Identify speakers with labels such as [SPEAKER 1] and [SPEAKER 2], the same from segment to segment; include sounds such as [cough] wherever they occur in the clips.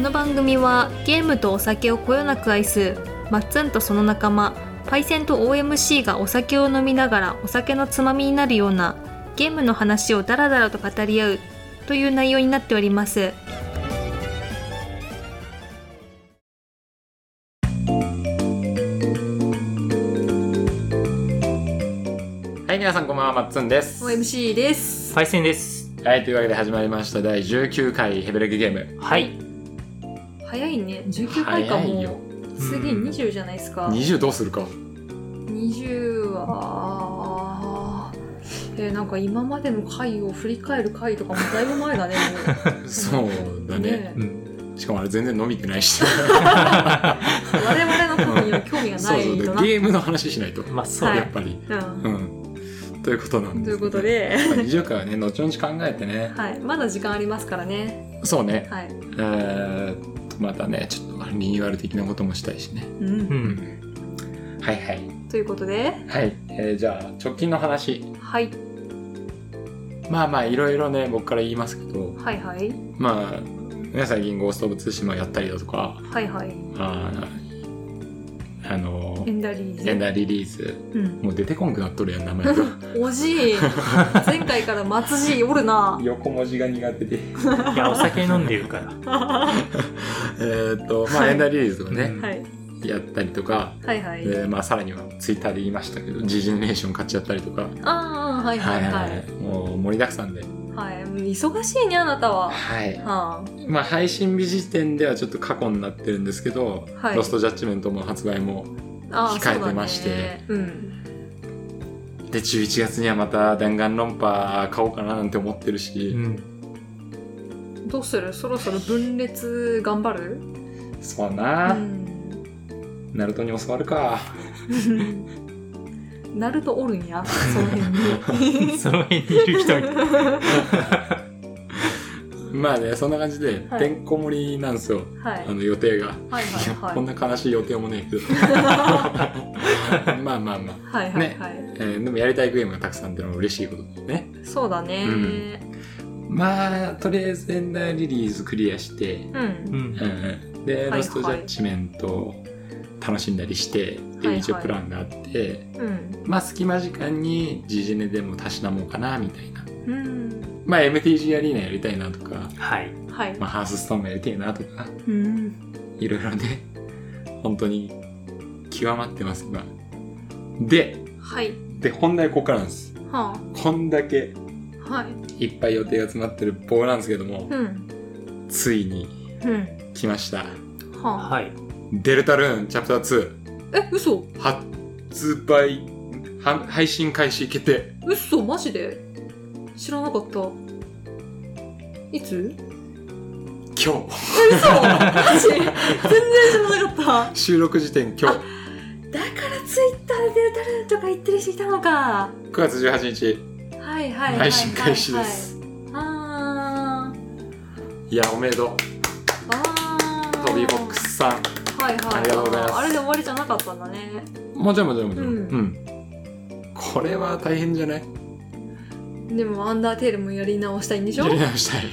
[SPEAKER 1] の番組はゲームとお酒をこよなく愛すマッツンとその仲間パイセンと OMC がお酒を飲みながらお酒のつまみになるようなゲームの話をダラダラと語り合うという内容になっております
[SPEAKER 2] はい、皆さんこんばんは、まっつんです。
[SPEAKER 1] OMC です
[SPEAKER 3] パイセンです。
[SPEAKER 2] はい、というわけで始まりました第19回ヘブレグゲーム。
[SPEAKER 3] はい。
[SPEAKER 1] 早いね19回か
[SPEAKER 2] 早い
[SPEAKER 1] も
[SPEAKER 2] よ
[SPEAKER 1] う次
[SPEAKER 3] うん
[SPEAKER 1] 20じゃないですか
[SPEAKER 2] 20どうするか。
[SPEAKER 1] 20はえーなんか今までの回を振り返る回とかもだいぶ前
[SPEAKER 2] [laughs]
[SPEAKER 1] だね
[SPEAKER 2] そう
[SPEAKER 1] も
[SPEAKER 2] だ
[SPEAKER 1] う
[SPEAKER 2] ね。
[SPEAKER 3] うん。
[SPEAKER 2] しかもあれ全然飲みてな
[SPEAKER 1] [laughs]
[SPEAKER 2] いし。
[SPEAKER 1] 我々の方には興味が
[SPEAKER 2] そ
[SPEAKER 1] な
[SPEAKER 2] うそう
[SPEAKER 1] い
[SPEAKER 2] で
[SPEAKER 1] とな
[SPEAKER 2] ゲームの話しないと。
[SPEAKER 3] まあそう
[SPEAKER 1] はい
[SPEAKER 2] やっぱり。
[SPEAKER 1] うん
[SPEAKER 2] うん。ということなん
[SPEAKER 1] と
[SPEAKER 2] で
[SPEAKER 1] いう
[SPEAKER 2] すけ
[SPEAKER 1] こ
[SPEAKER 2] ど
[SPEAKER 1] と。で、
[SPEAKER 2] まあ20回はね、後々考えてね。
[SPEAKER 1] はい、まだ時間ありますからね。
[SPEAKER 2] そうね。
[SPEAKER 1] はい。
[SPEAKER 2] えーっと、またね、ちょっとリニューアル的なこともしたいしね。
[SPEAKER 1] う。
[SPEAKER 3] うんん。
[SPEAKER 2] はいはい。
[SPEAKER 1] ということで、
[SPEAKER 2] はい。えーじゃあ、直近の話。
[SPEAKER 1] はい、
[SPEAKER 2] まあまあ、いろいろね、僕から言いますけど、
[SPEAKER 1] はいはい、
[SPEAKER 2] まあ、ね、最近ゴースト・オブ・ツーシマやったりだとか、
[SPEAKER 1] はいはい、
[SPEAKER 2] あーあの
[SPEAKER 1] エンダーリーズ。
[SPEAKER 2] エンダーリリース
[SPEAKER 1] うん。
[SPEAKER 2] もう出てこんくなっとるやん名前が
[SPEAKER 1] おじい、前回から松じいおるな。
[SPEAKER 2] [laughs] 横文字が苦手で
[SPEAKER 3] いや、お酒飲んでるから。
[SPEAKER 1] は
[SPEAKER 2] [laughs] えーっとまあエンダーリリースとかね
[SPEAKER 1] い、、はい
[SPEAKER 2] やったりとか、
[SPEAKER 1] はい。
[SPEAKER 2] でまあ、さらにはツイッターで言いましたけど G ジェネレーション買っちゃったりとか、
[SPEAKER 1] ああ、はいはいは
[SPEAKER 2] もう盛りだくさんで、
[SPEAKER 1] い。はい、忙しいね、あなたは。
[SPEAKER 2] はい
[SPEAKER 1] はあ、
[SPEAKER 2] まあ、配信日時点ではちょっと過去になってるんですけど、
[SPEAKER 1] はい
[SPEAKER 2] ロストジャッジメントも発売も
[SPEAKER 1] ああ、
[SPEAKER 2] 控えて
[SPEAKER 1] そうだね
[SPEAKER 2] まして。
[SPEAKER 1] うん。
[SPEAKER 2] で11月にはまた弾丸論破買おうかななんて思ってるし、
[SPEAKER 1] [laughs]
[SPEAKER 3] うん。
[SPEAKER 1] どうするそろそろ分裂頑張る
[SPEAKER 2] そう
[SPEAKER 1] う
[SPEAKER 2] な、
[SPEAKER 1] ん。 [laughs]
[SPEAKER 2] ナルトに教わるか
[SPEAKER 1] ナルトおるんや、その辺に。
[SPEAKER 2] [laughs]
[SPEAKER 3] その辺にいる人に。
[SPEAKER 2] まあねそんな感じで
[SPEAKER 1] はい
[SPEAKER 2] てんこ盛りなんですよ、
[SPEAKER 1] はい
[SPEAKER 2] あ。の予定が、
[SPEAKER 1] はいはい
[SPEAKER 2] や
[SPEAKER 1] はい
[SPEAKER 2] こんな悲しい予定
[SPEAKER 1] [laughs]
[SPEAKER 2] もねえけどまあまあまあ、
[SPEAKER 1] はいはいはい。
[SPEAKER 2] えーでもやりたいゲームがたくさんってのは嬉しいことですね
[SPEAKER 1] そうだね。う
[SPEAKER 2] う
[SPEAKER 1] ん。
[SPEAKER 2] まあとりあえずエンダーリリースクリアして、
[SPEAKER 3] う。
[SPEAKER 2] うんん、で、
[SPEAKER 1] いはい
[SPEAKER 2] ロストジャッジメントを楽しんだりしてっていう一応
[SPEAKER 1] はいはい
[SPEAKER 2] プランがあって、
[SPEAKER 1] うん。
[SPEAKER 2] まあ隙間時間に時事ネでもたしなもうかなみたいな
[SPEAKER 1] うん。
[SPEAKER 2] まあ MTG アリーナやりたいなとか、
[SPEAKER 3] はい。
[SPEAKER 1] はい。
[SPEAKER 2] まあ、ハースストーンもやりたいなとか
[SPEAKER 1] うん。
[SPEAKER 2] いろいろね、本当に極まってます、今。で、
[SPEAKER 1] はい。
[SPEAKER 2] で、本題ここからなんです。
[SPEAKER 1] は
[SPEAKER 2] こんだけ
[SPEAKER 1] あ。はい。
[SPEAKER 2] いっぱい予定が詰まってる棒なんですけども、
[SPEAKER 1] うん。
[SPEAKER 2] ついに
[SPEAKER 1] うん。
[SPEAKER 2] 来ました。
[SPEAKER 1] はあ。
[SPEAKER 3] はい。
[SPEAKER 2] デルタルーンチャプター
[SPEAKER 1] え、嘘
[SPEAKER 2] 2、発売、は配信開始決定。
[SPEAKER 1] 嘘マジで知らなかった。い [laughs] つ
[SPEAKER 2] 今日。
[SPEAKER 1] え、嘘マジ全然知らなかった。
[SPEAKER 2] 収録時点今日。
[SPEAKER 1] だからツイッターでデルタルーンとか言ってる人いたのか。
[SPEAKER 2] 9月18日、
[SPEAKER 1] はいはいはいはい、はい。
[SPEAKER 2] 配信開始です。。
[SPEAKER 1] あー。
[SPEAKER 2] いや、おめでとう。
[SPEAKER 1] あー。
[SPEAKER 2] トビーボック。スさん。
[SPEAKER 1] はいはい。
[SPEAKER 2] ありがとうございます
[SPEAKER 1] あれで終わりじゃなかったんだね。
[SPEAKER 2] もちろんもちろんもちろん。
[SPEAKER 1] う
[SPEAKER 2] うんん。これは大変じゃない
[SPEAKER 1] でもアンダーテールもやり直したいんでしょ
[SPEAKER 2] やり直したい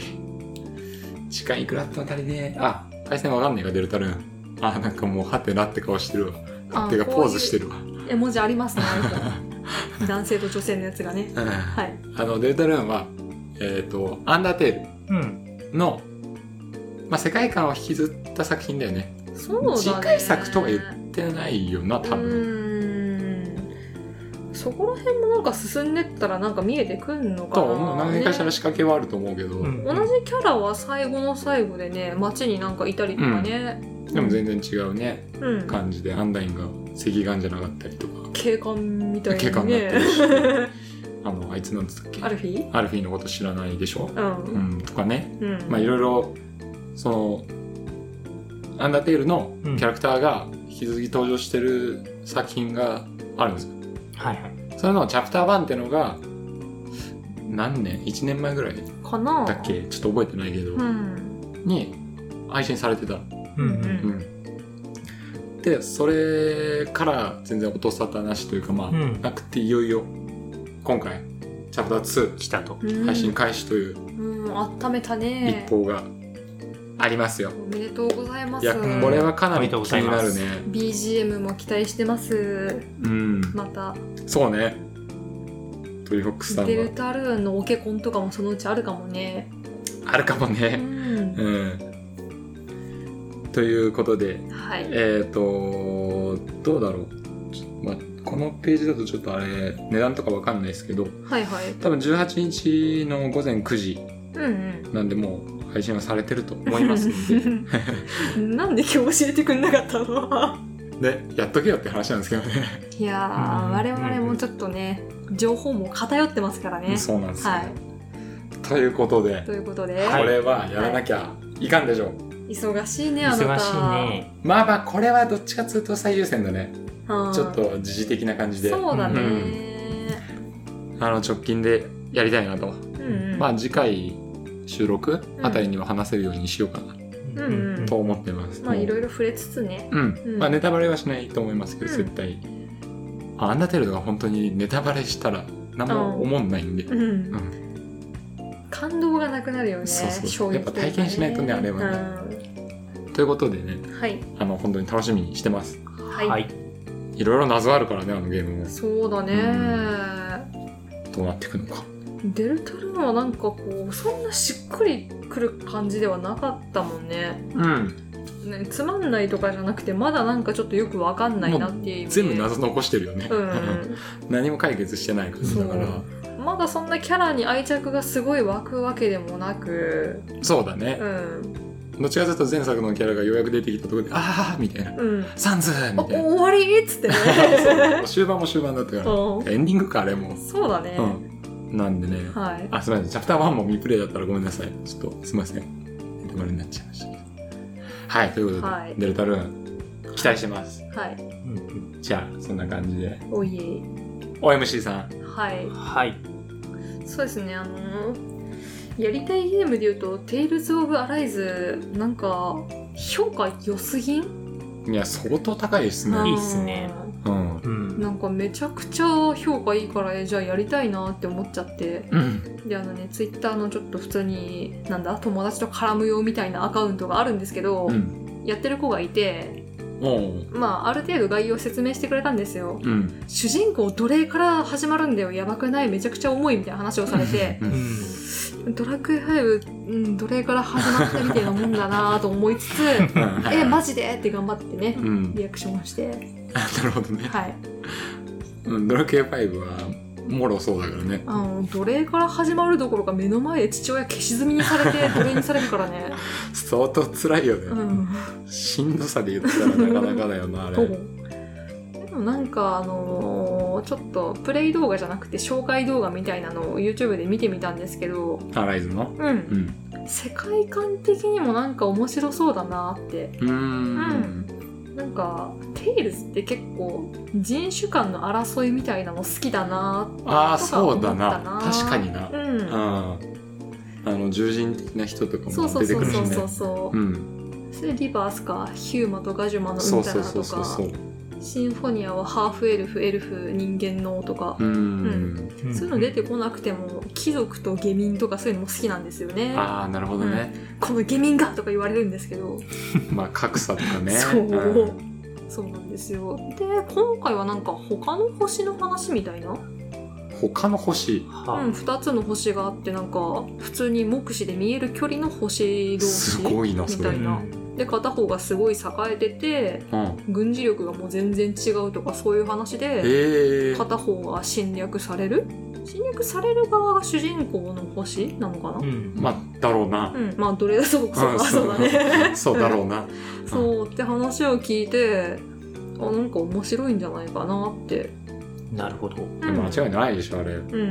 [SPEAKER 2] 時間いくらあっても足りねえあ対戦わかんねえかデルタルーンあなんかもうハテナって顔してる
[SPEAKER 1] あ
[SPEAKER 2] わてか
[SPEAKER 1] こういう
[SPEAKER 2] ポーズしてるわ
[SPEAKER 1] 絵文字あります
[SPEAKER 2] [laughs]
[SPEAKER 1] ね男性と女性のやつがね
[SPEAKER 2] うんあ
[SPEAKER 1] はい
[SPEAKER 2] のデルタルーンはえっ、と「アンダーテー
[SPEAKER 3] うん。
[SPEAKER 2] ルの」まあ、世界観を引きずった作品だよね
[SPEAKER 1] そうだね
[SPEAKER 2] 次回作とは言ってないよな多
[SPEAKER 1] う
[SPEAKER 2] 分
[SPEAKER 1] ーんそこら辺もなんか進んでったらなんか見えてくんのか
[SPEAKER 2] と
[SPEAKER 1] な
[SPEAKER 2] 思う何かしら仕掛けはあると思うけど、
[SPEAKER 3] うん。
[SPEAKER 1] 同じキャラは最後の最後でね街になんかいたりとかね、
[SPEAKER 2] でも全然違うね
[SPEAKER 1] うん、
[SPEAKER 2] 感じでアンダインが赤眼じゃなかったりとか
[SPEAKER 1] 警官みたい
[SPEAKER 2] 警
[SPEAKER 1] な
[SPEAKER 2] 官になっ
[SPEAKER 1] ね
[SPEAKER 2] てるし、
[SPEAKER 1] [laughs]
[SPEAKER 2] あのあいつなんつったっけ
[SPEAKER 1] アルフィー
[SPEAKER 2] アルフィーのこと知らないでしょ、
[SPEAKER 1] う
[SPEAKER 2] うんん、とかね
[SPEAKER 1] うん
[SPEAKER 2] まあいろいろそのアンダーテールのキャラクターが引き続き登場してる作品があるんですよ。
[SPEAKER 3] はいはい。
[SPEAKER 2] それのチャプター1ってのが何年 ?1 年前ぐらいだ
[SPEAKER 1] かな
[SPEAKER 2] っけちょっと覚えてないけど、
[SPEAKER 1] うん
[SPEAKER 2] に配信されてた。
[SPEAKER 3] うんう
[SPEAKER 1] うん
[SPEAKER 3] ん。
[SPEAKER 2] うん、でそれから全然音沙汰なしというかまあ、
[SPEAKER 3] うん
[SPEAKER 2] なくていよいよ今回チャプター2
[SPEAKER 3] 来たと。
[SPEAKER 1] うん
[SPEAKER 2] 配信開始という
[SPEAKER 1] うん温めたね
[SPEAKER 2] 一報がありますよ
[SPEAKER 1] おめでとうございま
[SPEAKER 2] い
[SPEAKER 1] す
[SPEAKER 2] や
[SPEAKER 3] ん
[SPEAKER 2] これはかな
[SPEAKER 3] おめ
[SPEAKER 2] り気
[SPEAKER 3] でとうござい
[SPEAKER 2] に
[SPEAKER 3] ま
[SPEAKER 2] な
[SPEAKER 3] す
[SPEAKER 2] るね
[SPEAKER 1] BGM も期待してます
[SPEAKER 2] うん
[SPEAKER 1] また
[SPEAKER 2] そうねトリフォックスさん
[SPEAKER 1] デル
[SPEAKER 2] は
[SPEAKER 1] タルーンのオケコンとかもそのうちあるかもね
[SPEAKER 2] あるかも
[SPEAKER 1] う
[SPEAKER 2] ね
[SPEAKER 1] ん
[SPEAKER 2] うんということで
[SPEAKER 1] はい
[SPEAKER 2] えっ、とどうだろうちょまあこのページだとちょっとあれ値段とかわかんないですけど
[SPEAKER 1] はいはい
[SPEAKER 2] 多分18日の午前9時
[SPEAKER 1] うん
[SPEAKER 2] なんでもう配信はされてると
[SPEAKER 1] うん
[SPEAKER 2] 思いま
[SPEAKER 1] [laughs]
[SPEAKER 2] すんで
[SPEAKER 1] なんで今日教えてくんなかったの
[SPEAKER 2] ねやっとけよって話なんですけどね
[SPEAKER 1] いやー、
[SPEAKER 3] うん
[SPEAKER 1] 我々もちょっとね情報も偏ってますからね
[SPEAKER 2] そうなんですよ、
[SPEAKER 1] は
[SPEAKER 2] ということで
[SPEAKER 1] ということで、
[SPEAKER 2] これはやらなきゃいかんでしょう、
[SPEAKER 1] 忙しいねあなた
[SPEAKER 3] 忙しいね。
[SPEAKER 2] まあまあこれはどっちかっつうと最優先だね
[SPEAKER 1] うん
[SPEAKER 2] ちょっと時事的な感じで
[SPEAKER 1] そうだね、
[SPEAKER 2] あの直近でやりたいな
[SPEAKER 1] う
[SPEAKER 2] と、
[SPEAKER 1] んうん
[SPEAKER 2] まあ次回収録あたりには話せるようにしようかな
[SPEAKER 3] うん
[SPEAKER 1] うんうん
[SPEAKER 2] と思ってます、
[SPEAKER 1] まあいろいろ触れつつね
[SPEAKER 2] うん、
[SPEAKER 1] うん
[SPEAKER 2] まあネタバレはしないと思いますけど、
[SPEAKER 1] うん
[SPEAKER 2] 絶対あアンダーテールとか本当にネタバレしたら何も思んないんで、
[SPEAKER 1] うん、感動がなくなるよね
[SPEAKER 2] そうそう
[SPEAKER 1] 衝撃とうか
[SPEAKER 2] やっぱ体験しないとねあれはということでね
[SPEAKER 1] うんはい
[SPEAKER 2] あの本当に楽しみにしてます
[SPEAKER 1] はい、
[SPEAKER 3] はい。
[SPEAKER 2] いろいろ謎あるからねあのゲームも
[SPEAKER 1] そうだね、
[SPEAKER 2] どうなっていくのか
[SPEAKER 1] デルタルーンはなんかこうそんなしっくりくる感じではなかったもんね
[SPEAKER 2] うん
[SPEAKER 1] ねつまんないとかじゃなくてまだなんかちょっとよくわかんないなっていう意味で
[SPEAKER 2] 全部謎残してるよね、
[SPEAKER 1] うん
[SPEAKER 2] [laughs] 何も解決してない感じだから
[SPEAKER 1] そまだそんなキャラに愛着がすごい湧くわけでもなく
[SPEAKER 2] そうだね
[SPEAKER 1] う、ん
[SPEAKER 2] どっちかというと前作のキャラがようやく出てきたところで「ああ」みたいな
[SPEAKER 1] うん
[SPEAKER 2] 「サンズ!」み
[SPEAKER 1] あ
[SPEAKER 2] たいな
[SPEAKER 1] 終わりっつって
[SPEAKER 2] [laughs]
[SPEAKER 1] ね
[SPEAKER 2] もう終盤も終盤だったか
[SPEAKER 1] そ
[SPEAKER 2] らエンディングかあれも
[SPEAKER 1] うそうだね、
[SPEAKER 2] うんなんでね
[SPEAKER 1] はい
[SPEAKER 2] あすみませんチャプター1も未プレイだったらごめんなさいちょっとすみませんネタバレになっちゃいましたはいということで、
[SPEAKER 1] はい
[SPEAKER 2] デルタルーン期待してます
[SPEAKER 1] はい
[SPEAKER 3] うん
[SPEAKER 2] じゃあそんな感じで
[SPEAKER 1] おいえ
[SPEAKER 2] OMC さん
[SPEAKER 1] はい
[SPEAKER 3] うんはい。
[SPEAKER 1] そうですねあのやりたいゲームで言うと「テイルズ・オブ・アライズ」なんか評価良すぎん
[SPEAKER 2] いや相当高いですね
[SPEAKER 3] いいっすね
[SPEAKER 2] うん
[SPEAKER 3] うん。
[SPEAKER 1] なんかめちゃくちゃ評価いいからえじゃあやりたいなって思っちゃって
[SPEAKER 2] うん
[SPEAKER 1] であのねツイッターのちょっと普通になんだ友達と絡むよみたいなアカウントがあるんですけど、
[SPEAKER 2] うん
[SPEAKER 1] やってる子がいて
[SPEAKER 2] うん
[SPEAKER 1] まあある程度概要を説明してくれたんですよ
[SPEAKER 2] うん
[SPEAKER 1] 主人公奴隷から始まるんだよやばくないめちゃくちゃ重いみたいな話をされて
[SPEAKER 2] う
[SPEAKER 3] うんん。
[SPEAKER 1] ドラクエ5、うん、奴隷から始まったみたいなもんだなと思いつつえマジでって頑張ってね
[SPEAKER 2] うん
[SPEAKER 1] リアクションをして
[SPEAKER 2] なるほどね、
[SPEAKER 1] はい
[SPEAKER 2] うん、ドラクエ5はもろそうだからね
[SPEAKER 1] あの奴隷から始まるどころか目の前で父親消し積みにされ [laughs] て奴隷にされるからね
[SPEAKER 2] 相当辛いよね、
[SPEAKER 1] うん
[SPEAKER 2] しんどさで言ったらなかなかだよなあれ
[SPEAKER 1] どうでもなんかあのーちょっとプレイ動画じゃなくて紹介動画みたいなのを YouTube で見てみたんですけど
[SPEAKER 2] アライズの
[SPEAKER 1] う
[SPEAKER 2] うんん
[SPEAKER 1] 世界観的にもなんか面白そうだなって
[SPEAKER 2] うーん
[SPEAKER 1] なんかテイルズって結構人種間の争いみたいなの好きだな
[SPEAKER 2] ああ
[SPEAKER 1] とか思
[SPEAKER 2] そう
[SPEAKER 1] った
[SPEAKER 2] だ
[SPEAKER 1] な
[SPEAKER 2] な確かにな、
[SPEAKER 1] う
[SPEAKER 2] うん
[SPEAKER 1] ん
[SPEAKER 2] あの獣人的な人とか
[SPEAKER 1] そう
[SPEAKER 2] も
[SPEAKER 1] そう
[SPEAKER 2] 出て
[SPEAKER 1] そ
[SPEAKER 2] く
[SPEAKER 1] うそ
[SPEAKER 2] るし
[SPEAKER 1] う
[SPEAKER 2] ね、
[SPEAKER 1] そうそううんそれリバースかヒューマとガジュマの
[SPEAKER 2] そう
[SPEAKER 1] みたい
[SPEAKER 2] そう
[SPEAKER 1] な
[SPEAKER 2] そ
[SPEAKER 1] と
[SPEAKER 2] うそう
[SPEAKER 1] か
[SPEAKER 2] そう
[SPEAKER 1] シンフォニアはハーフエルフエルフ人間のとか
[SPEAKER 2] うーん、
[SPEAKER 1] そういうの出てこなくても貴族と下民とかそういうのも好きなんですよね
[SPEAKER 2] ああなるほどね、
[SPEAKER 1] この下民がとか言われるんですけど
[SPEAKER 2] まあ格差とかね
[SPEAKER 1] そうんそうなんですよで今回はなんか他の星の話みたいな
[SPEAKER 2] 他の星
[SPEAKER 3] は
[SPEAKER 1] うん、2つの星があってなんか普通に目視で見える距離の星同士
[SPEAKER 2] すごいなそれ
[SPEAKER 1] みたいなで片方がすごい栄えてて
[SPEAKER 2] うん
[SPEAKER 1] 軍事力がもう全然違うとかそういう話
[SPEAKER 2] え
[SPEAKER 1] で
[SPEAKER 2] えー、
[SPEAKER 1] 片方が侵略される侵略される側が主人公の星なのかな、
[SPEAKER 3] うん。
[SPEAKER 2] まあだろうな
[SPEAKER 1] う、ん、まあどれだそうかそう
[SPEAKER 2] うん
[SPEAKER 1] かそうだね
[SPEAKER 2] そうだろうな [laughs]
[SPEAKER 1] [laughs] そうって話を聞いてあなんか面白いんじゃないかなって、
[SPEAKER 3] なるほど。
[SPEAKER 1] うん、
[SPEAKER 2] 間違いないでしょあれ
[SPEAKER 1] うん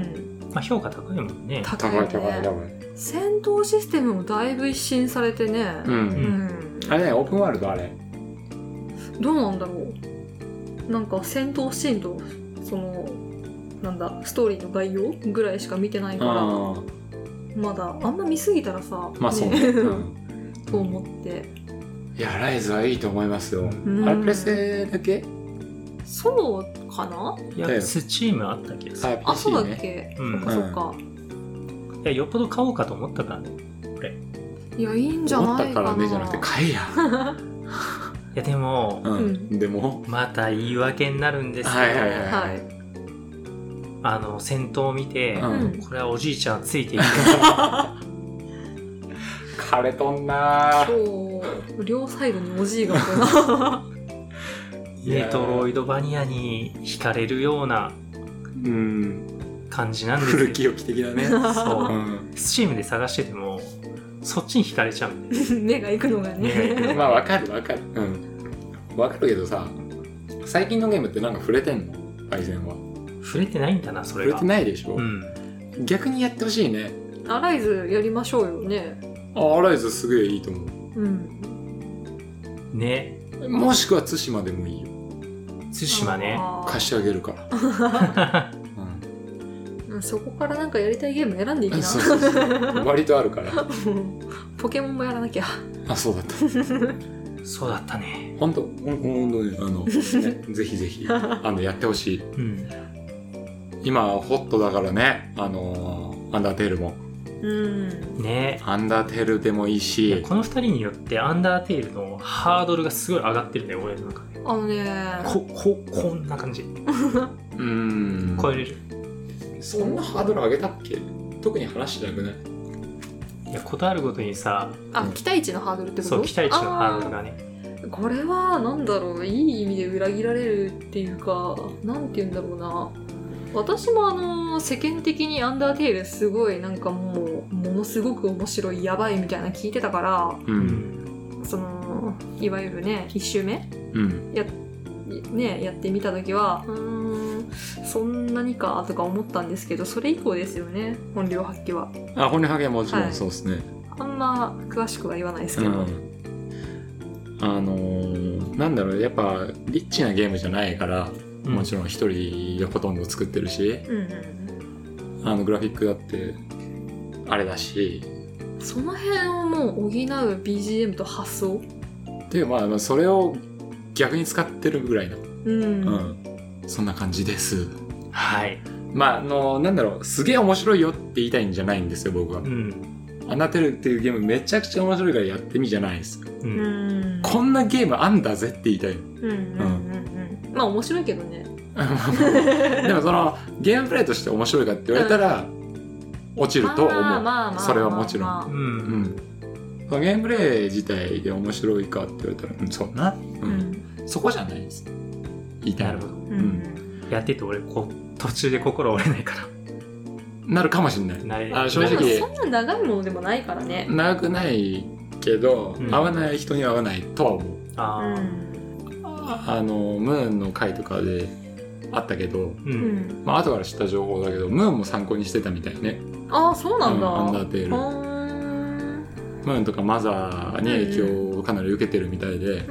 [SPEAKER 3] まあ評価高いもんね。
[SPEAKER 1] 高い
[SPEAKER 2] 高
[SPEAKER 1] よ
[SPEAKER 2] い高い
[SPEAKER 1] ね
[SPEAKER 2] 高い
[SPEAKER 1] 戦闘システムもだいぶ一新されてね、
[SPEAKER 2] うん、
[SPEAKER 3] ん
[SPEAKER 1] うん
[SPEAKER 2] あれねオープンワールドあれ
[SPEAKER 1] どうなんだろうなんか戦闘シーンとそのなんだストーリーの概要ぐらいしか見てないから
[SPEAKER 2] あ
[SPEAKER 1] まだあんま見すぎたらさ
[SPEAKER 2] まあそうね、
[SPEAKER 1] ね
[SPEAKER 2] うん、
[SPEAKER 1] と思って
[SPEAKER 2] いやライズはいいと思いますよ、
[SPEAKER 1] うん
[SPEAKER 2] あれプレステだけ
[SPEAKER 1] そうかない
[SPEAKER 3] や、スチームあった気がする。
[SPEAKER 2] あ
[SPEAKER 1] あそう
[SPEAKER 2] PC
[SPEAKER 1] だっ
[SPEAKER 2] ね
[SPEAKER 1] け、
[SPEAKER 3] う
[SPEAKER 1] そ
[SPEAKER 3] ん
[SPEAKER 1] っかそっか、
[SPEAKER 3] いや、よっぽど買おうかと思ったからね。
[SPEAKER 1] いやいいんじゃ
[SPEAKER 2] 思
[SPEAKER 1] な
[SPEAKER 2] った
[SPEAKER 1] いか
[SPEAKER 2] か
[SPEAKER 1] な
[SPEAKER 2] らねじゃなくて買え
[SPEAKER 1] [laughs]
[SPEAKER 2] や、
[SPEAKER 3] いやでも、
[SPEAKER 2] うん
[SPEAKER 1] うん
[SPEAKER 2] でも
[SPEAKER 3] また言い訳になるんですけど、
[SPEAKER 2] はいはいはい
[SPEAKER 1] はい
[SPEAKER 3] あの戦闘を見て、
[SPEAKER 2] うん
[SPEAKER 1] うん
[SPEAKER 3] これはおじいちゃんつ
[SPEAKER 2] [laughs]
[SPEAKER 3] いていく
[SPEAKER 2] 枯れとんなー
[SPEAKER 1] そう両サイドにおじいがこうな
[SPEAKER 3] メトロイ
[SPEAKER 2] いや
[SPEAKER 3] ドバニアに惹かれるような
[SPEAKER 2] ーうん
[SPEAKER 3] 感じなんです
[SPEAKER 2] 古き
[SPEAKER 3] け
[SPEAKER 2] 良き的だね、
[SPEAKER 3] ど
[SPEAKER 2] う
[SPEAKER 3] そ
[SPEAKER 2] ん、
[SPEAKER 3] うスチームで探しててもそっちに惹かれちゃうんで
[SPEAKER 1] [laughs] 目が行くのがね
[SPEAKER 2] まあわかるわかるうんわかるけどさ最近のゲームってなんか触れてんの配線は
[SPEAKER 3] 触れてないんだなそ
[SPEAKER 2] 触
[SPEAKER 3] れ
[SPEAKER 2] れ
[SPEAKER 3] が
[SPEAKER 2] てないでしょ、
[SPEAKER 3] うん
[SPEAKER 2] 逆にやってほしいね
[SPEAKER 1] アライズやりましょうよね
[SPEAKER 2] あアライズすげえいいと思
[SPEAKER 1] うん
[SPEAKER 3] ね
[SPEAKER 2] うもしくは対馬でもいいよ
[SPEAKER 3] 対馬ね
[SPEAKER 1] あー
[SPEAKER 2] 貸してあげるから、 [laughs] う
[SPEAKER 1] うんそこからなんかやりたいゲーム選んでいき
[SPEAKER 2] ん、
[SPEAKER 1] な
[SPEAKER 2] そうそうそう割とあるから
[SPEAKER 1] ポケモンもやらなきゃ
[SPEAKER 2] あそうだった
[SPEAKER 3] そうだったね
[SPEAKER 2] 本当本当にあの、ね [laughs] ぜひぜひあのやってほしい
[SPEAKER 3] うん
[SPEAKER 2] 今ホットだからねあのーアンダーテールも
[SPEAKER 1] うん
[SPEAKER 3] ね
[SPEAKER 2] アンダーテールでもいい
[SPEAKER 3] い
[SPEAKER 2] し
[SPEAKER 3] やこの2人によってアンダーテールのハードルがすごい上がってるね俺の中で
[SPEAKER 1] あのね
[SPEAKER 3] こここんな感じ
[SPEAKER 2] うーん
[SPEAKER 3] 超えれる
[SPEAKER 2] そんなハードル上げたっけ特に話してなくない
[SPEAKER 3] いやことあるごとにさ
[SPEAKER 1] あ期待値のハードルってこと
[SPEAKER 3] そう期待値のハードルがね
[SPEAKER 1] あーこれはなんだろういい意味で裏切られるっていうかなんて言うんだろうな私もあの世間的に「アンダーテール」すごいなんかもうものすごく面白いやばいみたいな聞いてたか
[SPEAKER 2] う
[SPEAKER 3] うんん
[SPEAKER 1] らそのいわゆるね1周目
[SPEAKER 2] うん
[SPEAKER 1] ねやってみた時はうーんそんなにかとか思ったんですけどそれ以降ですよね本領発揮は
[SPEAKER 2] あ骨ハゲはもちろ
[SPEAKER 1] は
[SPEAKER 2] ん
[SPEAKER 1] い
[SPEAKER 2] そうですね、
[SPEAKER 1] あんま詳しくは言わないですけ
[SPEAKER 2] う
[SPEAKER 1] ど、
[SPEAKER 2] んあのーなんだろうやっぱリッチなゲームじゃないから、
[SPEAKER 3] うん
[SPEAKER 2] もちろん一人でほとんど作ってるし
[SPEAKER 1] うんうん
[SPEAKER 2] あのグラフィックだってあれだし
[SPEAKER 1] その辺をもう補う BGM と発想
[SPEAKER 2] でまあまあそれを逆に使ってるぐらいな、
[SPEAKER 1] うん、
[SPEAKER 2] うんそんな感じです
[SPEAKER 3] はい
[SPEAKER 2] まああのなんだろうすげえ面白いよって言いたいんじゃないんですよ僕は
[SPEAKER 3] う、ん
[SPEAKER 2] アナテルっていうゲームめちゃくちゃ面白いからやってみじゃないです
[SPEAKER 3] う、
[SPEAKER 1] うんん
[SPEAKER 2] こんなゲームあんだぜって言いたい
[SPEAKER 1] [laughs] うんうんうんうんまあ面白いけどね
[SPEAKER 2] でもそのゲームプレイとして面白いかって言われたら落ちると思う、
[SPEAKER 1] まあまあまあまあまあ
[SPEAKER 2] それはもちろん
[SPEAKER 1] まあ
[SPEAKER 3] うん
[SPEAKER 2] うんそのゲームプレイ自体で面白いかって言われたら、うん、そうな、う、
[SPEAKER 1] うんん
[SPEAKER 2] そこじゃないです言いたい
[SPEAKER 3] な
[SPEAKER 2] な
[SPEAKER 3] る
[SPEAKER 2] る
[SPEAKER 3] ほど
[SPEAKER 1] うんうん
[SPEAKER 3] やってて俺こ途中で心折れないから
[SPEAKER 2] なるかもしれない
[SPEAKER 3] なれ
[SPEAKER 2] あ正直
[SPEAKER 1] でもそんな長いものでもないからね
[SPEAKER 2] 長くないけど、
[SPEAKER 3] うん
[SPEAKER 2] 合わない人には合わないとは思う
[SPEAKER 3] あ
[SPEAKER 1] う
[SPEAKER 3] ー
[SPEAKER 1] ん
[SPEAKER 2] あのムーンの回とかであったけど、
[SPEAKER 3] う
[SPEAKER 1] うんん
[SPEAKER 2] まあ後から知った情報だけどムーンも参考にしてたみたいね
[SPEAKER 1] ああそうなんだ
[SPEAKER 2] うんアンダーテー
[SPEAKER 1] ほ
[SPEAKER 2] ル
[SPEAKER 1] ーん
[SPEAKER 2] ムーンとかマザーに影響をかなり受けてるみたいで、
[SPEAKER 1] う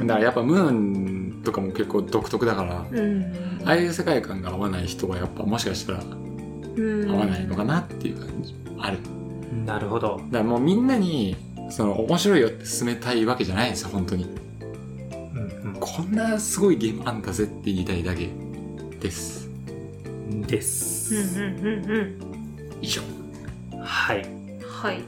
[SPEAKER 2] だから
[SPEAKER 1] ん
[SPEAKER 2] やっぱムーンとかも結構独特だから、
[SPEAKER 1] うん
[SPEAKER 2] ああいう世界観が合わない人はやっぱもしかしたら
[SPEAKER 1] うん
[SPEAKER 2] 合わないのかなっていう感じあるだか
[SPEAKER 3] なるほど
[SPEAKER 2] らもうみんなにその面白いよって勧めたいわけじゃないんですよ本当に
[SPEAKER 3] うん
[SPEAKER 2] こんなすごいゲームあんだぜって言いたいだけです
[SPEAKER 3] うんです、
[SPEAKER 1] うんうんうん
[SPEAKER 2] 以上
[SPEAKER 3] はい
[SPEAKER 1] うんはい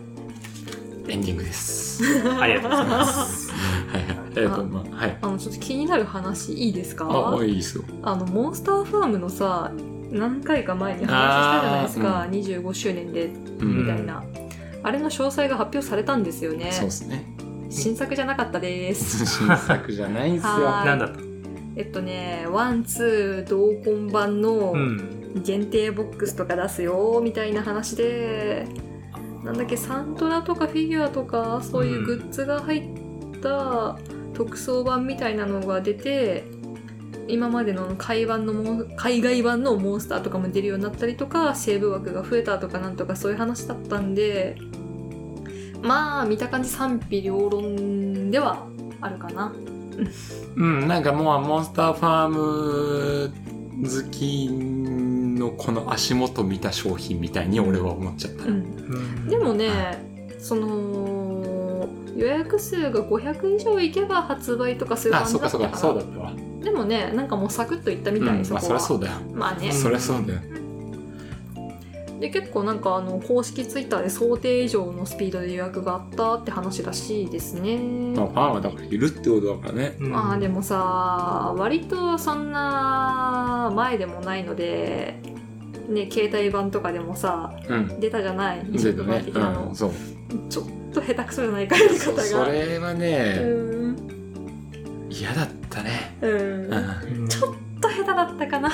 [SPEAKER 2] エンディング
[SPEAKER 1] [laughs]
[SPEAKER 2] です。
[SPEAKER 3] ありがとうございます
[SPEAKER 2] はいはい。えっ、と、まあ、はい。
[SPEAKER 1] あのちょっと気になる話いいですか
[SPEAKER 2] あ、もういいですよ。
[SPEAKER 1] あのモンスターファームのさ何回か前に話したじゃ
[SPEAKER 2] あ
[SPEAKER 1] ないですか、25周年で
[SPEAKER 2] う
[SPEAKER 1] み
[SPEAKER 2] ん。
[SPEAKER 1] たいな、あれの詳細が発表されたんですよね
[SPEAKER 2] そうですね。
[SPEAKER 1] 新作じゃなかったで
[SPEAKER 2] [laughs]
[SPEAKER 1] す
[SPEAKER 2] 新作じゃない
[SPEAKER 1] [laughs]
[SPEAKER 2] んすよ。
[SPEAKER 1] は
[SPEAKER 3] なんだった
[SPEAKER 1] えっとねワンツー同梱版の
[SPEAKER 3] うん
[SPEAKER 1] 限定ボックスとか出すよみたいな話で、なんだっけサントラとかフィギュアとかそういうグッズが入った特装版みたいなのが出て今までの海版のモン海外版のモンスターとかも出るようになったりとかセーブ枠が増えたとかなんとかそういう話だったんでまあ見た感じ賛否両論ではあるかな。
[SPEAKER 2] うん、なんかもう、モンスターファーム好きのこの足元見た商品みたいに俺は思っちゃった。
[SPEAKER 1] うん
[SPEAKER 3] うん
[SPEAKER 1] でもね、その予約数が500以上いけば発売とかする
[SPEAKER 2] あ、
[SPEAKER 1] 感じ
[SPEAKER 2] そう
[SPEAKER 1] だ
[SPEAKER 2] か
[SPEAKER 1] った
[SPEAKER 2] そう
[SPEAKER 1] か
[SPEAKER 2] か、そうだ
[SPEAKER 1] ら
[SPEAKER 2] ったわ。
[SPEAKER 1] でもねなんかもうサクッといったみ
[SPEAKER 2] うん、
[SPEAKER 1] たい、
[SPEAKER 2] まあ、
[SPEAKER 1] そこ
[SPEAKER 2] そりゃ
[SPEAKER 1] は
[SPEAKER 2] そうだよ。
[SPEAKER 1] まあね
[SPEAKER 2] そりゃそうだよ。
[SPEAKER 1] で結構なんかあの公式ツイッターで想定以上のスピードで予約があったって話らしいですね
[SPEAKER 2] まあ、ファンはだからいるってことだからね。
[SPEAKER 3] うん
[SPEAKER 1] まあでもさ割とそんな前でもないのでね携帯版とかでもさ
[SPEAKER 2] うん。
[SPEAKER 1] 出たじゃない一
[SPEAKER 2] 全
[SPEAKER 1] 部
[SPEAKER 2] 部
[SPEAKER 1] 版
[SPEAKER 2] ね。
[SPEAKER 1] 的な
[SPEAKER 2] うん、
[SPEAKER 1] の、
[SPEAKER 2] そう。
[SPEAKER 1] ちょっと下手くそじゃないかやり方
[SPEAKER 2] そ
[SPEAKER 1] が
[SPEAKER 2] それは
[SPEAKER 1] う
[SPEAKER 2] ね、
[SPEAKER 1] ん
[SPEAKER 2] 嫌だったね。
[SPEAKER 1] うん、ちょ
[SPEAKER 2] う
[SPEAKER 3] うん
[SPEAKER 1] っと下手だったかな、
[SPEAKER 2] ん。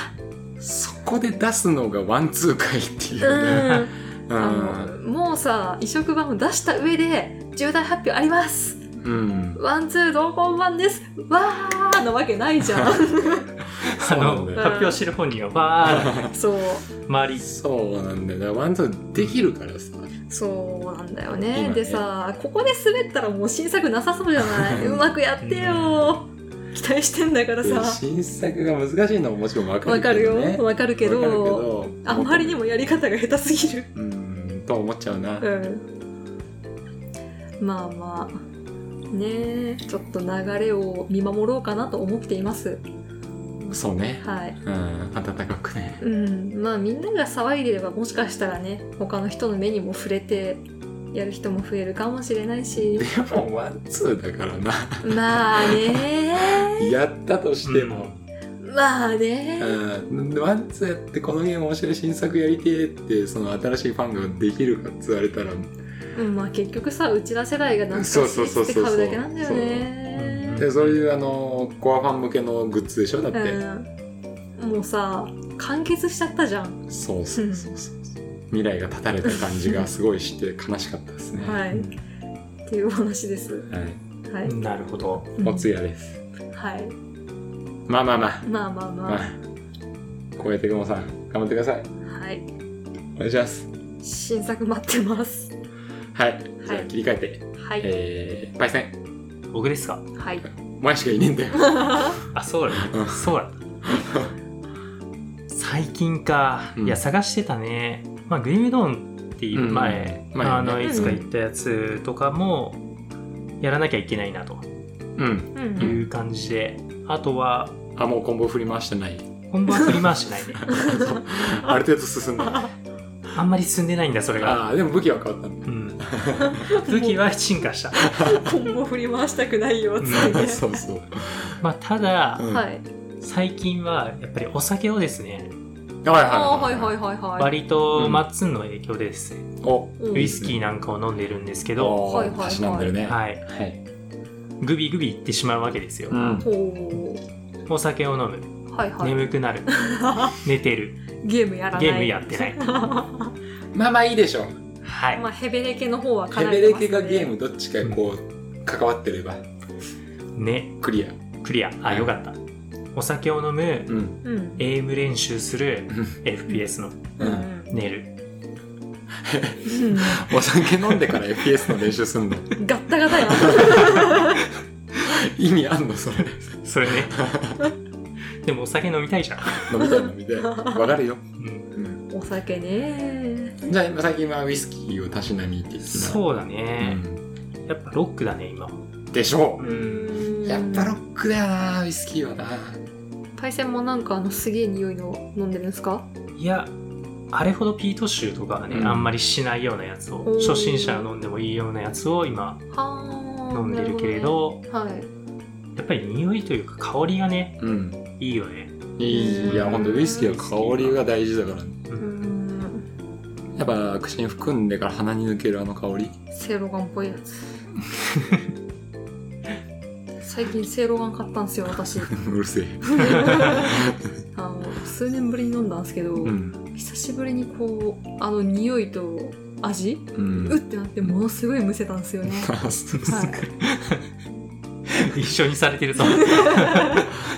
[SPEAKER 2] そこで出すのがワンツー回っていうね。
[SPEAKER 1] うん、
[SPEAKER 2] う
[SPEAKER 1] あの
[SPEAKER 2] ん。
[SPEAKER 1] もうさ移植版を出した上で重大発表あります
[SPEAKER 2] うん。
[SPEAKER 1] ワンツー同梱版ですわーのわけないじゃん
[SPEAKER 2] [laughs]
[SPEAKER 3] あ
[SPEAKER 2] そうな
[SPEAKER 3] の
[SPEAKER 2] んだ
[SPEAKER 3] 発
[SPEAKER 2] よ
[SPEAKER 3] 表してる本人はバーッ
[SPEAKER 1] そう [laughs]
[SPEAKER 3] と周り
[SPEAKER 2] そうなんだよ。だからワンツーできるからさ。
[SPEAKER 1] そうなんだよ
[SPEAKER 2] 今
[SPEAKER 1] ね
[SPEAKER 2] ね
[SPEAKER 1] でさここで滑ったらもう新作なさそうじゃないうまくやってよ期待してんだからさ
[SPEAKER 2] 新作が難しいのももちろんわか
[SPEAKER 1] わ
[SPEAKER 2] る
[SPEAKER 1] かる
[SPEAKER 2] けど
[SPEAKER 1] よ
[SPEAKER 2] ね。
[SPEAKER 1] わかるけど
[SPEAKER 2] わかるけど
[SPEAKER 1] あまりにもやり方が下手すぎる
[SPEAKER 2] うんと思っちゃうな、
[SPEAKER 1] うんまあまあねえちょっと流れを見守ろうかなと思っています
[SPEAKER 2] そうね
[SPEAKER 1] はい
[SPEAKER 2] うん暖かくね
[SPEAKER 1] うん、まあみんなが騒いでればもしかしたらね他の人の目にも触れてやる人も増えるかもしれないし
[SPEAKER 2] でもワンツーだからな
[SPEAKER 1] まあね
[SPEAKER 2] [laughs] やったとしても、
[SPEAKER 1] まあね
[SPEAKER 2] うんワンツーやってこのゲーム面白い新作やりてえってその新しいファンができるかっつわれたら
[SPEAKER 1] うんまあ結局さうちら世代が懐かし
[SPEAKER 2] そうそ
[SPEAKER 1] いう
[SPEAKER 2] そ
[SPEAKER 1] っ
[SPEAKER 2] う
[SPEAKER 1] て
[SPEAKER 2] そう
[SPEAKER 1] 買うだけなんだよ
[SPEAKER 3] そう
[SPEAKER 1] ね
[SPEAKER 2] でそういうあのコアファン向けのグッズでしょだって、
[SPEAKER 1] うんもうさ完結しちゃったじゃん、
[SPEAKER 2] そうそうそうそう未来が断たれた感じがすごいして悲しかったです [laughs] ね
[SPEAKER 1] はいっていうお話です
[SPEAKER 2] はい
[SPEAKER 1] はい、
[SPEAKER 3] うんなるほど
[SPEAKER 1] うん
[SPEAKER 2] お通夜です
[SPEAKER 1] はい
[SPEAKER 2] まあまあまあ、
[SPEAKER 1] まあまあま
[SPEAKER 2] まあ、超えてくもさん頑張ってください
[SPEAKER 1] あはい
[SPEAKER 2] お願いします
[SPEAKER 1] 新作待ってます
[SPEAKER 2] はいじゃあ切り替えて、
[SPEAKER 1] はい
[SPEAKER 2] えー、パイセン
[SPEAKER 3] 僕ですか
[SPEAKER 1] はい
[SPEAKER 2] お前しかいねえんだよ
[SPEAKER 3] あそうだ
[SPEAKER 2] うん
[SPEAKER 3] そうだ最近か、
[SPEAKER 2] うん
[SPEAKER 3] いや探してたねまあグリムドーンっていう前、
[SPEAKER 2] うん前ね
[SPEAKER 3] あのいつか行ったやつとかもやらなきゃいけないなと
[SPEAKER 2] うん
[SPEAKER 1] う
[SPEAKER 3] い
[SPEAKER 1] ん
[SPEAKER 3] う感じで、あとは
[SPEAKER 2] あもうコンボ振り回してない [laughs]
[SPEAKER 3] 本番振り回してないね
[SPEAKER 2] ある程度進ん [laughs] だ
[SPEAKER 3] あんまり進んでないんだそれが
[SPEAKER 2] あーでも武器は変わったんだ
[SPEAKER 3] うん武器は進
[SPEAKER 2] [laughs]
[SPEAKER 3] 化した、
[SPEAKER 1] 今後振り回したくないよつ
[SPEAKER 3] う
[SPEAKER 1] っ
[SPEAKER 3] ん
[SPEAKER 1] てね
[SPEAKER 2] そうそう、
[SPEAKER 3] まあ、ただ、
[SPEAKER 2] うん
[SPEAKER 1] はい。
[SPEAKER 3] 最近はやっぱりお酒をですね
[SPEAKER 2] はい
[SPEAKER 1] あー
[SPEAKER 2] は
[SPEAKER 1] はいい
[SPEAKER 2] は
[SPEAKER 1] はいいはいはい。
[SPEAKER 3] 割とマッツンの影響でですね、
[SPEAKER 2] お
[SPEAKER 1] うん
[SPEAKER 3] ウイスキーなんかを飲んでるんですけど、
[SPEAKER 2] お
[SPEAKER 1] はいはい
[SPEAKER 2] ー
[SPEAKER 1] はい
[SPEAKER 2] たしなんでるね
[SPEAKER 3] はい
[SPEAKER 2] はい
[SPEAKER 3] グビグビいってしまうわけですよ、
[SPEAKER 2] うん
[SPEAKER 1] ほう。
[SPEAKER 3] お酒を飲む
[SPEAKER 1] はいはい。
[SPEAKER 3] 眠くな
[SPEAKER 1] [laughs]
[SPEAKER 3] る寝てる
[SPEAKER 1] ゲームやらない。
[SPEAKER 3] ゲームやってない
[SPEAKER 1] ま
[SPEAKER 2] まあまあいいでしょう
[SPEAKER 3] はい、
[SPEAKER 1] あヘベレケの方はか
[SPEAKER 2] ヘ
[SPEAKER 1] な
[SPEAKER 2] ベ
[SPEAKER 1] り、
[SPEAKER 2] レケかゲーム。どっちかこう関わってれば
[SPEAKER 3] ね
[SPEAKER 2] クリア
[SPEAKER 3] クリアあよかったお酒を飲む
[SPEAKER 2] うん
[SPEAKER 1] うん。
[SPEAKER 3] エイム練習する
[SPEAKER 2] うん
[SPEAKER 3] FPS の
[SPEAKER 2] う
[SPEAKER 1] うんん。
[SPEAKER 3] 寝る
[SPEAKER 2] お酒飲んでから FPS の練習すんの
[SPEAKER 1] ガッタガタ
[SPEAKER 2] [laughs]
[SPEAKER 1] や。
[SPEAKER 2] 意味あんのそれ [laughs]
[SPEAKER 3] それねでもお酒飲みたいじゃん、
[SPEAKER 2] 飲みたい飲みたい
[SPEAKER 1] [laughs]
[SPEAKER 2] わかるよ、
[SPEAKER 3] うん
[SPEAKER 2] うん、
[SPEAKER 1] お酒ね。
[SPEAKER 2] じゃあ最近はウイスキーをたしなみ的なう、
[SPEAKER 3] そうだね、
[SPEAKER 2] ん、
[SPEAKER 3] やっぱロックだね今
[SPEAKER 2] でしょう
[SPEAKER 1] うん。
[SPEAKER 2] やっぱロ。ックだよなウイスキーはな
[SPEAKER 1] パイセンもなんかあのすげえ匂いの飲んでるんですか？
[SPEAKER 3] いやあれほどピート臭とかはね、
[SPEAKER 2] うん
[SPEAKER 3] あんまりしないようなやつを
[SPEAKER 1] おー
[SPEAKER 3] 初心者が飲んでもいいようなやつを今
[SPEAKER 1] はあ。
[SPEAKER 3] 飲んでるけれど
[SPEAKER 1] なるほどね。はい。
[SPEAKER 3] やっぱり匂いというか香りがね
[SPEAKER 2] うん
[SPEAKER 3] いいよね
[SPEAKER 2] いやほんとウイスキーは香りが大事だから、ね、
[SPEAKER 1] うーん。
[SPEAKER 2] やっぱ口に含んでから鼻に抜けるあの香り [laughs]
[SPEAKER 1] セイロガンっぽいやつ。最近セイロガン買ったんですよ私。
[SPEAKER 2] うるせえ、
[SPEAKER 1] あの数年ぶりに飲んだんですけど、
[SPEAKER 2] うん
[SPEAKER 1] 久しぶりにこうあの匂いと味、
[SPEAKER 2] う、
[SPEAKER 1] うんってなってものすごいむせたんですよ
[SPEAKER 2] [laughs]
[SPEAKER 1] ねはい
[SPEAKER 3] 一緒にされてるぞ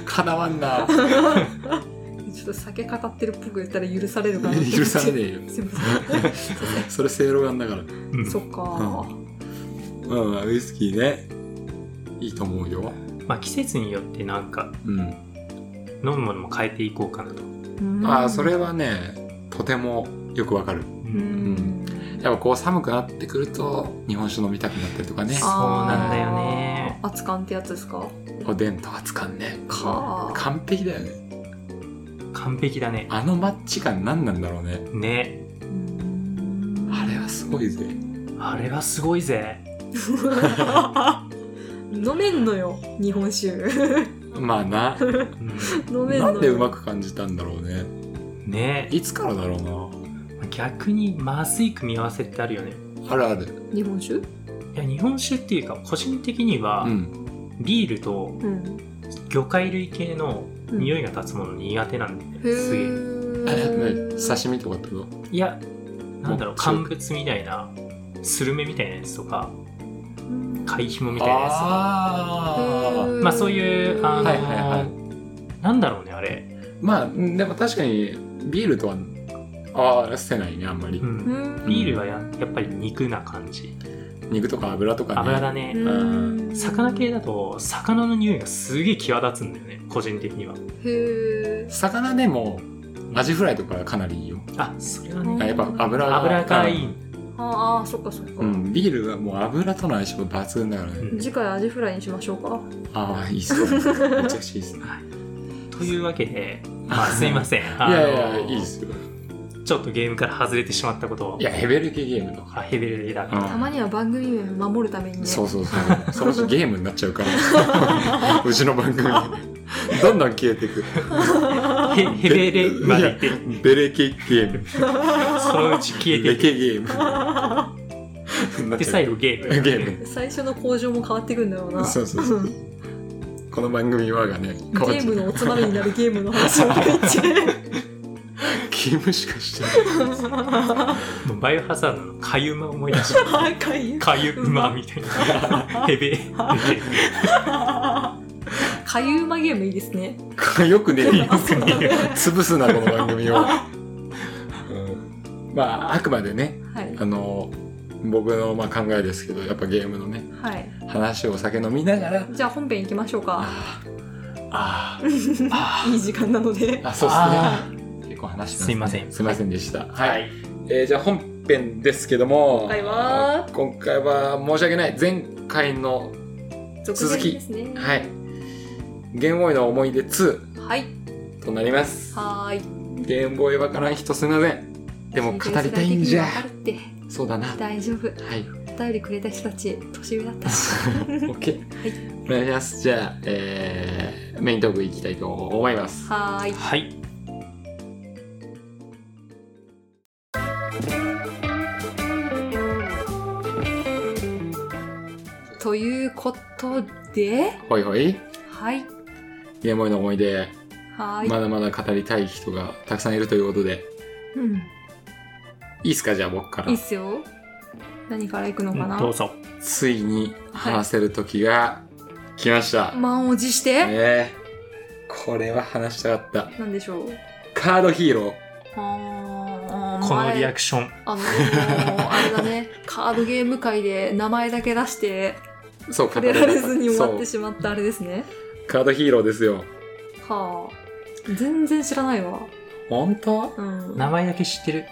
[SPEAKER 2] かなわんな
[SPEAKER 1] ちょっと酒語ってるっぽく言ったら許されるかな
[SPEAKER 2] [laughs] 許されね
[SPEAKER 1] い
[SPEAKER 2] えよ
[SPEAKER 1] すいませ
[SPEAKER 2] それせいろがんだから
[SPEAKER 3] うん
[SPEAKER 1] んそっか、
[SPEAKER 2] うんウイスキーねいいと思うよ
[SPEAKER 3] まあ季節によってなんか
[SPEAKER 2] うん
[SPEAKER 3] 飲むものも変えていこうかなと、
[SPEAKER 1] うん
[SPEAKER 2] ああそれはねとてもよくわかる
[SPEAKER 1] う
[SPEAKER 3] うん
[SPEAKER 1] ん
[SPEAKER 2] やっぱこう寒くなってくると日本酒飲みたくなったりとかね
[SPEAKER 3] そうなんだよね
[SPEAKER 1] 熱燗ってやつですか
[SPEAKER 2] おでんと熱燗ね
[SPEAKER 1] か
[SPEAKER 2] 完璧だよね
[SPEAKER 3] 完璧だね
[SPEAKER 2] あのマッチ感何なんだろうね
[SPEAKER 3] ね
[SPEAKER 1] うん
[SPEAKER 2] すごいぜ。
[SPEAKER 3] あれはすごいぜ
[SPEAKER 1] 飲めんのよ日本酒
[SPEAKER 2] まあな。
[SPEAKER 3] うん
[SPEAKER 1] 飲めんの
[SPEAKER 2] なんでうま
[SPEAKER 1] く
[SPEAKER 2] く感じたんだろうね。
[SPEAKER 3] ね
[SPEAKER 2] いつからだろう
[SPEAKER 3] 逆にまずい組み合わせってあるよね
[SPEAKER 2] な。あるある。
[SPEAKER 1] 日本酒
[SPEAKER 3] いや日本酒っていうか個人的には、
[SPEAKER 2] うん。
[SPEAKER 3] ビールと
[SPEAKER 1] うん
[SPEAKER 3] 魚介類系の匂いが立つもの苦手なんだよねすげえ
[SPEAKER 2] え、ね、
[SPEAKER 1] え
[SPEAKER 2] 刺身とかってこと
[SPEAKER 3] いやなんだろ
[SPEAKER 2] も
[SPEAKER 3] う
[SPEAKER 2] う強
[SPEAKER 3] 乾
[SPEAKER 2] く
[SPEAKER 3] 物みたいなスルメみたいなやつとか貝ひもみたいなやつとか
[SPEAKER 2] あ
[SPEAKER 3] まあそういうあの、
[SPEAKER 2] はいはいは
[SPEAKER 3] なんだろうねあれ、
[SPEAKER 2] ー。まあ、でも確かにビールとは合わせないね、あんまり。
[SPEAKER 3] うんビールはややっぱり肉な感じ
[SPEAKER 2] 肉とか油とかね。
[SPEAKER 3] 油だね、
[SPEAKER 2] ん
[SPEAKER 3] 魚系だと魚の匂いがすげえ際立つんだよね個人的には
[SPEAKER 1] へえ
[SPEAKER 2] 魚でも、アジフライとかはかなりいいよ。
[SPEAKER 3] あそれは
[SPEAKER 1] う
[SPEAKER 3] ね
[SPEAKER 1] ん
[SPEAKER 2] あやっぱ油が。
[SPEAKER 3] 油がい
[SPEAKER 2] うん
[SPEAKER 3] い
[SPEAKER 1] ああそっかそっか、
[SPEAKER 2] うん、ビールはもう油との相性抜群だからね。
[SPEAKER 3] うん
[SPEAKER 1] 次回アジフライにしましょうか
[SPEAKER 2] ああ、いいっすね。めちゃくちゃいいっすね。
[SPEAKER 3] というわ
[SPEAKER 2] [laughs]
[SPEAKER 3] けで、まあ、すいません
[SPEAKER 2] いやいや、
[SPEAKER 3] [laughs] あの
[SPEAKER 2] いいっすよ。
[SPEAKER 3] ちょっとゲームから外れてしまったことを
[SPEAKER 2] いや、ヘベルケゲームとか。
[SPEAKER 3] あヘベレ
[SPEAKER 2] [laughs]
[SPEAKER 3] レだから、
[SPEAKER 2] うん
[SPEAKER 1] たまには番組名を守るためにね
[SPEAKER 2] そうそうそう。そのうちゲームになっちゃうから。うちの番組。どんどん消えていく。
[SPEAKER 3] へヘベレまで言っ
[SPEAKER 2] いやベレケゲーム。
[SPEAKER 3] てそのうち消えて
[SPEAKER 2] レ
[SPEAKER 3] いく
[SPEAKER 2] ケゲーム。なっ
[SPEAKER 3] [laughs] で
[SPEAKER 2] ちゃ
[SPEAKER 3] 最
[SPEAKER 2] う
[SPEAKER 3] 後ゲー
[SPEAKER 2] ゲ
[SPEAKER 3] ム
[SPEAKER 2] ー
[SPEAKER 1] 最初の工場も変わってくんだろうな
[SPEAKER 2] ム。そうそうそう。この番組はがね、変
[SPEAKER 1] ゲ
[SPEAKER 2] わっちゃ
[SPEAKER 1] ーム
[SPEAKER 2] う。
[SPEAKER 1] のおつまみになるゲームの話
[SPEAKER 2] [laughs]
[SPEAKER 1] を聞いて
[SPEAKER 2] ゲームしかしてない。
[SPEAKER 3] もうバイオハザードのかゆま思い出した
[SPEAKER 1] かゆい
[SPEAKER 3] かゆまみたいなヘベレレ
[SPEAKER 1] かゆうまゲームいいですね
[SPEAKER 2] よくねえ
[SPEAKER 3] [laughs]
[SPEAKER 2] よ
[SPEAKER 1] くね
[SPEAKER 2] 潰すなこの番組を、うんまああくまでね
[SPEAKER 1] はい
[SPEAKER 2] あの僕のまあ考えですけどやっぱゲームのね
[SPEAKER 1] はい
[SPEAKER 2] 話をお酒飲みながら
[SPEAKER 1] じゃあ本編行きましょうか
[SPEAKER 2] あーあ
[SPEAKER 1] いい時間なので
[SPEAKER 2] ーあそう
[SPEAKER 3] あ
[SPEAKER 2] ですね結構話して
[SPEAKER 3] すいません
[SPEAKER 2] すいませんでしたはい、
[SPEAKER 3] はい
[SPEAKER 2] えーじゃあ本編ですけど
[SPEAKER 1] 今
[SPEAKER 2] も
[SPEAKER 1] 回は
[SPEAKER 2] 今回は申し訳ない前回の
[SPEAKER 1] 続編ですね
[SPEAKER 2] はい「ゲームボーイの思い出2
[SPEAKER 1] はい」
[SPEAKER 2] となります
[SPEAKER 1] はーい
[SPEAKER 2] ゲームボーイわからん人すみませんでも語りたいんじゃ
[SPEAKER 1] わかるって
[SPEAKER 2] そうだなは
[SPEAKER 1] 大丈夫 [laughs]
[SPEAKER 2] い
[SPEAKER 1] お便りくれた人たち年上だったし
[SPEAKER 2] OK お願いしますじゃあ、えーメイントークいきたいと思います
[SPEAKER 1] はーい
[SPEAKER 3] はい
[SPEAKER 1] ということで
[SPEAKER 2] ほいほい
[SPEAKER 1] はい
[SPEAKER 2] ゲームボーイの思い出、
[SPEAKER 1] はーい、
[SPEAKER 2] まだまだ語りたい人がたくさんいるということで
[SPEAKER 1] うん
[SPEAKER 2] いいっすかじゃあ僕から
[SPEAKER 1] いいっすよ何から行くのかな
[SPEAKER 3] どうぞ
[SPEAKER 2] ついに話せる時が来ました、
[SPEAKER 1] 満を持し
[SPEAKER 2] ね
[SPEAKER 1] て
[SPEAKER 2] えこれは話したかった
[SPEAKER 1] なんでしょう
[SPEAKER 2] カードヒーロ
[SPEAKER 1] あー
[SPEAKER 3] このリア
[SPEAKER 1] 前
[SPEAKER 3] クション
[SPEAKER 1] あのーあれだ
[SPEAKER 2] [laughs]
[SPEAKER 1] ねカードゲーム界で名前だけ出して
[SPEAKER 2] ーそう
[SPEAKER 1] 触れられずに終わって
[SPEAKER 2] そ
[SPEAKER 1] しまったあれですね
[SPEAKER 2] うカードヒーローですよ
[SPEAKER 1] はあ全然知らないわ
[SPEAKER 2] 本当
[SPEAKER 1] うん
[SPEAKER 3] 名前だけ知ってる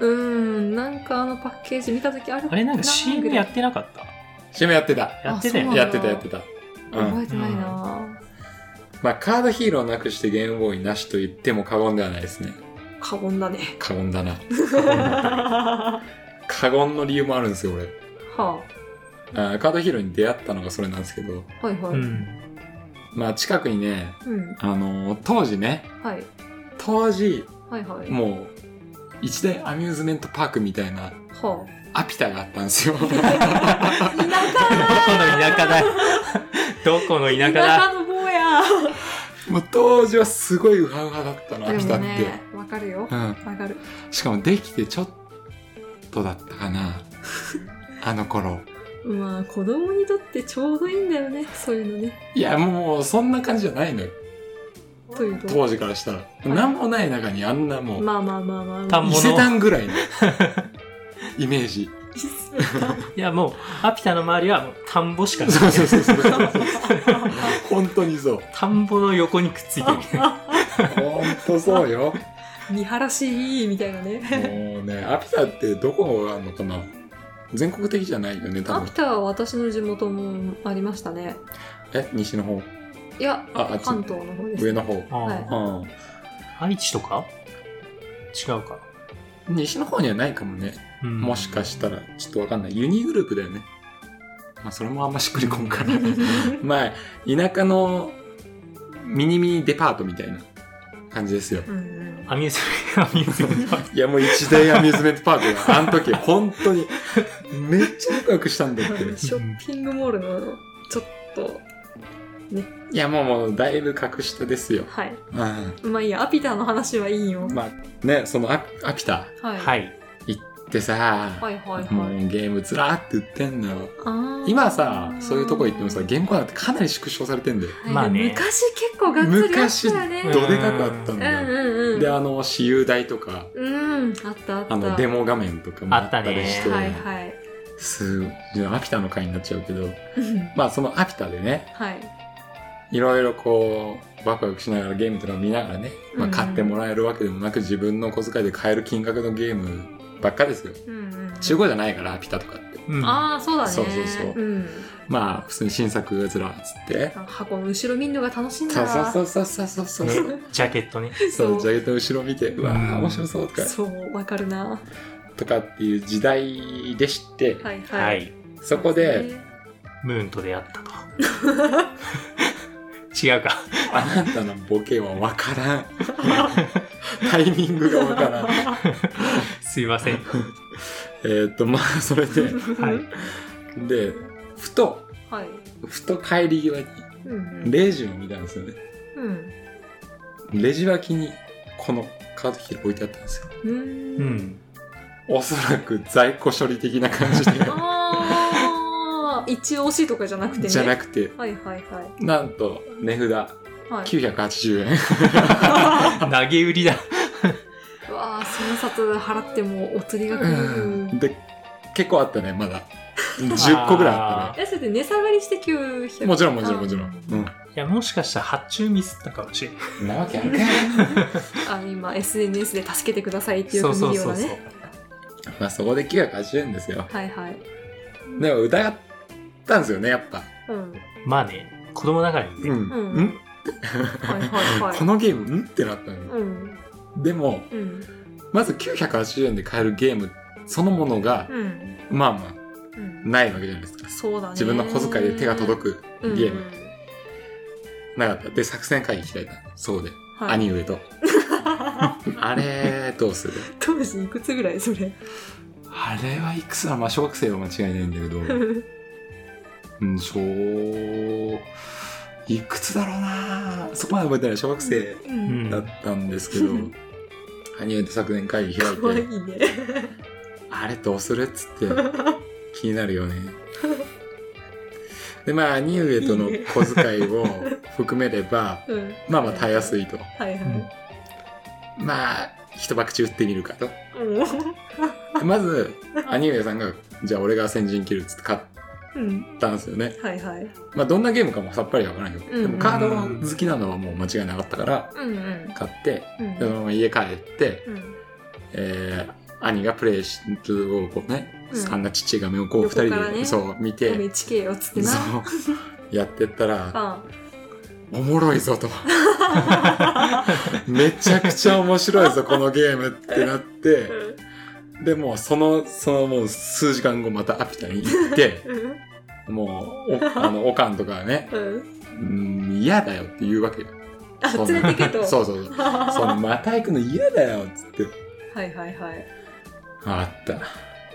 [SPEAKER 1] うんなんかあのパッケージ見た時ある
[SPEAKER 3] あれなんか
[SPEAKER 1] シ
[SPEAKER 3] CM やってなかった
[SPEAKER 2] CM やってた
[SPEAKER 3] やってた
[SPEAKER 1] あ
[SPEAKER 3] よ
[SPEAKER 1] そう
[SPEAKER 3] ね
[SPEAKER 2] やってたやってたうん
[SPEAKER 1] 覚えてないな、
[SPEAKER 2] まあ、カードヒーローなくしてゲームボーイなしと言っても過言ではないですね。
[SPEAKER 1] 過言だね
[SPEAKER 2] 過言
[SPEAKER 1] [laughs]
[SPEAKER 2] だな。
[SPEAKER 1] は
[SPEAKER 2] 過言の理由もあるんですよ、俺。
[SPEAKER 1] あ
[SPEAKER 2] あーカードヒーローに出会ったのがそれなんですけど、
[SPEAKER 1] はいはい、
[SPEAKER 3] う
[SPEAKER 1] うん
[SPEAKER 3] ん
[SPEAKER 2] まあ、近くにね、あのー当時ね、
[SPEAKER 1] はい、
[SPEAKER 2] 当時、
[SPEAKER 1] はいはい
[SPEAKER 2] もう、一大アミューズメントパークみたいな、
[SPEAKER 1] は
[SPEAKER 2] アピタがあったんですよ。
[SPEAKER 1] あ
[SPEAKER 2] [laughs]
[SPEAKER 1] 田
[SPEAKER 3] どこの田舎だどこの田舎
[SPEAKER 1] 舎
[SPEAKER 3] だ
[SPEAKER 1] 田舎の坊や
[SPEAKER 2] もう当時はすごいウハウハだったの、ア
[SPEAKER 1] で
[SPEAKER 2] ピ
[SPEAKER 1] も
[SPEAKER 2] タって。
[SPEAKER 1] ねわかるよ
[SPEAKER 2] うん。
[SPEAKER 1] わかる
[SPEAKER 2] しかもできてちょっとだったか [laughs] な。あの頃。
[SPEAKER 1] まあ子供にとってちょうどいいんだよねそういうのね
[SPEAKER 2] いや、もう、そんな感じじゃないのよ。
[SPEAKER 1] というと
[SPEAKER 2] 当時からしたら、なんもない中にあんなもう、
[SPEAKER 1] まあまあまあまあ
[SPEAKER 3] 田んぼ
[SPEAKER 2] 伊勢丹ぐら [laughs] いのイメージ
[SPEAKER 3] いやもうアピタの周りはもう田んぼし
[SPEAKER 2] [laughs]
[SPEAKER 3] かない
[SPEAKER 2] そうそうそうそう本当にそう
[SPEAKER 3] 田んぼの横にくっついてる
[SPEAKER 2] 本当そうよ
[SPEAKER 1] 見晴らしいいみたいなね
[SPEAKER 2] もうねアピタってどこがあるのかな全国的じゃないよね多分
[SPEAKER 1] 秋田は私の地元もありましたね
[SPEAKER 2] え西の方
[SPEAKER 1] いや
[SPEAKER 2] ああっち
[SPEAKER 1] 関東の方です
[SPEAKER 2] 上の方
[SPEAKER 3] あー
[SPEAKER 1] はい
[SPEAKER 2] うん
[SPEAKER 3] 愛知とか違うか
[SPEAKER 2] 西の方にはないかもね。
[SPEAKER 3] うん
[SPEAKER 2] もしかしたら、ちょっとわかんない。ユニグループだよね。まあ、それもあんましっくりこんから。
[SPEAKER 3] [laughs]
[SPEAKER 2] まあ、田舎のミニミニデパートみたいな感じですよ。
[SPEAKER 1] うんうん
[SPEAKER 3] アミューズメント、アミューズメントパーク。
[SPEAKER 2] いや、もう一大アミューズメントパークが、あの時、本当に、めっちゃワクワクしたんだって。
[SPEAKER 1] ショッピングモールのちょっと
[SPEAKER 2] いや、もうもう、だいぶ格下ですよ。
[SPEAKER 1] はい
[SPEAKER 2] うん。
[SPEAKER 1] まあいいやアピタの話はいいよ、
[SPEAKER 2] まあ、ね、そのア、アピタ
[SPEAKER 1] はい、
[SPEAKER 3] は
[SPEAKER 1] はい
[SPEAKER 3] い。
[SPEAKER 2] ってさ、
[SPEAKER 1] はいはい
[SPEAKER 2] もうゲームずらーって売ってんのよ。
[SPEAKER 1] あー
[SPEAKER 2] 今さ、そういうとこ行ってもさ、ゲームコーナーってかなり縮小されてんだよ。
[SPEAKER 1] はい
[SPEAKER 3] まあね
[SPEAKER 1] 昔結構がっつりあったよね
[SPEAKER 3] 昔
[SPEAKER 2] どでかかったん
[SPEAKER 1] う
[SPEAKER 2] だよ。
[SPEAKER 1] んうんうん
[SPEAKER 2] で、あの、私有台とか、
[SPEAKER 1] うんあったあった
[SPEAKER 2] あの、デモ画面とかもあったりして、
[SPEAKER 1] はいはい [laughs]
[SPEAKER 2] すごい。でアピタの回になっちゃうけど、
[SPEAKER 1] うん
[SPEAKER 2] まあそのアピタでね、
[SPEAKER 1] はい
[SPEAKER 2] いろいろこう、ワクワクしながらゲームとか見ながらね、まあ
[SPEAKER 1] うん
[SPEAKER 2] 買ってもらえるわけでもなく自分の小遣いで買える金額のゲームばっかですよ。
[SPEAKER 1] うんうんうん
[SPEAKER 2] 中古じゃないから、アピタとかって。
[SPEAKER 3] うん
[SPEAKER 1] ああそうだね、
[SPEAKER 2] そうそうそうんまあ、普通に新作がずらーっつって。
[SPEAKER 1] あ箱の後ろ見るのが楽しいんだ
[SPEAKER 2] そうそうそうそうそうそうそう。
[SPEAKER 3] ねジャケットね。
[SPEAKER 2] そう、ジ
[SPEAKER 1] そ
[SPEAKER 2] ャケットの後ろ見て、うわ
[SPEAKER 3] う
[SPEAKER 2] ー、
[SPEAKER 3] ん
[SPEAKER 2] 面白そうとか
[SPEAKER 1] う、そうわかるな
[SPEAKER 2] とかっていう時代でして、
[SPEAKER 1] はいはい、
[SPEAKER 3] はい。
[SPEAKER 2] そこで、
[SPEAKER 1] [laughs]
[SPEAKER 3] ムーンと出会ったと。 [laughs] 違うか。
[SPEAKER 2] あなたのボケはわからん。タイミングがわからん。
[SPEAKER 3] すいません。は
[SPEAKER 2] えーっと、まあ、それで、
[SPEAKER 3] い。
[SPEAKER 2] で、ふと、
[SPEAKER 1] はい
[SPEAKER 2] ふと帰り際に、
[SPEAKER 1] うんうん
[SPEAKER 2] レジを見たんですよね。
[SPEAKER 1] うん
[SPEAKER 2] レジ脇に、このカードキーが置いてあったんですよ。
[SPEAKER 1] う
[SPEAKER 3] うんん。
[SPEAKER 2] おそらく在庫処理的な感じで、
[SPEAKER 1] [laughs] ああ一押しとかじゃなくてね
[SPEAKER 2] じゃなくて、
[SPEAKER 1] はいはいは
[SPEAKER 2] なんと、値札、
[SPEAKER 1] いはい
[SPEAKER 2] 980円。
[SPEAKER 3] 投げ売りだ。
[SPEAKER 1] うわあその札払ってもお釣りが来る
[SPEAKER 2] で、結構あったね、まだ。10個ぐらいあっ
[SPEAKER 1] えそれで値下がりして900
[SPEAKER 2] たね。もちろんもちろんもちろん。
[SPEAKER 3] いや、もしかしたら発注ミスったかもしれない。
[SPEAKER 2] うん。なわけあるか。
[SPEAKER 1] [laughs] あ今 SNS で助けてくださいっていう
[SPEAKER 3] そうそ
[SPEAKER 1] 企
[SPEAKER 3] う
[SPEAKER 1] 業が
[SPEAKER 3] そうそう。
[SPEAKER 1] ね
[SPEAKER 2] まあそこで980円ですよ。
[SPEAKER 1] はいはい
[SPEAKER 2] でも疑ったんですよね、やっぱ。
[SPEAKER 1] うん
[SPEAKER 3] まあね、子供ながらに
[SPEAKER 2] う [laughs]
[SPEAKER 3] ね。
[SPEAKER 2] ん。
[SPEAKER 1] うん
[SPEAKER 2] ん
[SPEAKER 1] はいはいはい
[SPEAKER 2] このゲームんってなったのよ、
[SPEAKER 1] うん
[SPEAKER 2] でも
[SPEAKER 1] うん
[SPEAKER 2] まず980円で買えるゲームそのものが、
[SPEAKER 1] うん
[SPEAKER 2] まあまあ
[SPEAKER 1] うん
[SPEAKER 2] ないわけじゃないですか
[SPEAKER 1] そうだね
[SPEAKER 2] 自分の小遣いで手が届くゲーム、なかったで作戦会議開いたそうで、
[SPEAKER 1] はい
[SPEAKER 2] 兄
[SPEAKER 1] [laughs]
[SPEAKER 2] 上とあれどうする
[SPEAKER 1] 当時いくつぐらいそれ
[SPEAKER 2] あれはいくつだまあ小学生は間違いないんだけど
[SPEAKER 1] [laughs]
[SPEAKER 2] うん小いくつだろうなそこまで覚えてない小学生
[SPEAKER 1] う
[SPEAKER 3] うんん
[SPEAKER 2] だったんですけど、
[SPEAKER 1] うん
[SPEAKER 2] 兄上と作戦会議開い
[SPEAKER 1] 可愛
[SPEAKER 2] て
[SPEAKER 1] いね
[SPEAKER 2] あれどうするっつ
[SPEAKER 1] [laughs]
[SPEAKER 2] って気になるよね。でまあ兄上との小遣いを含めれば
[SPEAKER 1] [laughs] うん
[SPEAKER 2] まあまあたやすいと
[SPEAKER 1] はいはい
[SPEAKER 2] まあ一爆中打ってみるかと
[SPEAKER 1] う
[SPEAKER 2] でまず兄上さんがじゃあ俺が先陣切るっつって買っ
[SPEAKER 1] んうん
[SPEAKER 2] たんですよね
[SPEAKER 1] はいはい
[SPEAKER 2] まあどんなゲームかもさっぱりわからんよ
[SPEAKER 1] うん
[SPEAKER 2] でもカード好きなのはもう間違いなかったから
[SPEAKER 1] うんうん
[SPEAKER 2] 買って
[SPEAKER 1] うん
[SPEAKER 2] でそのまま家帰って、
[SPEAKER 1] うん
[SPEAKER 2] えー兄がプレイしをこうね、
[SPEAKER 1] うん
[SPEAKER 2] あんなちっちゃい画面をこう二人で、
[SPEAKER 1] 横からね
[SPEAKER 2] そう見て
[SPEAKER 1] NHK よっつってな
[SPEAKER 2] そうやってったら
[SPEAKER 1] [laughs] あ
[SPEAKER 2] おもろいぞとめちゃくちゃ面白いぞこのゲームってなってでもうそのそのもう数時間後またアピタに行って
[SPEAKER 1] [laughs] うん
[SPEAKER 2] もうおあのおかんとかはね
[SPEAKER 1] うん
[SPEAKER 2] うん嫌だよって言うわけよ
[SPEAKER 1] あ
[SPEAKER 2] そん
[SPEAKER 1] 連れてけと
[SPEAKER 2] [laughs] そうそうそうそのまた行くの嫌だよっつって
[SPEAKER 1] はいはいはい
[SPEAKER 2] あった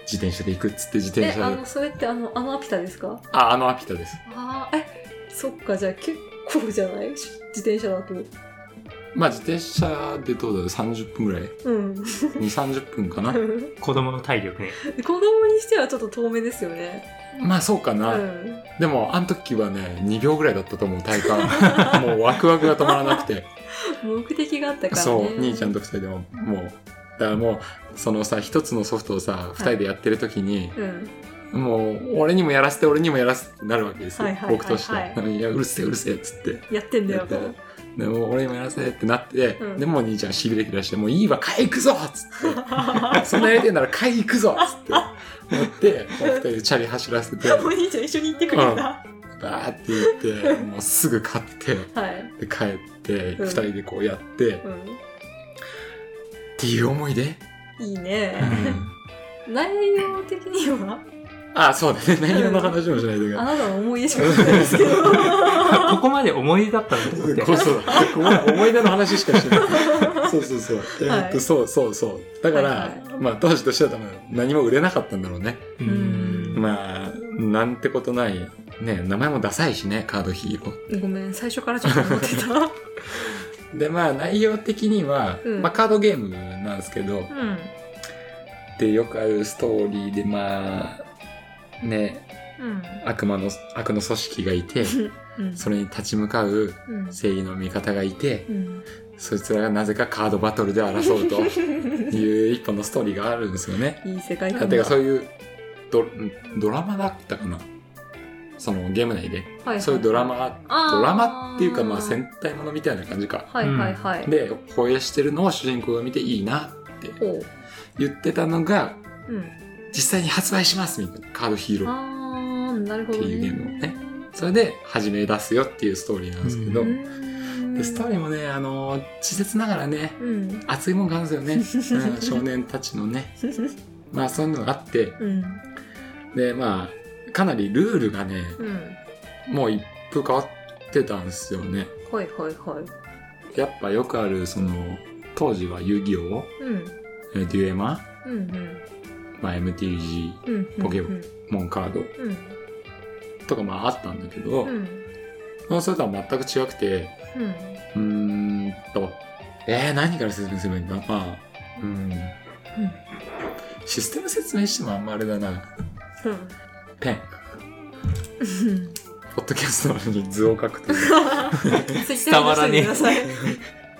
[SPEAKER 2] 自転車で行くっつって自転
[SPEAKER 1] え
[SPEAKER 2] 車
[SPEAKER 1] あ
[SPEAKER 2] で
[SPEAKER 1] のそれってあのあのアピタですか
[SPEAKER 2] ああのアピタです
[SPEAKER 1] ああえそっかじゃあ結構じゃないし自転車だと
[SPEAKER 2] まあ自転車でどうだろう30分ぐらい
[SPEAKER 1] うん [laughs]
[SPEAKER 2] 2 3 0分かな
[SPEAKER 1] 子
[SPEAKER 3] 子供の体力ね。
[SPEAKER 1] 供にしてはちょっと遠目ですよね
[SPEAKER 2] まあそうか
[SPEAKER 1] う
[SPEAKER 2] な、
[SPEAKER 1] ん [laughs]
[SPEAKER 2] でもあの時はね2秒ぐらいだったと思う体感 [laughs] もうワクワクが止まらなくて
[SPEAKER 1] 目的があったからね
[SPEAKER 2] そう兄ちゃんと2人でももうだからもうそのさ一つのソフトをさ2人でやってる時に、
[SPEAKER 1] うん
[SPEAKER 2] もう俺にもやらせて俺にもやらせてってなるわけですよ、
[SPEAKER 1] はいはいはいはい
[SPEAKER 2] 僕としては「いやうるせえうるせえ」っつって
[SPEAKER 1] やってんだ
[SPEAKER 2] や
[SPEAKER 1] よ
[SPEAKER 2] ってでもう俺にもやらせてってなって、
[SPEAKER 1] うん
[SPEAKER 2] でもう兄ちゃんしびれ切らして「もういいわ会行くぞ!」っつって「そんなやりてえなら会行くぞ!」っつってなってもう2人でチャリ走
[SPEAKER 1] [laughs]
[SPEAKER 2] らせて
[SPEAKER 1] お兄ちゃん一緒に行ってくれた、は
[SPEAKER 2] バーって言ってもうすぐ買って。
[SPEAKER 1] い
[SPEAKER 2] で帰って
[SPEAKER 1] うん
[SPEAKER 2] 2人でこうやって、っ
[SPEAKER 1] うん
[SPEAKER 2] ていう思いで
[SPEAKER 1] いい
[SPEAKER 2] [laughs]
[SPEAKER 1] ね内容的には
[SPEAKER 2] あ、そうだね。内容の話もしないといけ
[SPEAKER 1] あ
[SPEAKER 2] ない。
[SPEAKER 1] なたの思い出しかないですけど
[SPEAKER 3] ここまで思い出だったのと思って
[SPEAKER 2] [laughs] こそうごめん思い出の話しか
[SPEAKER 1] [laughs]
[SPEAKER 2] してない。そうそうそう。え
[SPEAKER 1] はい
[SPEAKER 2] ーっと、そうそうそう。だから、
[SPEAKER 1] はいはい
[SPEAKER 2] まあ当時としては多分何も売れなかったんだろうね。
[SPEAKER 3] う
[SPEAKER 1] うん
[SPEAKER 3] ん
[SPEAKER 2] まあ、なんてことない。ね、名前もダサいしね、カードヒーロ
[SPEAKER 1] ごめん最初からちょっと思って
[SPEAKER 2] [laughs]
[SPEAKER 1] た
[SPEAKER 2] ー。で、まあ内容的には、
[SPEAKER 1] うん
[SPEAKER 2] まあカードゲームなんですけど、
[SPEAKER 1] うん
[SPEAKER 2] で、よくあるストーリーで、まあ、ね、
[SPEAKER 1] うん
[SPEAKER 2] 悪魔の、悪の組織が
[SPEAKER 1] [laughs]
[SPEAKER 2] いて、
[SPEAKER 1] うん
[SPEAKER 2] それに立ち向かう
[SPEAKER 1] うん
[SPEAKER 2] 正義の味方がいて、
[SPEAKER 1] うん
[SPEAKER 2] そいつらがなぜかカードバトルで争う
[SPEAKER 1] [laughs]
[SPEAKER 2] という一本のストーリーがあるんですよね。
[SPEAKER 1] いい世界
[SPEAKER 2] だ
[SPEAKER 1] 観
[SPEAKER 2] って
[SPEAKER 1] だ
[SPEAKER 2] かそういうドドラマだったかなそのゲーム内で。
[SPEAKER 1] はは
[SPEAKER 2] そういうドラマ、
[SPEAKER 1] あー
[SPEAKER 2] ドラマっていうかまあ戦隊ものみたいな感じか。
[SPEAKER 1] はいはいはい、
[SPEAKER 2] で、放映してるのを主人公が見ていいなって
[SPEAKER 1] ほう
[SPEAKER 2] 言ってたのが、
[SPEAKER 1] うん
[SPEAKER 2] 実際に発売しますみたいな。カードヒーロー。
[SPEAKER 1] ああなるほどね
[SPEAKER 2] っていうゲームをねそれで始め出すよっていうストーリーなんですけど、
[SPEAKER 3] う
[SPEAKER 1] うん
[SPEAKER 2] でストーリーもね、あのー、稚拙ながらね、
[SPEAKER 1] うん
[SPEAKER 2] 熱いもんがあるん [laughs] ですよね、うん少年たちのねまあそういうのがあって
[SPEAKER 1] うん
[SPEAKER 2] でまあかなりルールがね
[SPEAKER 1] うん
[SPEAKER 2] もう一風変わってたんですよね
[SPEAKER 1] はいはいはい
[SPEAKER 2] やっぱよくあるその当時は遊戯王
[SPEAKER 1] うん
[SPEAKER 2] えーデュエマ、
[SPEAKER 1] うんうん
[SPEAKER 2] まあ、MTG
[SPEAKER 1] うんうん
[SPEAKER 2] ポケモ
[SPEAKER 1] うん
[SPEAKER 2] モンカード
[SPEAKER 1] うん
[SPEAKER 2] とかまああったんだけど、
[SPEAKER 1] うん
[SPEAKER 2] まあそれとは全く違くて
[SPEAKER 1] うん
[SPEAKER 2] うーんとえー、何から説明すればいいんだまあうんシステム説明してもあんまあれだなペン
[SPEAKER 1] うんうん
[SPEAKER 2] ポッドキャストに図を書くという
[SPEAKER 1] [laughs] 伝
[SPEAKER 3] わらねえ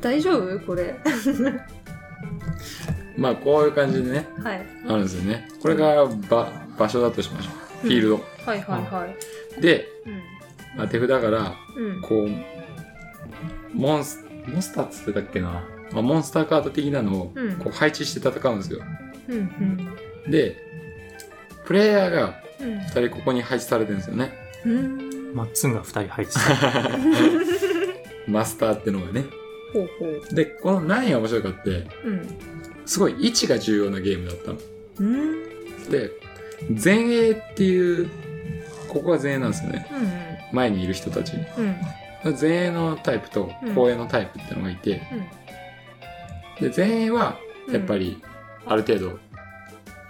[SPEAKER 1] 大丈夫これ
[SPEAKER 2] まあこういう感じでね
[SPEAKER 1] はい
[SPEAKER 2] あるんですよねこれが場場所だとしましょうフィールド、
[SPEAKER 1] はいはいはい
[SPEAKER 2] で、
[SPEAKER 1] うん
[SPEAKER 2] まあ、手札から
[SPEAKER 1] うん
[SPEAKER 2] こうモンスモンスターっつってたっけな、まあ、モンスターカード的なのを
[SPEAKER 1] うん
[SPEAKER 2] こう配置して戦うんですよ
[SPEAKER 1] うんうん
[SPEAKER 2] でプレイヤーが
[SPEAKER 1] うん
[SPEAKER 2] 2人ここに配置されてるんですよね
[SPEAKER 1] うん
[SPEAKER 3] まっつんが二人入ってた
[SPEAKER 2] マスターってのがね
[SPEAKER 1] ほうほう
[SPEAKER 2] でこの何が面白いかって
[SPEAKER 1] うん
[SPEAKER 2] すごい位置が重要なゲームだったの
[SPEAKER 1] うんうん
[SPEAKER 2] で前衛っていうここが前衛なんですよね
[SPEAKER 1] うん
[SPEAKER 2] 前にいる人たちに
[SPEAKER 1] うん
[SPEAKER 2] 前衛のタイプと
[SPEAKER 1] うん
[SPEAKER 2] 後衛のタイプってのがいて、で前衛は
[SPEAKER 1] うん
[SPEAKER 2] やっぱりある程度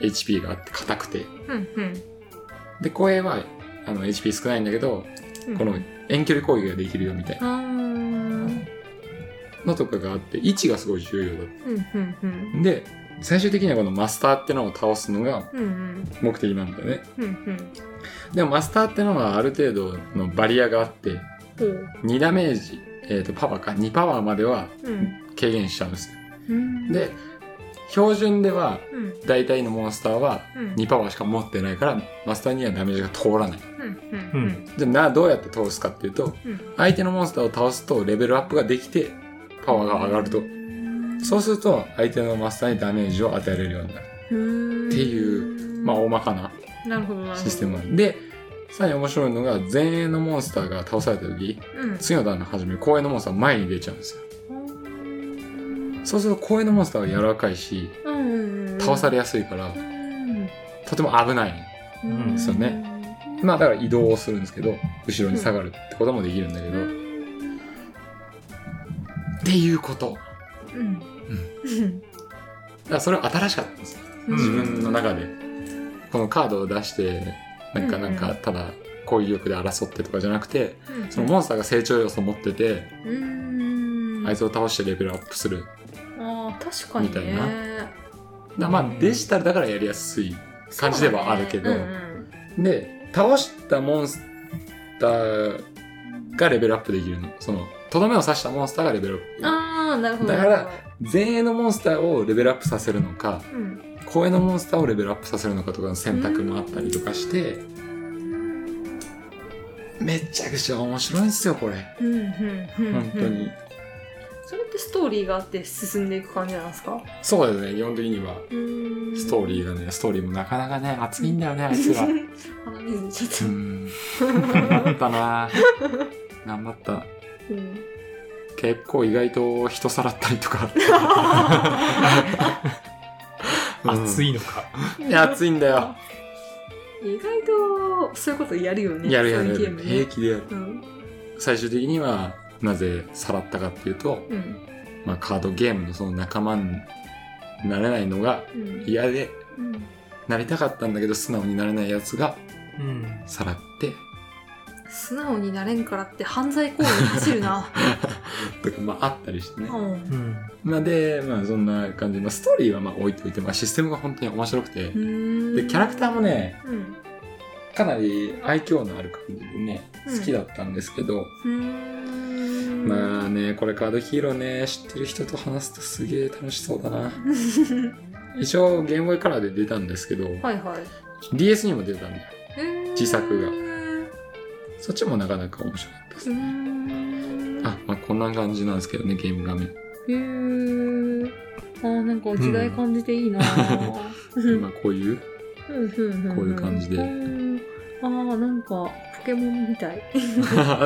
[SPEAKER 2] HP があって硬くて
[SPEAKER 1] うんうん
[SPEAKER 2] で後衛はあの HP 少ないんだけど
[SPEAKER 1] うん
[SPEAKER 2] この遠距離攻撃ができるよみたい
[SPEAKER 1] あ
[SPEAKER 2] な
[SPEAKER 1] ー
[SPEAKER 2] のとかがあって位置がすごい重要だっ
[SPEAKER 1] うんうんうん
[SPEAKER 2] たで最終的にはこのマスターってのを倒すのが
[SPEAKER 1] うんうん
[SPEAKER 2] 目的なんだよね
[SPEAKER 1] うんうん
[SPEAKER 2] でもマスターってのはある程度のバリアがあって
[SPEAKER 1] ほう
[SPEAKER 2] 2ダメージ、えー、とパワーか2パワーまでは
[SPEAKER 1] うん
[SPEAKER 2] 軽減しちゃうんですよ
[SPEAKER 1] うん
[SPEAKER 2] で標準では
[SPEAKER 1] うん
[SPEAKER 2] 大体のモンスターは
[SPEAKER 1] うん
[SPEAKER 2] 2パワーしか持ってないからマスターにはダメージが通らない
[SPEAKER 1] うん
[SPEAKER 3] う
[SPEAKER 1] うんん
[SPEAKER 2] じゃあなどうやって通すかっていうと
[SPEAKER 1] うん
[SPEAKER 2] 相手のモンスターを倒すとレベルアップができてパワーが上がるとそうすると相手のマスターにダメージを与えれるようになる
[SPEAKER 1] うん
[SPEAKER 2] っていうまあ大まかな
[SPEAKER 1] なるほどなるほど
[SPEAKER 2] システムなんでさらに面白いのが前衛のモンスターが倒された時
[SPEAKER 1] うん
[SPEAKER 2] 次の段の始め後衛のモンスターは前に出ちゃうんですよそうすると後衛のモンスターは柔らかいし
[SPEAKER 1] うんうんうん
[SPEAKER 2] 倒されやすいから
[SPEAKER 1] うん
[SPEAKER 2] とても危ない
[SPEAKER 1] うん
[SPEAKER 3] です
[SPEAKER 2] よねまあだから移動をするんですけど後ろに下がるってこともできるんだけ
[SPEAKER 1] う
[SPEAKER 2] ど、っ
[SPEAKER 1] ん
[SPEAKER 2] ていうこと
[SPEAKER 1] うんうん
[SPEAKER 2] だからそれは新しかったんですよ自分の中でこのカードを出してなんか
[SPEAKER 1] うん
[SPEAKER 2] な
[SPEAKER 1] うんん
[SPEAKER 2] かただ攻撃力で争ってとかじゃなくて
[SPEAKER 1] うん
[SPEAKER 2] そのモンスターが成長要素を持ってて
[SPEAKER 1] うん
[SPEAKER 2] あいつを倒してレベルアップする
[SPEAKER 1] あー確かに
[SPEAKER 2] みたい
[SPEAKER 1] ね
[SPEAKER 2] だまあデジタルだからやりやすい感じではあるけど、
[SPEAKER 1] そうだね
[SPEAKER 2] で倒したモンスターがレベルアップできるのそのとどめを刺したモンスターがレベル
[SPEAKER 1] うんうん
[SPEAKER 2] アッ
[SPEAKER 1] ああなるほど
[SPEAKER 2] だからプ前衛のモンスターをレベルアップさせるのか
[SPEAKER 1] うん
[SPEAKER 2] 後衛のモンスターをレベルアップさせるのかとかの選択もあったりとかしてめちゃくちゃ面白いんですよこれ
[SPEAKER 1] うんうんうんうん
[SPEAKER 2] 本当に
[SPEAKER 1] それってってストーリーがあって進んでいく感じなんですか
[SPEAKER 2] そうですね、基本的には。ストーリ
[SPEAKER 1] ー
[SPEAKER 2] ーがね、ストーリーもなかなかね、熱いんだよね、あい
[SPEAKER 1] [laughs]
[SPEAKER 2] つら。う
[SPEAKER 1] 鼻水出ち
[SPEAKER 2] ー
[SPEAKER 1] ゃっ
[SPEAKER 2] ん。頑張ったな頑張った。
[SPEAKER 1] た、うん
[SPEAKER 2] 結構意外と人さらったりとか。
[SPEAKER 3] 熱
[SPEAKER 2] い。
[SPEAKER 3] いのか。
[SPEAKER 2] いや、熱いんだよ。
[SPEAKER 1] 意外とそういうことやるよね
[SPEAKER 2] やるやる
[SPEAKER 1] そういう
[SPEAKER 2] や
[SPEAKER 1] ゲーム
[SPEAKER 2] る。
[SPEAKER 1] ね
[SPEAKER 2] 平気でやる。
[SPEAKER 1] うん
[SPEAKER 2] 最終的には、なぜさらったかっていうと、
[SPEAKER 1] うん
[SPEAKER 2] まあ、カードゲームのその仲間になれないのが
[SPEAKER 1] うん
[SPEAKER 2] 嫌で、
[SPEAKER 1] うん
[SPEAKER 2] なりたかったんだけど素直になれないやつが
[SPEAKER 3] うん。
[SPEAKER 2] さらって、 [laughs]
[SPEAKER 1] 素直になれんからって犯罪行為に走るな、
[SPEAKER 2] とか、まあ、あったりしてね。
[SPEAKER 1] うん
[SPEAKER 3] うん。
[SPEAKER 2] まあ、で、まあ、そんな感じで、まあ、ストーリーはまあ置いといて、まあ、システムが本当に面白くて、で、キャラクターも、ね、
[SPEAKER 1] うーん
[SPEAKER 2] かなり愛嬌のある感じでね、
[SPEAKER 1] うん
[SPEAKER 2] 好きだったんですけど、
[SPEAKER 1] うん、うーん
[SPEAKER 2] まあね、これカードヒーローね、知ってる人と話すとすげえ楽しそう
[SPEAKER 1] [laughs]
[SPEAKER 2] だな。一応、ゲームボーイカラーで出たんですけど、
[SPEAKER 1] はいはい
[SPEAKER 2] DS にも出たんだよ。
[SPEAKER 1] へー
[SPEAKER 2] 自作が
[SPEAKER 1] うー
[SPEAKER 2] そっちもなかなか面白かったです。
[SPEAKER 1] ん
[SPEAKER 2] あ、まあ、こんな感じなんですけどね、ゲーム画面。
[SPEAKER 1] へーあーなんか時代感じていいなぁ
[SPEAKER 2] 今こう
[SPEAKER 1] [laughs]
[SPEAKER 2] いう、
[SPEAKER 1] うんうんんん
[SPEAKER 2] こういう感じで
[SPEAKER 1] うんあーなんかポケモンみたい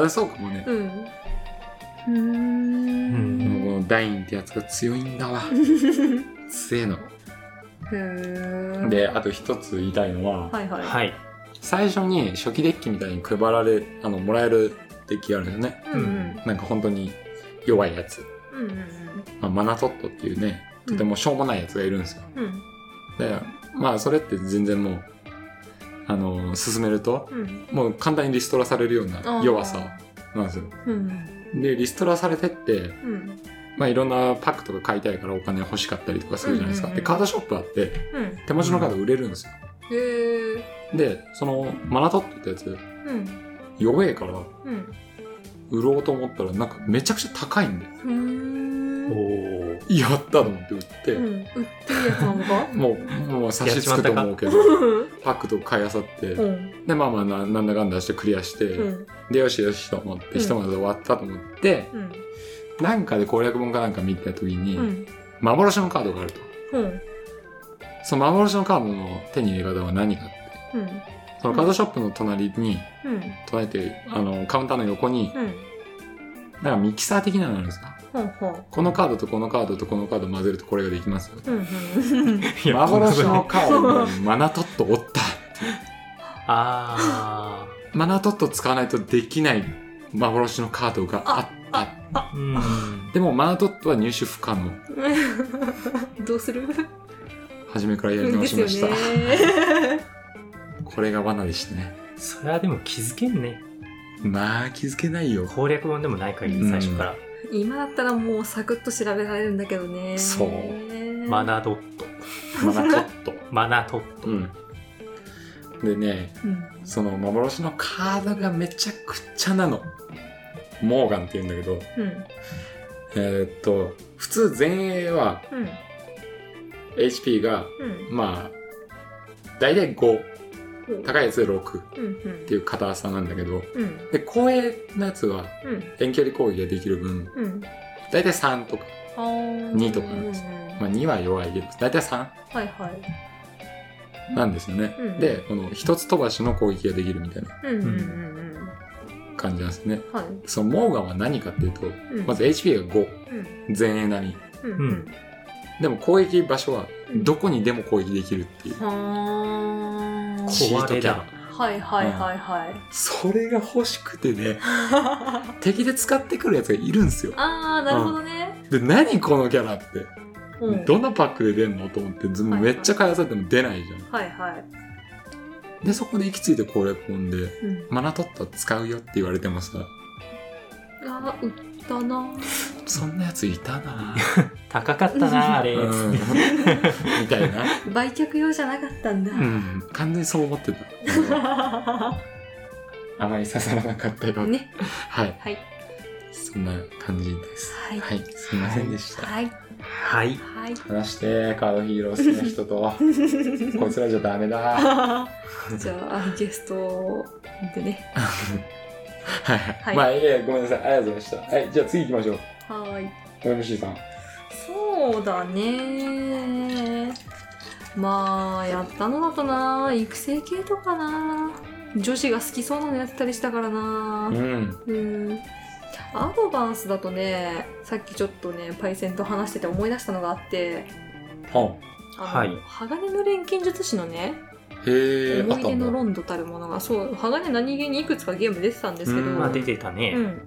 [SPEAKER 2] あそうかもね。
[SPEAKER 1] うんうーん
[SPEAKER 2] でもこのダインってやつが強いんだわ。強えの。
[SPEAKER 1] へー
[SPEAKER 2] で、あと一つ言いたいのは、
[SPEAKER 1] はいはい
[SPEAKER 3] はい。
[SPEAKER 2] 最初に初期デッキみたいに配られ、あの、もらえるデッキがあるんですね。
[SPEAKER 1] うんうん
[SPEAKER 2] なんか本当に弱いやつ。
[SPEAKER 1] うんうん
[SPEAKER 2] まあ、マナトットっていうね、とてもしょうもないやつがいるんですよ。
[SPEAKER 1] うん
[SPEAKER 2] で、まあそれって全然もう、あの、進めると、
[SPEAKER 1] うん
[SPEAKER 2] もう簡単にリストラされるような弱さなんですよ。
[SPEAKER 1] うん
[SPEAKER 2] で、リストラされてって、
[SPEAKER 1] うん
[SPEAKER 2] まあいろんなパックとか買いたいからお金欲しかったりとかするじゃないですか。
[SPEAKER 1] うんうんう
[SPEAKER 2] で、
[SPEAKER 1] ん
[SPEAKER 2] カードショップあって、
[SPEAKER 1] うん
[SPEAKER 2] 手持ちのカード売れるんですよ。
[SPEAKER 1] へー
[SPEAKER 2] で、そのマナトットってやつ、
[SPEAKER 1] うん
[SPEAKER 2] 弱えから、
[SPEAKER 1] うん
[SPEAKER 2] 売ろうと思ったらなんかめちゃくちゃ高いんで
[SPEAKER 1] うーん
[SPEAKER 3] おー。
[SPEAKER 2] やったと思って売って、
[SPEAKER 1] うん売ってるやつなのか
[SPEAKER 2] もうもう差し付くと思うけどパックとか買いあさって、
[SPEAKER 1] うん
[SPEAKER 2] でまあまあななんだかんだしてクリアして、
[SPEAKER 1] うん
[SPEAKER 2] でよしよしと思って、
[SPEAKER 1] うん
[SPEAKER 2] ひとまず終わったと思って
[SPEAKER 1] うん
[SPEAKER 2] なんかで攻略本かなんか見た時に、
[SPEAKER 1] うん
[SPEAKER 2] 幻のカードがあると
[SPEAKER 1] うん
[SPEAKER 2] その幻のカードの手に入れ方は何かって
[SPEAKER 1] うん
[SPEAKER 2] そのカードショップの隣に
[SPEAKER 1] うん
[SPEAKER 2] 隣っていうあのカウンターの横に
[SPEAKER 1] うん
[SPEAKER 2] なんかミキサー的なのあるんですか
[SPEAKER 1] ほうほう
[SPEAKER 2] このカードとこのカードとこのカード混ぜるとこれができますよ
[SPEAKER 1] うんうん
[SPEAKER 3] いや
[SPEAKER 2] 幻の
[SPEAKER 3] こんなこと
[SPEAKER 2] カードにマナトットおった
[SPEAKER 3] あ
[SPEAKER 2] マナトット使わないとできない幻のカードがあった
[SPEAKER 3] ー。うん。
[SPEAKER 2] でもマナトットは入手不可能
[SPEAKER 1] どうする
[SPEAKER 2] 初めからやり直
[SPEAKER 1] です
[SPEAKER 2] し
[SPEAKER 1] よ
[SPEAKER 2] ました、
[SPEAKER 1] ね
[SPEAKER 2] これが罠でしたね
[SPEAKER 3] それはでも気づけんね。
[SPEAKER 2] まあ気づけな
[SPEAKER 1] [laughs]
[SPEAKER 2] いよ
[SPEAKER 3] 攻略本でもない限
[SPEAKER 1] う
[SPEAKER 3] り
[SPEAKER 1] ん
[SPEAKER 3] 最初から。
[SPEAKER 1] 今だったらもうサクッと調べられるんだけどね
[SPEAKER 2] そう
[SPEAKER 3] マナドット。
[SPEAKER 2] マナトット
[SPEAKER 3] マナトット。
[SPEAKER 2] うんでね
[SPEAKER 1] うん
[SPEAKER 2] その幻のカードがめちゃくちゃなのモーガンって言うんだけど
[SPEAKER 1] うん
[SPEAKER 2] えーっと普通前衛は
[SPEAKER 1] うん
[SPEAKER 2] HP が
[SPEAKER 1] うん
[SPEAKER 2] まあ大体5
[SPEAKER 1] うん
[SPEAKER 2] 高いやつで6
[SPEAKER 1] うんうん
[SPEAKER 2] っていう硬さなんだけど
[SPEAKER 1] うん
[SPEAKER 2] で光栄なやつは
[SPEAKER 1] うん
[SPEAKER 2] 遠距離攻撃ができる分
[SPEAKER 1] うん
[SPEAKER 2] 大体3とか、
[SPEAKER 1] あー
[SPEAKER 2] 二とかなんで
[SPEAKER 1] う
[SPEAKER 2] す
[SPEAKER 1] んうん
[SPEAKER 2] まあ、2は弱いけど大体3
[SPEAKER 1] はいはい
[SPEAKER 2] なんですよね、
[SPEAKER 1] うん
[SPEAKER 2] でこの一つ飛ばしの攻撃ができるみたいな
[SPEAKER 1] うんうんうんうん
[SPEAKER 2] 感じなんですね
[SPEAKER 1] はい
[SPEAKER 2] そのモーガンは何かっていうと
[SPEAKER 1] うん
[SPEAKER 2] まず HP が5
[SPEAKER 1] うん
[SPEAKER 2] 前衛並み
[SPEAKER 1] うん
[SPEAKER 3] う
[SPEAKER 1] うん
[SPEAKER 3] ん
[SPEAKER 2] でも攻撃場所はどこにでも攻撃できるっていう
[SPEAKER 1] はー
[SPEAKER 2] チート
[SPEAKER 3] 壊れ
[SPEAKER 2] キャラ
[SPEAKER 3] だ。
[SPEAKER 1] はいはいはいはい
[SPEAKER 2] それが欲しく
[SPEAKER 1] [laughs]
[SPEAKER 2] てね敵で使ってくるやつがいるんですよ
[SPEAKER 1] ああなるほどね
[SPEAKER 2] で何このキャラって
[SPEAKER 1] うん
[SPEAKER 2] どんなパックで出んのと思ってず
[SPEAKER 1] はい
[SPEAKER 2] めっちゃ返されても出ないじゃん
[SPEAKER 1] はいはい
[SPEAKER 2] でそこで行き着いて攻略本で
[SPEAKER 1] うん
[SPEAKER 2] マナトット使うよって言われてもさ
[SPEAKER 1] あー売ったな
[SPEAKER 2] そんなやついたな
[SPEAKER 3] 高かったな、あれ。
[SPEAKER 2] ぁ、うん、み [laughs] たいな、
[SPEAKER 1] 売却用じゃなかったんだ
[SPEAKER 2] うん、完全にそう思っ
[SPEAKER 1] [laughs]
[SPEAKER 2] てたあまり刺さらなかった
[SPEAKER 1] [laughs]
[SPEAKER 2] よ、
[SPEAKER 1] ね
[SPEAKER 2] はい
[SPEAKER 1] はい
[SPEAKER 2] そんな感じです
[SPEAKER 1] はい
[SPEAKER 2] はいすいませんでした、
[SPEAKER 1] はい
[SPEAKER 3] はい。
[SPEAKER 1] はい
[SPEAKER 2] 話してカードヒーロー好きな人とこいつらじゃダメだは
[SPEAKER 1] [laughs]
[SPEAKER 2] い
[SPEAKER 1] じゃあゲストでね
[SPEAKER 2] はい、
[SPEAKER 1] はい
[SPEAKER 2] まあいやごめんなさいありがとうございましたはいじゃあ次行きましょう
[SPEAKER 1] はーい
[SPEAKER 2] OMC さん。
[SPEAKER 1] そうだねまあやったのだとな育成系とかな女子が好きそうなのやってたりしたからな
[SPEAKER 2] うん。
[SPEAKER 1] うんアドバンスだとねさっきちょっとねパイセンと話してて思い出したのがあって
[SPEAKER 2] は
[SPEAKER 1] あの、
[SPEAKER 3] はい
[SPEAKER 1] 鋼の錬金術師のね
[SPEAKER 2] あ、へえ、あ
[SPEAKER 1] 思
[SPEAKER 2] っ
[SPEAKER 1] い
[SPEAKER 2] た
[SPEAKER 1] 出
[SPEAKER 2] ん
[SPEAKER 1] の
[SPEAKER 2] だ。
[SPEAKER 1] ロンドたるものがそう鋼何気にいくつかゲーム出てたんですけど
[SPEAKER 2] うん
[SPEAKER 3] まあ出てたね、
[SPEAKER 1] うん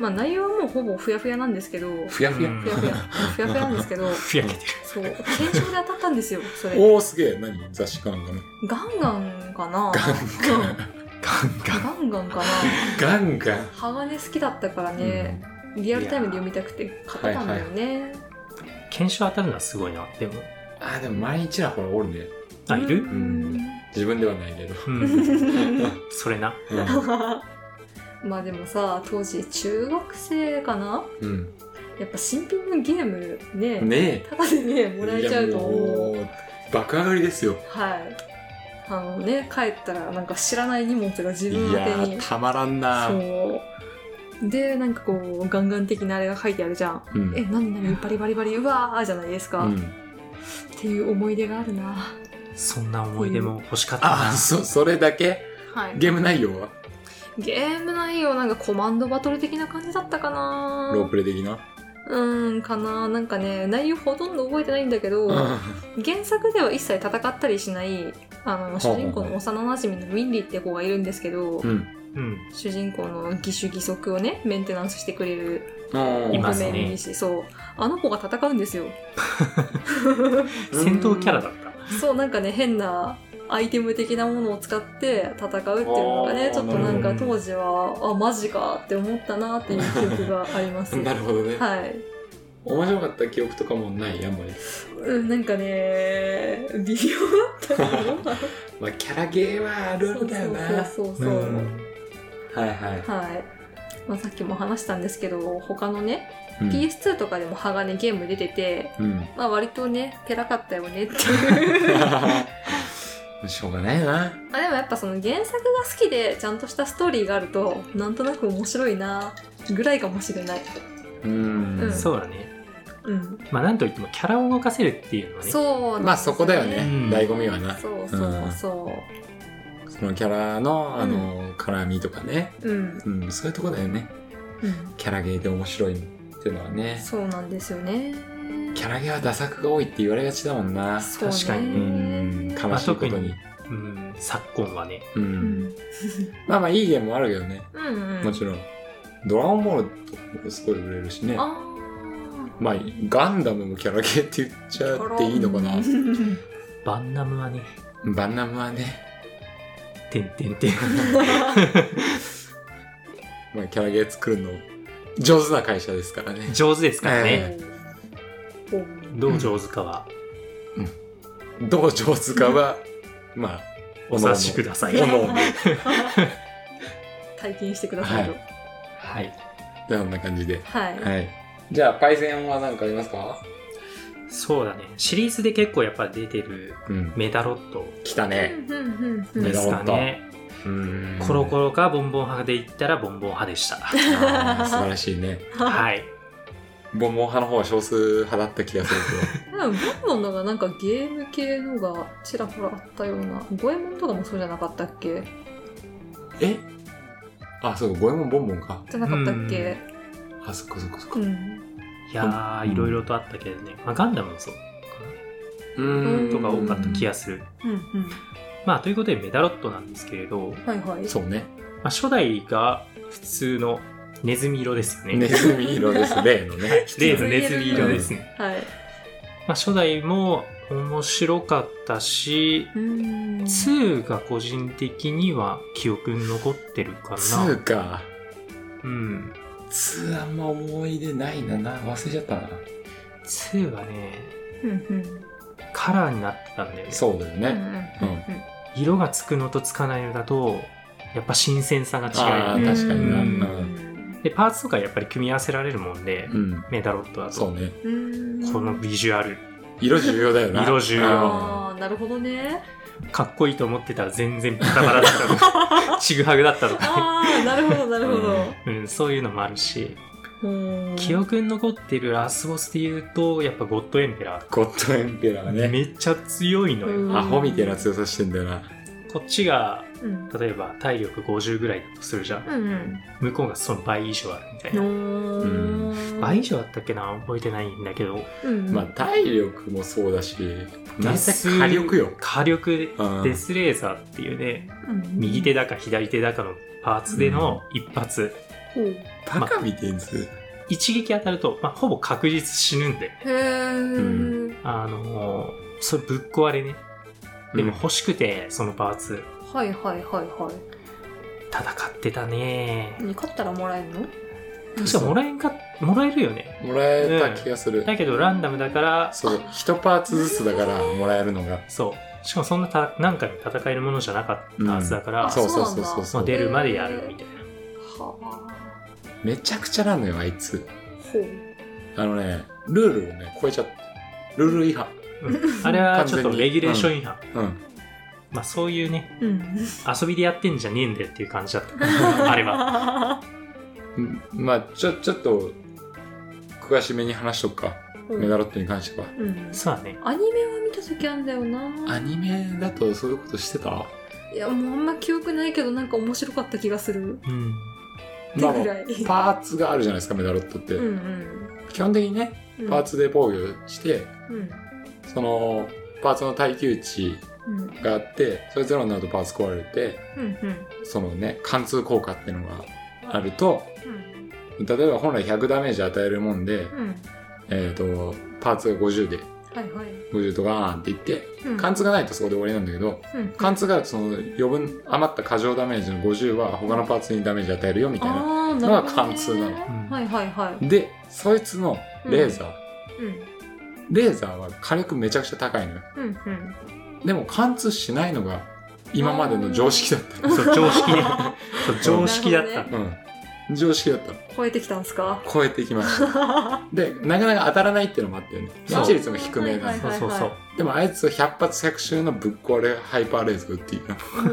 [SPEAKER 1] まあ内容はもうほぼふやふやなんですけどふ
[SPEAKER 2] ふやふや。
[SPEAKER 3] うん
[SPEAKER 1] やふやふやふやなんですけど
[SPEAKER 3] ふやけてる
[SPEAKER 1] そう検証で当たったんですよそれ
[SPEAKER 2] [laughs] おお、すげえ。何雑誌かなんかね。
[SPEAKER 1] ガンガンかな
[SPEAKER 2] ガン
[SPEAKER 1] ガンガンかな
[SPEAKER 2] ガン。ガンガン。
[SPEAKER 1] 鋼好きだったからね、リアルタイムで読みたくて買ってたんだよね、
[SPEAKER 3] 研修当たるのはすごいなでも
[SPEAKER 2] あー、でも毎日なほらおるね。
[SPEAKER 3] あいる、
[SPEAKER 2] ん自分ではないけど。
[SPEAKER 3] うん、
[SPEAKER 1] うん
[SPEAKER 3] それな
[SPEAKER 2] う。
[SPEAKER 1] [laughs] まあでもさ当時中学生かなんやっぱ新品のゲームね
[SPEAKER 2] うん、ね
[SPEAKER 1] ただでね
[SPEAKER 2] え。
[SPEAKER 1] もらえちゃうと思う
[SPEAKER 2] いやもう爆上がりですよ。
[SPEAKER 1] はいあのね帰ったらなんか知らない荷物が自
[SPEAKER 2] い
[SPEAKER 1] 分
[SPEAKER 2] や
[SPEAKER 1] 宛て
[SPEAKER 2] ー、
[SPEAKER 1] に
[SPEAKER 2] たまらんな。
[SPEAKER 1] そうでなんかこうガンガン的なあれが書いてあるじゃん
[SPEAKER 2] うん。
[SPEAKER 1] え何何バリバリバリうわーじゃないですか、っ
[SPEAKER 2] うん
[SPEAKER 1] ていう思い出があるな
[SPEAKER 3] そんな思い出も欲しかった
[SPEAKER 2] あ
[SPEAKER 3] な
[SPEAKER 2] あ、そ、それだけ
[SPEAKER 1] はい
[SPEAKER 2] ゲーム内容は
[SPEAKER 1] ゲーム内容なんかコマンドバトル的な感じだったかな
[SPEAKER 2] ロープレ的な。
[SPEAKER 1] うーんかななんかね内容ほとんど覚えてないんだけど、
[SPEAKER 2] うん
[SPEAKER 1] 原作では一切戦ったりしないあの主人公の幼馴染のウィンリーって子がいるんですけど、
[SPEAKER 2] うん。
[SPEAKER 3] うん
[SPEAKER 1] 主人公の義手義足をねメンテナンスしてくれる
[SPEAKER 2] うん
[SPEAKER 3] いま
[SPEAKER 1] 画
[SPEAKER 3] すね
[SPEAKER 1] 面にし、そうあの子が戦うんですよ
[SPEAKER 3] 戦闘キャラだっ
[SPEAKER 1] そうなんかね変なアイテム的なものを使って戦うっていうのがね
[SPEAKER 2] あー
[SPEAKER 1] ちょっとなん
[SPEAKER 3] う
[SPEAKER 1] か
[SPEAKER 3] ん
[SPEAKER 1] 当時はあマジかって思ったなっていう記憶があります
[SPEAKER 2] [laughs] なるほどね。
[SPEAKER 1] はい
[SPEAKER 2] 面白かった記憶とかもないあんまり、
[SPEAKER 1] うん、なんかね微妙だったかな
[SPEAKER 2] まあ、キャラゲー [laughs] はあるんだよな
[SPEAKER 1] そうそうそう
[SPEAKER 3] た
[SPEAKER 1] そう、
[SPEAKER 2] はいはい、
[SPEAKER 1] はい、まあ、さっきも話したんですけど他のね、
[SPEAKER 2] うん
[SPEAKER 1] PS2 とかでも鋼ゲーム出てて、
[SPEAKER 2] うん、
[SPEAKER 1] まあ、割とねペラかったよねって
[SPEAKER 2] [laughs]
[SPEAKER 1] いう [laughs]
[SPEAKER 2] しょうがないな
[SPEAKER 1] あでもやっぱその原作が好きでちゃんとしたストーリーがあるとなんとなく面白いなぐらいかもしれない、
[SPEAKER 2] うん、
[SPEAKER 1] うん
[SPEAKER 3] そうだね
[SPEAKER 1] うん、
[SPEAKER 3] まあなんといってもキャラを動かせるっていうのはね
[SPEAKER 1] そうなんです
[SPEAKER 2] まあそこだよね、
[SPEAKER 3] うん
[SPEAKER 2] 醍醐味はなそ
[SPEAKER 1] そうそうそ
[SPEAKER 2] のキャラのあの絡みとかね、
[SPEAKER 1] ううん、
[SPEAKER 2] うん、そういうとこだよね
[SPEAKER 1] うん、
[SPEAKER 2] キャラゲーで面白いっていうのはね
[SPEAKER 1] そうなんですよね
[SPEAKER 2] キャラゲーはダサ作が多いって言われがちだもんな
[SPEAKER 1] そうね
[SPEAKER 3] 確かに
[SPEAKER 2] うん
[SPEAKER 3] ま
[SPEAKER 2] 悲
[SPEAKER 3] あ
[SPEAKER 2] しいこと
[SPEAKER 3] 特
[SPEAKER 2] に,、
[SPEAKER 3] に、うん、昨今はね
[SPEAKER 2] う
[SPEAKER 1] うんん、
[SPEAKER 2] まあまあいいゲームもあるけどね、
[SPEAKER 1] うんうん、
[SPEAKER 2] もちろんドラゴンボールとかもすごい売れるしね
[SPEAKER 1] あ
[SPEAKER 2] まあ、ガンダムもキャラゲーって言っちゃっていいのかな。
[SPEAKER 3] バンナムはね
[SPEAKER 2] バンナムはね、
[SPEAKER 3] てんてんてん
[SPEAKER 2] まあ、キャラゲー作るの上手な会社ですからね。
[SPEAKER 3] 上手ですからね、
[SPEAKER 1] おう
[SPEAKER 3] どう上手かは
[SPEAKER 2] どう上手かは、まあ、
[SPEAKER 3] お察しください、
[SPEAKER 2] おのおの。
[SPEAKER 1] [laughs] 体験してくださいと
[SPEAKER 2] は
[SPEAKER 3] はい
[SPEAKER 2] そんな感じで。
[SPEAKER 1] はい、
[SPEAKER 2] はい。じゃあ、パイセンは何かありますか
[SPEAKER 3] そうだねシリーズで結構やっぱ出てる
[SPEAKER 2] うん。
[SPEAKER 3] メダロット
[SPEAKER 2] 来たね。
[SPEAKER 1] うんうんうんう
[SPEAKER 3] で
[SPEAKER 1] ん
[SPEAKER 2] メダ
[SPEAKER 3] す
[SPEAKER 2] ロ
[SPEAKER 3] か
[SPEAKER 2] ット
[SPEAKER 3] ね、
[SPEAKER 2] うん
[SPEAKER 3] コロコロかボンボン派で言ったらボンボン派でした
[SPEAKER 2] あー素晴らしいね。
[SPEAKER 3] はい
[SPEAKER 2] ボンボン派の方は少数派だった気がする
[SPEAKER 1] うんボンボンのがなんかゲーム系のがちらほらあったような五右衛門とかもそうじゃなかったっけ
[SPEAKER 2] け [laughs] ど。えあ、そうか、ゴエモンボンボンか。
[SPEAKER 1] じゃなかったっけ
[SPEAKER 2] あ、そっかそっかそっ
[SPEAKER 1] う
[SPEAKER 2] か。
[SPEAKER 1] ん
[SPEAKER 3] いやーいろいろとあったけどね、まあ、ガンダムもそ
[SPEAKER 2] う
[SPEAKER 3] う
[SPEAKER 1] うん
[SPEAKER 3] とか多かった気がする
[SPEAKER 1] うんうん
[SPEAKER 3] まあということでメダロットなんですけれど、
[SPEAKER 1] はいはい
[SPEAKER 2] そうね。
[SPEAKER 3] まあ、初代が普通のネズミ色ですよね
[SPEAKER 2] ネズミ色です、例の
[SPEAKER 3] [laughs]
[SPEAKER 2] ね。
[SPEAKER 3] レーズンネズミ色ですね、
[SPEAKER 1] はい
[SPEAKER 3] まあ、初代も面白かったし
[SPEAKER 1] うん
[SPEAKER 3] 2が個人的には記憶に残ってるか
[SPEAKER 2] つ
[SPEAKER 3] な
[SPEAKER 2] ーか。
[SPEAKER 3] うん
[SPEAKER 2] つーあんま思い出ないな。な忘れちゃったな。
[SPEAKER 3] 2はね
[SPEAKER 1] うんうん
[SPEAKER 3] カラーになってたんだよね
[SPEAKER 2] そうだ
[SPEAKER 1] う
[SPEAKER 2] よ
[SPEAKER 1] んうん
[SPEAKER 2] ね。
[SPEAKER 3] 色がつくのとつかないのだとやっぱ新鮮さが
[SPEAKER 2] あー
[SPEAKER 3] 違う
[SPEAKER 2] 確かにな
[SPEAKER 1] う
[SPEAKER 2] うん
[SPEAKER 3] でパーツとかやっぱり組み合わせられるもんで、
[SPEAKER 2] うん。
[SPEAKER 3] メダロットだ
[SPEAKER 2] そう
[SPEAKER 3] と、
[SPEAKER 2] ね。
[SPEAKER 1] うん
[SPEAKER 3] このビジュアル
[SPEAKER 2] 色重要だよな。
[SPEAKER 3] 色重要
[SPEAKER 1] ああなるほどね
[SPEAKER 3] かっこいいと思ってたら全然バラバラだった
[SPEAKER 2] [laughs]
[SPEAKER 3] とかちぐはぐだったとかね、
[SPEAKER 1] ああなるほどなるほど
[SPEAKER 3] うん、そういうのもあるし
[SPEAKER 1] うん
[SPEAKER 3] 記憶に残ってるラスボスで言うとやっぱゴッドエンペラ
[SPEAKER 2] ゴッドエンペラーが
[SPEAKER 3] ー、
[SPEAKER 2] ね
[SPEAKER 3] めっちゃ強いのよ、
[SPEAKER 1] うん
[SPEAKER 2] アホみたいな強さしてんだよな
[SPEAKER 3] こっちが
[SPEAKER 1] うん
[SPEAKER 3] 例えば体力50ぐらいだとするじゃん
[SPEAKER 1] うん
[SPEAKER 3] 向こうがその倍以上あるみたい
[SPEAKER 1] うん
[SPEAKER 3] な、
[SPEAKER 1] おー
[SPEAKER 3] 倍以上あったっけな覚えてないんだけど
[SPEAKER 1] うん
[SPEAKER 2] まあ体力もそうだし
[SPEAKER 3] デ
[SPEAKER 2] 何
[SPEAKER 3] ス
[SPEAKER 2] せ火力よ
[SPEAKER 3] 火力
[SPEAKER 2] うん
[SPEAKER 3] デスレーザーっていうね
[SPEAKER 1] うん
[SPEAKER 3] 右手だか左手だかのパーツでの一発、
[SPEAKER 1] ほう
[SPEAKER 2] バカみてえんです
[SPEAKER 3] 一撃当たると、まあ、ほぼ確実死ぬんで
[SPEAKER 1] へー
[SPEAKER 3] あのーそれぶっ壊れねでも欲しくて、そのパーツ
[SPEAKER 1] はいはいはいはい
[SPEAKER 3] 戦ってたね
[SPEAKER 1] うん勝ったらもらえるの
[SPEAKER 3] 確かもらえんかもらえるよね
[SPEAKER 2] もらえた気がする、
[SPEAKER 3] だけどランダムだから
[SPEAKER 2] そう一パーツずつだからもらえるのが
[SPEAKER 3] そうしかもそんなた何回も戦えるものじゃなかったはずだから、
[SPEAKER 1] あ
[SPEAKER 2] そ
[SPEAKER 3] そう
[SPEAKER 2] そうそうそう
[SPEAKER 3] ま
[SPEAKER 2] そ
[SPEAKER 3] あ、
[SPEAKER 2] う
[SPEAKER 3] 出るまでやるみたいな、
[SPEAKER 1] は
[SPEAKER 2] めちゃくちゃなのよあいつ
[SPEAKER 1] あほう
[SPEAKER 2] あのねルールをね超えちゃったルール違反
[SPEAKER 3] うんあれはちょっとレギュレーション違反、
[SPEAKER 2] うん
[SPEAKER 3] まあそういうね
[SPEAKER 1] うん
[SPEAKER 3] 遊びでやってんじゃねえんだよっていう感じだっ
[SPEAKER 2] [laughs]
[SPEAKER 3] たあれは
[SPEAKER 1] [laughs] は
[SPEAKER 2] うんまあちょちょっと詳しめに話しとくか、メダロットに関しては
[SPEAKER 1] うん
[SPEAKER 3] そうだね
[SPEAKER 1] アニメは見た時あんだよな
[SPEAKER 2] アニメだとそういうことしてたま
[SPEAKER 1] いやもうあんま記憶ないけどなんか面白かった気がする
[SPEAKER 3] うん
[SPEAKER 1] って
[SPEAKER 2] あ
[SPEAKER 1] ぐらい、
[SPEAKER 2] パーツがあるじゃないですかメダロットって、
[SPEAKER 1] うんうん
[SPEAKER 2] 基本的にね
[SPEAKER 1] うん
[SPEAKER 2] パーツで防御して、
[SPEAKER 1] うん
[SPEAKER 2] そのパーツの耐久値
[SPEAKER 1] うんうん
[SPEAKER 2] があってそれゼロになるとパーツ壊れて
[SPEAKER 1] うん
[SPEAKER 2] そのね貫通効果っていうのがあると例えば本来100ダメージ与えるもんで、
[SPEAKER 1] うんうん
[SPEAKER 2] えー、とパーツが50で
[SPEAKER 1] はいはい
[SPEAKER 2] 50とガーンっていって
[SPEAKER 1] うん
[SPEAKER 2] 貫通がないとそこで終わりなんだけど
[SPEAKER 1] うん
[SPEAKER 2] 貫通があるとその余分余った過剰ダメージの50は他のパーツにダメージ与えるよみたいな
[SPEAKER 1] あー
[SPEAKER 2] の
[SPEAKER 1] な
[SPEAKER 2] が
[SPEAKER 1] るほどね
[SPEAKER 2] 貫通なの
[SPEAKER 3] うん
[SPEAKER 1] はいはいはい
[SPEAKER 2] でそいつのレーザー、
[SPEAKER 1] うん
[SPEAKER 2] レーザーは火力めちゃくちゃ高いのよ
[SPEAKER 1] うんうん
[SPEAKER 2] でも貫通しないのが今までの常識だった [laughs]
[SPEAKER 3] そう常識ねそう常識だっ
[SPEAKER 1] な
[SPEAKER 3] た、
[SPEAKER 1] る
[SPEAKER 2] うん常識だったの
[SPEAKER 1] 超えてきたんす
[SPEAKER 2] [laughs]
[SPEAKER 1] か
[SPEAKER 2] 超えていきました
[SPEAKER 1] [laughs]
[SPEAKER 2] でなかなか当たらないっていうのもあったよね
[SPEAKER 3] そう
[SPEAKER 2] 命中率も低めな
[SPEAKER 1] はい
[SPEAKER 2] の
[SPEAKER 3] そうそうそう
[SPEAKER 2] でもあいつ100発100中のぶっ壊れハイパーレーザー打っていいな
[SPEAKER 1] お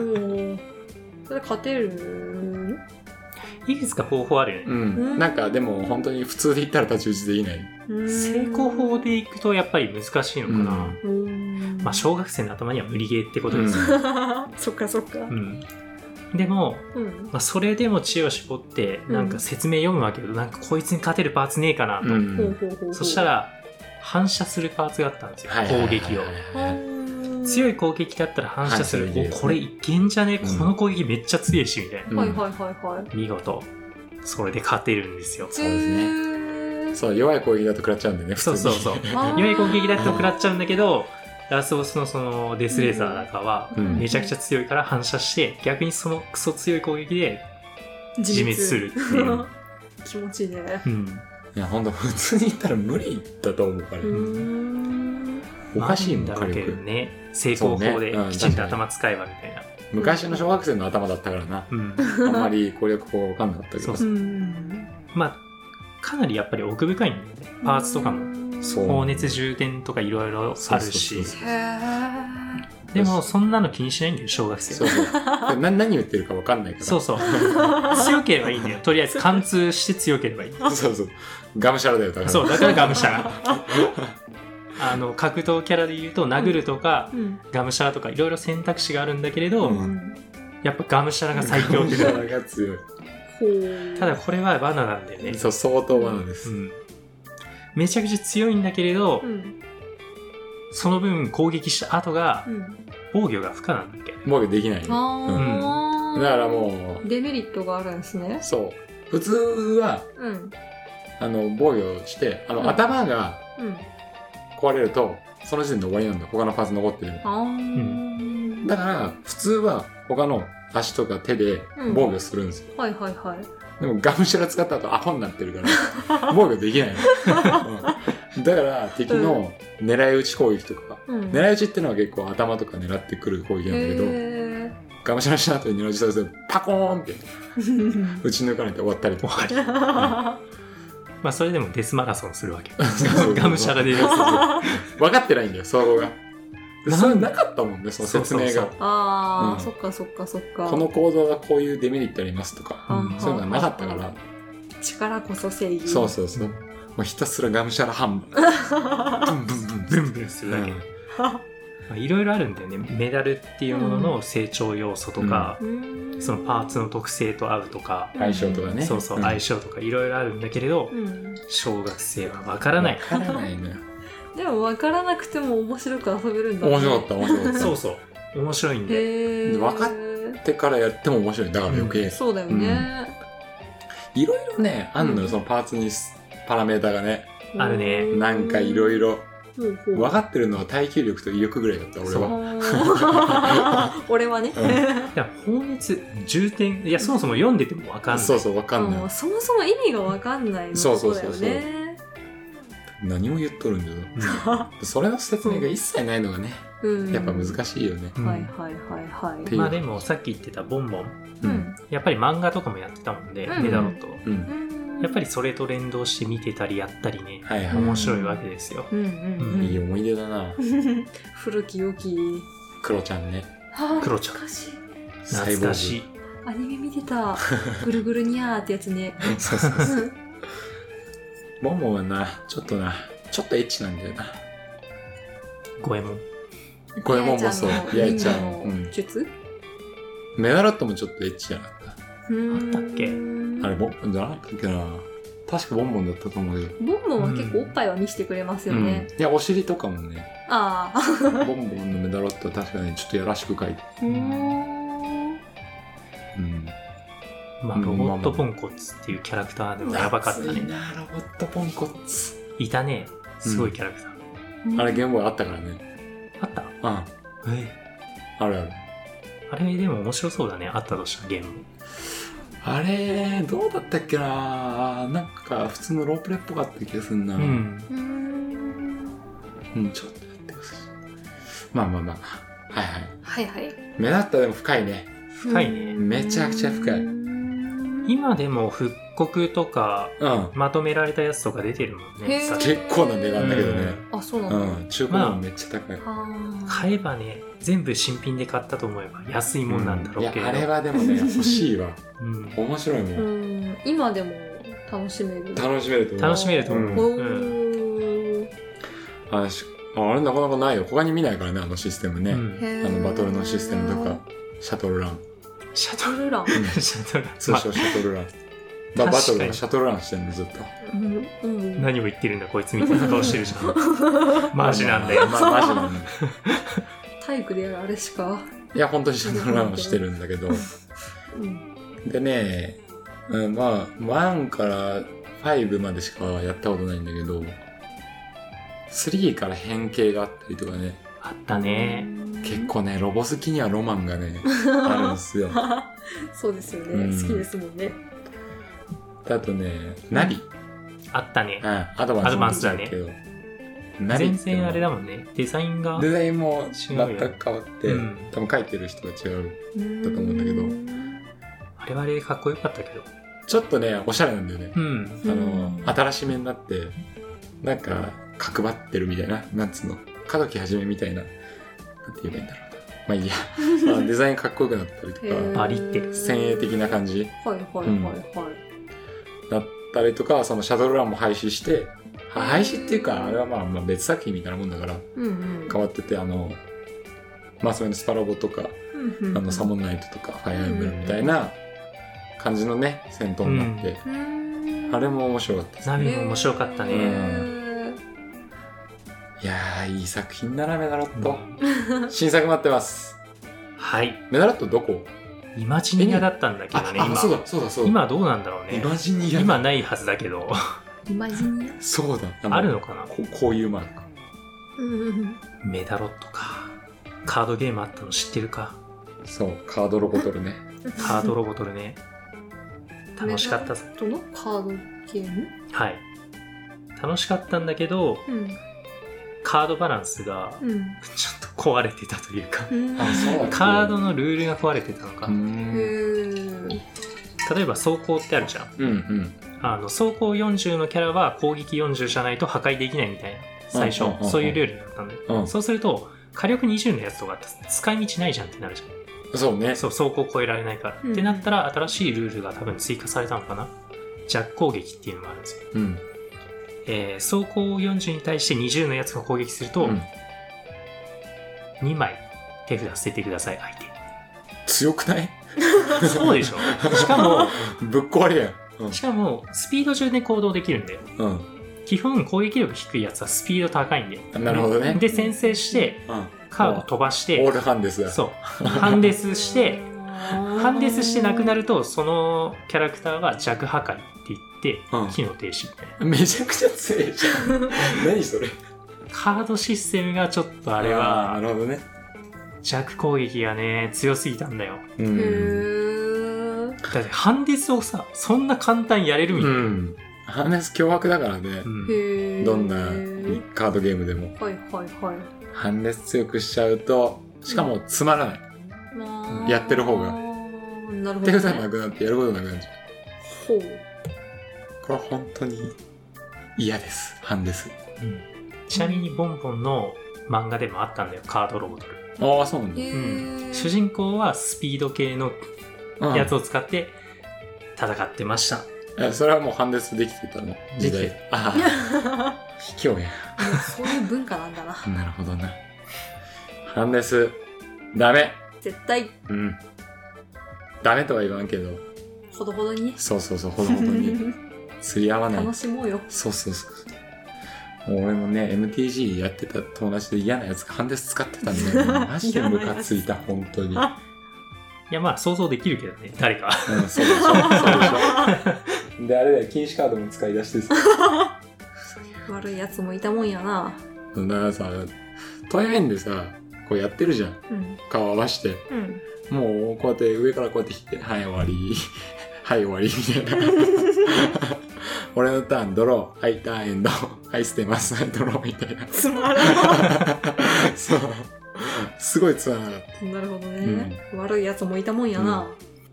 [SPEAKER 1] ーそれ勝てる
[SPEAKER 3] いくつか方法あるよね、
[SPEAKER 2] うんなんかでも本当に普通で言ったら太刀打ちできない
[SPEAKER 3] 成功法でいくとやっぱり難しいのかな、
[SPEAKER 2] うん
[SPEAKER 3] まあ
[SPEAKER 1] しょ
[SPEAKER 3] 小学生の頭には無理ゲーってことですよ、
[SPEAKER 1] [laughs] そっかそっか
[SPEAKER 3] うんでも、
[SPEAKER 1] うん
[SPEAKER 3] まあ、それでも知恵を絞って
[SPEAKER 1] うん
[SPEAKER 3] なんか説明読むわけよ、なんかこいつに勝てるパーツねえかなと、
[SPEAKER 2] うん
[SPEAKER 1] ほうほうほうほう
[SPEAKER 3] そしたら反射するパーツがあったんですよ、
[SPEAKER 2] はいはいはいはい
[SPEAKER 3] 攻撃を強
[SPEAKER 1] 強
[SPEAKER 3] い攻撃だったら反射する、
[SPEAKER 2] 反射できる
[SPEAKER 3] おこれいけんじゃねえ、
[SPEAKER 2] うん
[SPEAKER 3] この攻撃めっちゃ強いしみたいな、
[SPEAKER 2] うん
[SPEAKER 1] はいはいはいはい
[SPEAKER 3] 見事それで勝てるんですよ
[SPEAKER 2] うですね
[SPEAKER 1] ね
[SPEAKER 2] そう弱い攻撃だと食らっちゃうんでね普通
[SPEAKER 3] そう
[SPEAKER 2] に
[SPEAKER 3] そうそう
[SPEAKER 1] あー
[SPEAKER 3] 良い攻撃だって食らっちゃうんだけどラスボスのそのデスレーザーなんかは
[SPEAKER 2] うん
[SPEAKER 3] めちゃくちゃ強いから反射して逆にそのクソ強い攻撃で自滅するっていうう、
[SPEAKER 1] [laughs] 気持ちいいね
[SPEAKER 3] うん、
[SPEAKER 2] いや本当普通に言ったら無理だと思うから、
[SPEAKER 1] うーん
[SPEAKER 2] おかしいもん
[SPEAKER 3] だ
[SPEAKER 2] 火
[SPEAKER 3] けど
[SPEAKER 2] 力、
[SPEAKER 3] ね成功
[SPEAKER 2] そう
[SPEAKER 3] 法
[SPEAKER 2] ね
[SPEAKER 3] で
[SPEAKER 2] うん
[SPEAKER 3] きちんと
[SPEAKER 2] 確かに
[SPEAKER 3] 頭使えばみたいな、
[SPEAKER 2] 昔の小学生の頭だったからな
[SPEAKER 3] うん、
[SPEAKER 2] あんまり攻略法わかんなかったけ
[SPEAKER 3] そ
[SPEAKER 2] ど
[SPEAKER 3] う
[SPEAKER 1] う
[SPEAKER 3] そ
[SPEAKER 1] ん
[SPEAKER 3] まあかなりやっぱり奥深いんだよねパーツとかも
[SPEAKER 2] そう
[SPEAKER 3] 放熱充電とかいろいろある
[SPEAKER 2] そうそう
[SPEAKER 3] し
[SPEAKER 2] そう
[SPEAKER 1] へー
[SPEAKER 3] でもそんなの気にしないんだよ小学生
[SPEAKER 2] そ
[SPEAKER 3] は
[SPEAKER 2] うそうでな何言ってるかわかんないから
[SPEAKER 3] そうそう強ければいいんだよとりあえず貫通して強ければいい
[SPEAKER 2] [laughs] そうそうがむしゃらだよだから
[SPEAKER 3] そうだからガムシャラあの格闘キャラで言うと殴るとか、
[SPEAKER 1] うん
[SPEAKER 3] ガムシャラとかいろいろ選択肢があるんだけれど、
[SPEAKER 2] う
[SPEAKER 3] やっぱガムシャラが最強
[SPEAKER 2] が
[SPEAKER 3] っ
[SPEAKER 2] む
[SPEAKER 3] て
[SPEAKER 2] し
[SPEAKER 3] な
[SPEAKER 2] ゃ
[SPEAKER 3] る
[SPEAKER 2] らが強い
[SPEAKER 1] ほう
[SPEAKER 3] ただこれはバナなんだよね、
[SPEAKER 2] そう相当罠で
[SPEAKER 3] う
[SPEAKER 2] す、
[SPEAKER 3] ん、めちゃくちゃ強いんだけれど、
[SPEAKER 1] うん
[SPEAKER 3] その分攻撃した後が
[SPEAKER 1] うん
[SPEAKER 3] 防御が不可なんだっけ
[SPEAKER 2] もうできない、だ
[SPEAKER 1] あー
[SPEAKER 2] からも
[SPEAKER 1] デメリットがあるんですね
[SPEAKER 2] うそう普通は
[SPEAKER 1] うん
[SPEAKER 2] あの防御してあの、
[SPEAKER 1] うん
[SPEAKER 2] 頭が
[SPEAKER 1] うん
[SPEAKER 2] 壊れるとその時点で終わりなんだ他のパーツ残ってる
[SPEAKER 1] あー
[SPEAKER 2] だから普通は他の足とか手で防御するんですよ、
[SPEAKER 1] はいはいはい
[SPEAKER 2] でもガムシャラ使った後アホになってるか
[SPEAKER 1] [laughs]
[SPEAKER 2] ら防御できないの、うんだから敵の狙い撃ち攻撃とか、
[SPEAKER 1] うん
[SPEAKER 2] 狙い撃ちってのは結構頭とか狙ってくる攻撃なんだけど、 [laughs]
[SPEAKER 1] へ
[SPEAKER 2] がむしゃらした後に狙い撃ちされてパコーンって
[SPEAKER 1] ー
[SPEAKER 2] 打ち抜かれて終わったり [laughs] と
[SPEAKER 3] 終
[SPEAKER 2] か
[SPEAKER 3] わり、まあ、それでもデスマラソンするわけ
[SPEAKER 2] そう
[SPEAKER 3] ガムシャラでやる
[SPEAKER 2] 分かってないんだよ総合がで
[SPEAKER 3] なん
[SPEAKER 2] それなかったもんねその説明が
[SPEAKER 3] そうそうそ
[SPEAKER 1] あ
[SPEAKER 2] う
[SPEAKER 1] あ
[SPEAKER 2] ん
[SPEAKER 1] そっかそっかそっか
[SPEAKER 2] この構造はこういうデメリットありますとか
[SPEAKER 1] あー
[SPEAKER 2] そういうのがなかったから
[SPEAKER 1] 力こそ正義
[SPEAKER 2] そうそうそう。もうひたすらがむしゃらハンバーグ。ブンブンブンブンブン
[SPEAKER 3] するだけ [laughs] まあいろいろあるんだよねメダルっていうものの成長要素とか、
[SPEAKER 1] うん
[SPEAKER 3] そのパーツの特性と合うとか、
[SPEAKER 2] 相性とかね。
[SPEAKER 3] そうそう、
[SPEAKER 2] ん
[SPEAKER 3] 相性とかいろいろあるんだけれど、
[SPEAKER 1] うん
[SPEAKER 3] 小学生はわからない
[SPEAKER 2] わ、からないのよ。
[SPEAKER 1] でも分からなくても面白く遊べるんだね
[SPEAKER 2] 面白かった、面白かった。
[SPEAKER 3] そうそう面白いんで、
[SPEAKER 1] へ
[SPEAKER 2] で
[SPEAKER 1] え
[SPEAKER 2] 分かっってからやっても面白い。だから余計。
[SPEAKER 1] そうだよね、
[SPEAKER 2] いろいろね、あんのよ、そのパーツにパラメータがね。
[SPEAKER 3] うんあるね
[SPEAKER 2] なんかいろいろ。
[SPEAKER 1] ろ分
[SPEAKER 2] 分かってるのは耐久力と威力ぐらいだった、俺は。 [laughs]
[SPEAKER 1] 俺はね、
[SPEAKER 3] いや放熱重点いやそもそも読んでてもわかんない
[SPEAKER 2] そうそう、分かん
[SPEAKER 1] う
[SPEAKER 2] なん
[SPEAKER 1] そもそも意味が分かんないの
[SPEAKER 2] そうそうそうそう
[SPEAKER 1] だよね
[SPEAKER 2] い。何を言っとるんだよ。それの説明が一切ないのがね、
[SPEAKER 1] うん
[SPEAKER 2] やっぱ難しいよね。
[SPEAKER 3] う
[SPEAKER 1] い [laughs]
[SPEAKER 3] ん
[SPEAKER 1] はいはいはいはい
[SPEAKER 2] ていう
[SPEAKER 3] まあでもさっき言ってたボンボン
[SPEAKER 2] うん。
[SPEAKER 3] やっぱり漫画とかもやってたもんで、
[SPEAKER 1] うん
[SPEAKER 3] メダロット
[SPEAKER 2] うん。
[SPEAKER 3] やっぱりそれと連動して見てたりやったりね
[SPEAKER 2] はいは
[SPEAKER 3] 面白いわけですよ、
[SPEAKER 1] うんうんう、
[SPEAKER 3] うん
[SPEAKER 2] い。いい思い出だな。
[SPEAKER 1] [laughs] 古き良き
[SPEAKER 2] クロちゃんね。
[SPEAKER 3] クロちゃん
[SPEAKER 1] 懐かしい
[SPEAKER 3] 懐かしい
[SPEAKER 1] アニメ見て
[SPEAKER 2] [laughs]
[SPEAKER 1] たぐるぐるにゃーってやつね
[SPEAKER 2] サイボーグ。 [laughs] そうそうそう。
[SPEAKER 1] うん
[SPEAKER 2] モンモンはな、ちょっとな、ちょっとエッチなんだよな。
[SPEAKER 3] 五右衛門
[SPEAKER 2] これももうそう、やいちゃ
[SPEAKER 1] の
[SPEAKER 2] んも。うん。
[SPEAKER 1] 術、
[SPEAKER 2] メダロットもちょっとエッチじゃなかっ
[SPEAKER 1] うん、
[SPEAKER 3] あったっけ
[SPEAKER 2] た。あれ、ボンボンじゃなかったっけな。確かボンボンだったと思うけど。
[SPEAKER 1] ボンボンは結構おっぱいは見せてくれます
[SPEAKER 2] う
[SPEAKER 1] よ
[SPEAKER 2] ん
[SPEAKER 1] ね、。
[SPEAKER 2] いや、お尻とかもね、
[SPEAKER 1] ああ
[SPEAKER 2] ボンボンのメダロットは確かにちょっとやらしく書いて。
[SPEAKER 1] うーん
[SPEAKER 2] うん。
[SPEAKER 3] まあ、
[SPEAKER 2] うん
[SPEAKER 3] ロボットポンコツっていうキャラクターでもやばかった
[SPEAKER 2] 熱い
[SPEAKER 3] ね。
[SPEAKER 2] な、ロボットポンコツ。
[SPEAKER 3] いたね。すごいキャラクター。
[SPEAKER 2] あれ、ゲームボーイあったからね。
[SPEAKER 3] あった
[SPEAKER 2] うん。あ
[SPEAKER 3] え
[SPEAKER 2] るある。
[SPEAKER 3] あれでも面白そうだね。あったとしたらゲーム。
[SPEAKER 2] あれ、どうだったっけななんか、普通のロープレっぽかった気がするな。
[SPEAKER 3] う。ん。
[SPEAKER 1] うーん
[SPEAKER 2] うん、ちょっと待ってください。まあまあまあ。はいはい。
[SPEAKER 1] はいはい
[SPEAKER 2] 目立ったでも深いね。
[SPEAKER 3] 深いね。
[SPEAKER 2] めちゃくちゃ深い
[SPEAKER 3] 今でも復刻とか、
[SPEAKER 2] うん。
[SPEAKER 3] まとめられたやつとか出てるもんね。
[SPEAKER 1] へー
[SPEAKER 3] さ
[SPEAKER 2] 結構な値段だけどね。
[SPEAKER 1] あそうなんだ、
[SPEAKER 2] うん。中古でもめっちゃ高い。
[SPEAKER 1] あー
[SPEAKER 3] 買えばね、全部新品で買ったと思えば安いもんなんだ
[SPEAKER 2] い
[SPEAKER 3] ろ
[SPEAKER 2] や
[SPEAKER 3] うけど。
[SPEAKER 2] あれはでもね [laughs] 欲しいわ
[SPEAKER 3] うん
[SPEAKER 2] 面白いも、
[SPEAKER 1] うんん今でも楽しめる
[SPEAKER 2] 楽しめると思う
[SPEAKER 3] 楽しめると思う。
[SPEAKER 1] お
[SPEAKER 3] うん
[SPEAKER 1] ー
[SPEAKER 2] あしあれなかなかないよ他に見ないからねあのシステムね、
[SPEAKER 3] うん
[SPEAKER 1] へー
[SPEAKER 2] あのバトルのシステムとかシャトルラン
[SPEAKER 3] シャ
[SPEAKER 1] バト
[SPEAKER 3] トル。 [laughs]
[SPEAKER 1] ルラン、
[SPEAKER 3] シャトル。
[SPEAKER 2] 通
[SPEAKER 3] ま
[SPEAKER 2] 称シャトルラン、まあ、
[SPEAKER 3] 確かに
[SPEAKER 2] バトルはシャトルランしてんのずっと
[SPEAKER 1] うんうん、
[SPEAKER 3] 何を言ってるんだこいつみたいな顔してるじゃ
[SPEAKER 2] [laughs]
[SPEAKER 3] ん。マジなんだよ。
[SPEAKER 2] まあ
[SPEAKER 3] [laughs]
[SPEAKER 2] まあ、マジなんだよ
[SPEAKER 1] 体育でやるあれしか、
[SPEAKER 2] いや本当にシャトルランをしてるんだけど
[SPEAKER 1] うん、
[SPEAKER 2] でね、うん、まあ1から5までしかやったことないんだけど3から変形があったりとかね
[SPEAKER 3] あったね。
[SPEAKER 2] 結構ねロボ好きにはロマンが
[SPEAKER 3] [laughs]
[SPEAKER 2] ねあるんですよ
[SPEAKER 1] [laughs] そうですよね、
[SPEAKER 2] うん
[SPEAKER 1] 好きですもんね
[SPEAKER 2] であとねナビ、
[SPEAKER 3] あったね
[SPEAKER 2] うん。アドバンス
[SPEAKER 3] アドバンスだね
[SPEAKER 2] けどナビ
[SPEAKER 3] 全
[SPEAKER 2] っていうの
[SPEAKER 3] 然
[SPEAKER 2] は
[SPEAKER 3] あれだもんね。デザインが。
[SPEAKER 2] デザインも
[SPEAKER 3] 違
[SPEAKER 2] 全
[SPEAKER 3] うよ
[SPEAKER 2] く変わって、
[SPEAKER 3] うん
[SPEAKER 2] 多分書いてる人が違う
[SPEAKER 1] だ
[SPEAKER 2] だと思うんだけど
[SPEAKER 3] あれはあれでかっこよかったけど。
[SPEAKER 2] ちょっとねおしゃれなんだよね
[SPEAKER 3] う、ん。
[SPEAKER 2] あの
[SPEAKER 1] うん
[SPEAKER 2] 新しめになってなんか角張ってるみたいななんつうの角木はじめみたいななんて言えばいいんだろ
[SPEAKER 1] [laughs]
[SPEAKER 2] うなまあいいやまあデザインかっこよくなったりとか
[SPEAKER 3] バリって
[SPEAKER 2] 先鋭的な感じ
[SPEAKER 1] はいはいはいはい、
[SPEAKER 2] だったりとかそのシャドルランも廃止しては廃止っていうかあれはまあまあ別作品みたいなもんだから
[SPEAKER 1] うんうん
[SPEAKER 2] 変わっててあのまあそれのスパロボとか、
[SPEAKER 1] うんうん
[SPEAKER 2] あのサモンナイトとかファイアーエンブレムみたいな感じのね戦闘になって、
[SPEAKER 1] うん
[SPEAKER 2] あれも面白かったです
[SPEAKER 3] ナビも面白かった
[SPEAKER 1] へ
[SPEAKER 3] ね。
[SPEAKER 1] ー
[SPEAKER 2] いやーいい作品だなメダロット、新作待ってます
[SPEAKER 3] はい。
[SPEAKER 2] メダロットどこ
[SPEAKER 3] イマジニアだったんだけどね、
[SPEAKER 2] そう
[SPEAKER 3] 今。
[SPEAKER 2] だそうだそうだ
[SPEAKER 3] 今どうなんだろうね
[SPEAKER 2] イ。マジニア
[SPEAKER 3] 今ないはずだけど。
[SPEAKER 1] イマジニア
[SPEAKER 2] そうだの
[SPEAKER 3] あるのかな
[SPEAKER 2] ここういうマーク
[SPEAKER 1] うんうん
[SPEAKER 3] メダロットか。カードゲームあったの知ってるか。
[SPEAKER 2] そうカードロボトルね
[SPEAKER 3] カードロボトルね。
[SPEAKER 1] うん
[SPEAKER 3] 楽しかった
[SPEAKER 1] メ。ダロットのカードゲーム
[SPEAKER 3] はい。楽しかったんだけど、
[SPEAKER 1] うん
[SPEAKER 3] カードバランスが
[SPEAKER 1] うん
[SPEAKER 3] ちょっと壊れてたというか。
[SPEAKER 1] うん
[SPEAKER 2] あそうだ
[SPEAKER 3] カードのルールが壊れてたのか
[SPEAKER 2] う。ん
[SPEAKER 1] へ
[SPEAKER 3] 例えば走行ってあるじゃん。
[SPEAKER 2] うんうん
[SPEAKER 3] あの走行40のキャラは攻撃40じゃないと破壊できないみたいな最初、
[SPEAKER 2] うんうんうんうん
[SPEAKER 3] そういうルールだったんで、
[SPEAKER 2] うん
[SPEAKER 3] そうすると火力20のやつとかって使い道ないじゃんってなるじゃ
[SPEAKER 2] そうね
[SPEAKER 3] んそう走行超えられないから、
[SPEAKER 1] うん
[SPEAKER 3] ってなったら新しいルールが多分追加されたのかな弱攻撃っていうのがあるんですよ。
[SPEAKER 2] うん。
[SPEAKER 3] えー、走行40に対して20のやつが攻撃する
[SPEAKER 2] う
[SPEAKER 3] と、
[SPEAKER 2] ん。
[SPEAKER 3] 2枚手札捨ててください、相手。
[SPEAKER 2] 強くない
[SPEAKER 3] そうでしょしかも、
[SPEAKER 2] ぶっ壊れやん。
[SPEAKER 3] しかも、スピード順で行動できるんで、
[SPEAKER 2] うん。
[SPEAKER 3] 基本攻撃力低いやつはスピード高いんで。
[SPEAKER 2] なるほどね
[SPEAKER 3] で、先制して、
[SPEAKER 2] うん。
[SPEAKER 3] カード飛ばし
[SPEAKER 2] オー
[SPEAKER 3] て、
[SPEAKER 2] ルハンデスだ。
[SPEAKER 3] そう、ハンデスして、ハ
[SPEAKER 1] ハ
[SPEAKER 3] ンデスしてなくな
[SPEAKER 1] る
[SPEAKER 3] ると、そのキャラクターが弱破壊って言
[SPEAKER 2] うん
[SPEAKER 3] って、機能停止みたいな。
[SPEAKER 2] めちゃくちゃ強いじゃ
[SPEAKER 3] [laughs]
[SPEAKER 2] ん。何それ。
[SPEAKER 3] カードシステムがちょっとあれ
[SPEAKER 2] あー
[SPEAKER 3] は、
[SPEAKER 2] なるほどね。
[SPEAKER 3] 弱攻撃がね、強すぎたんだよ。
[SPEAKER 2] う
[SPEAKER 1] へ
[SPEAKER 2] ん。
[SPEAKER 1] ー
[SPEAKER 3] だってハンデスをさ、そんな簡単にやれるみた
[SPEAKER 2] う
[SPEAKER 3] いな。
[SPEAKER 2] ん。ハンデス凶悪だからね
[SPEAKER 3] う。ん
[SPEAKER 1] へー
[SPEAKER 2] どんなカードゲームでも。
[SPEAKER 1] はいはいはい
[SPEAKER 2] ハンデス強くしちゃうと、しかもつまらない。
[SPEAKER 1] まあ
[SPEAKER 2] やってる方が
[SPEAKER 1] なるほど、ね、
[SPEAKER 2] 手札なくなってやることなくなっちゃう。
[SPEAKER 1] ほう
[SPEAKER 2] これは本当に嫌です。ハンデス。
[SPEAKER 3] うんちなみにボンボンの漫画でもあったんだよ、カードロボトル。
[SPEAKER 2] ああ、そうなんだ。
[SPEAKER 1] へー
[SPEAKER 3] 主人公はスピード系の
[SPEAKER 2] うん
[SPEAKER 3] やつを使って戦ってました。
[SPEAKER 2] えそれはもうハンデスできてたの時代
[SPEAKER 3] できて
[SPEAKER 2] ああ卑怯や
[SPEAKER 1] [laughs] そういう文化なんだな
[SPEAKER 2] なるほどなハンデスダメ
[SPEAKER 1] 絶対
[SPEAKER 2] うんダメとは言わんけど
[SPEAKER 1] ほどほどに
[SPEAKER 2] そうそうそうほどほど
[SPEAKER 1] [laughs]
[SPEAKER 2] に釣り合わない
[SPEAKER 1] 楽しもうよ
[SPEAKER 2] そうそうそうもう俺もね MTG やってた友達で嫌なやつがハンデス使ってたんだよマジでムカついた本当に、うん、
[SPEAKER 3] いや、まあ想像できるけどね、誰か。
[SPEAKER 2] そうでしょそうでしょであれだよ禁止カードも使い出してさ
[SPEAKER 1] [laughs] 悪いやつもいたもんやな
[SPEAKER 2] だからさトイレンでさこうやってるじゃん
[SPEAKER 1] うん
[SPEAKER 2] 顔合わして
[SPEAKER 1] うん
[SPEAKER 2] もうこうやって上からこうやって引いて「はい終わり」 [laughs] 「はい終わり」みたいな [laughs] 俺のターンドローはいターンエンドはい捨てますはいドローみたいな [laughs]
[SPEAKER 1] つまらん
[SPEAKER 2] そうすごいつまらなかっ
[SPEAKER 1] なるほどね、悪いやつもいたもんやな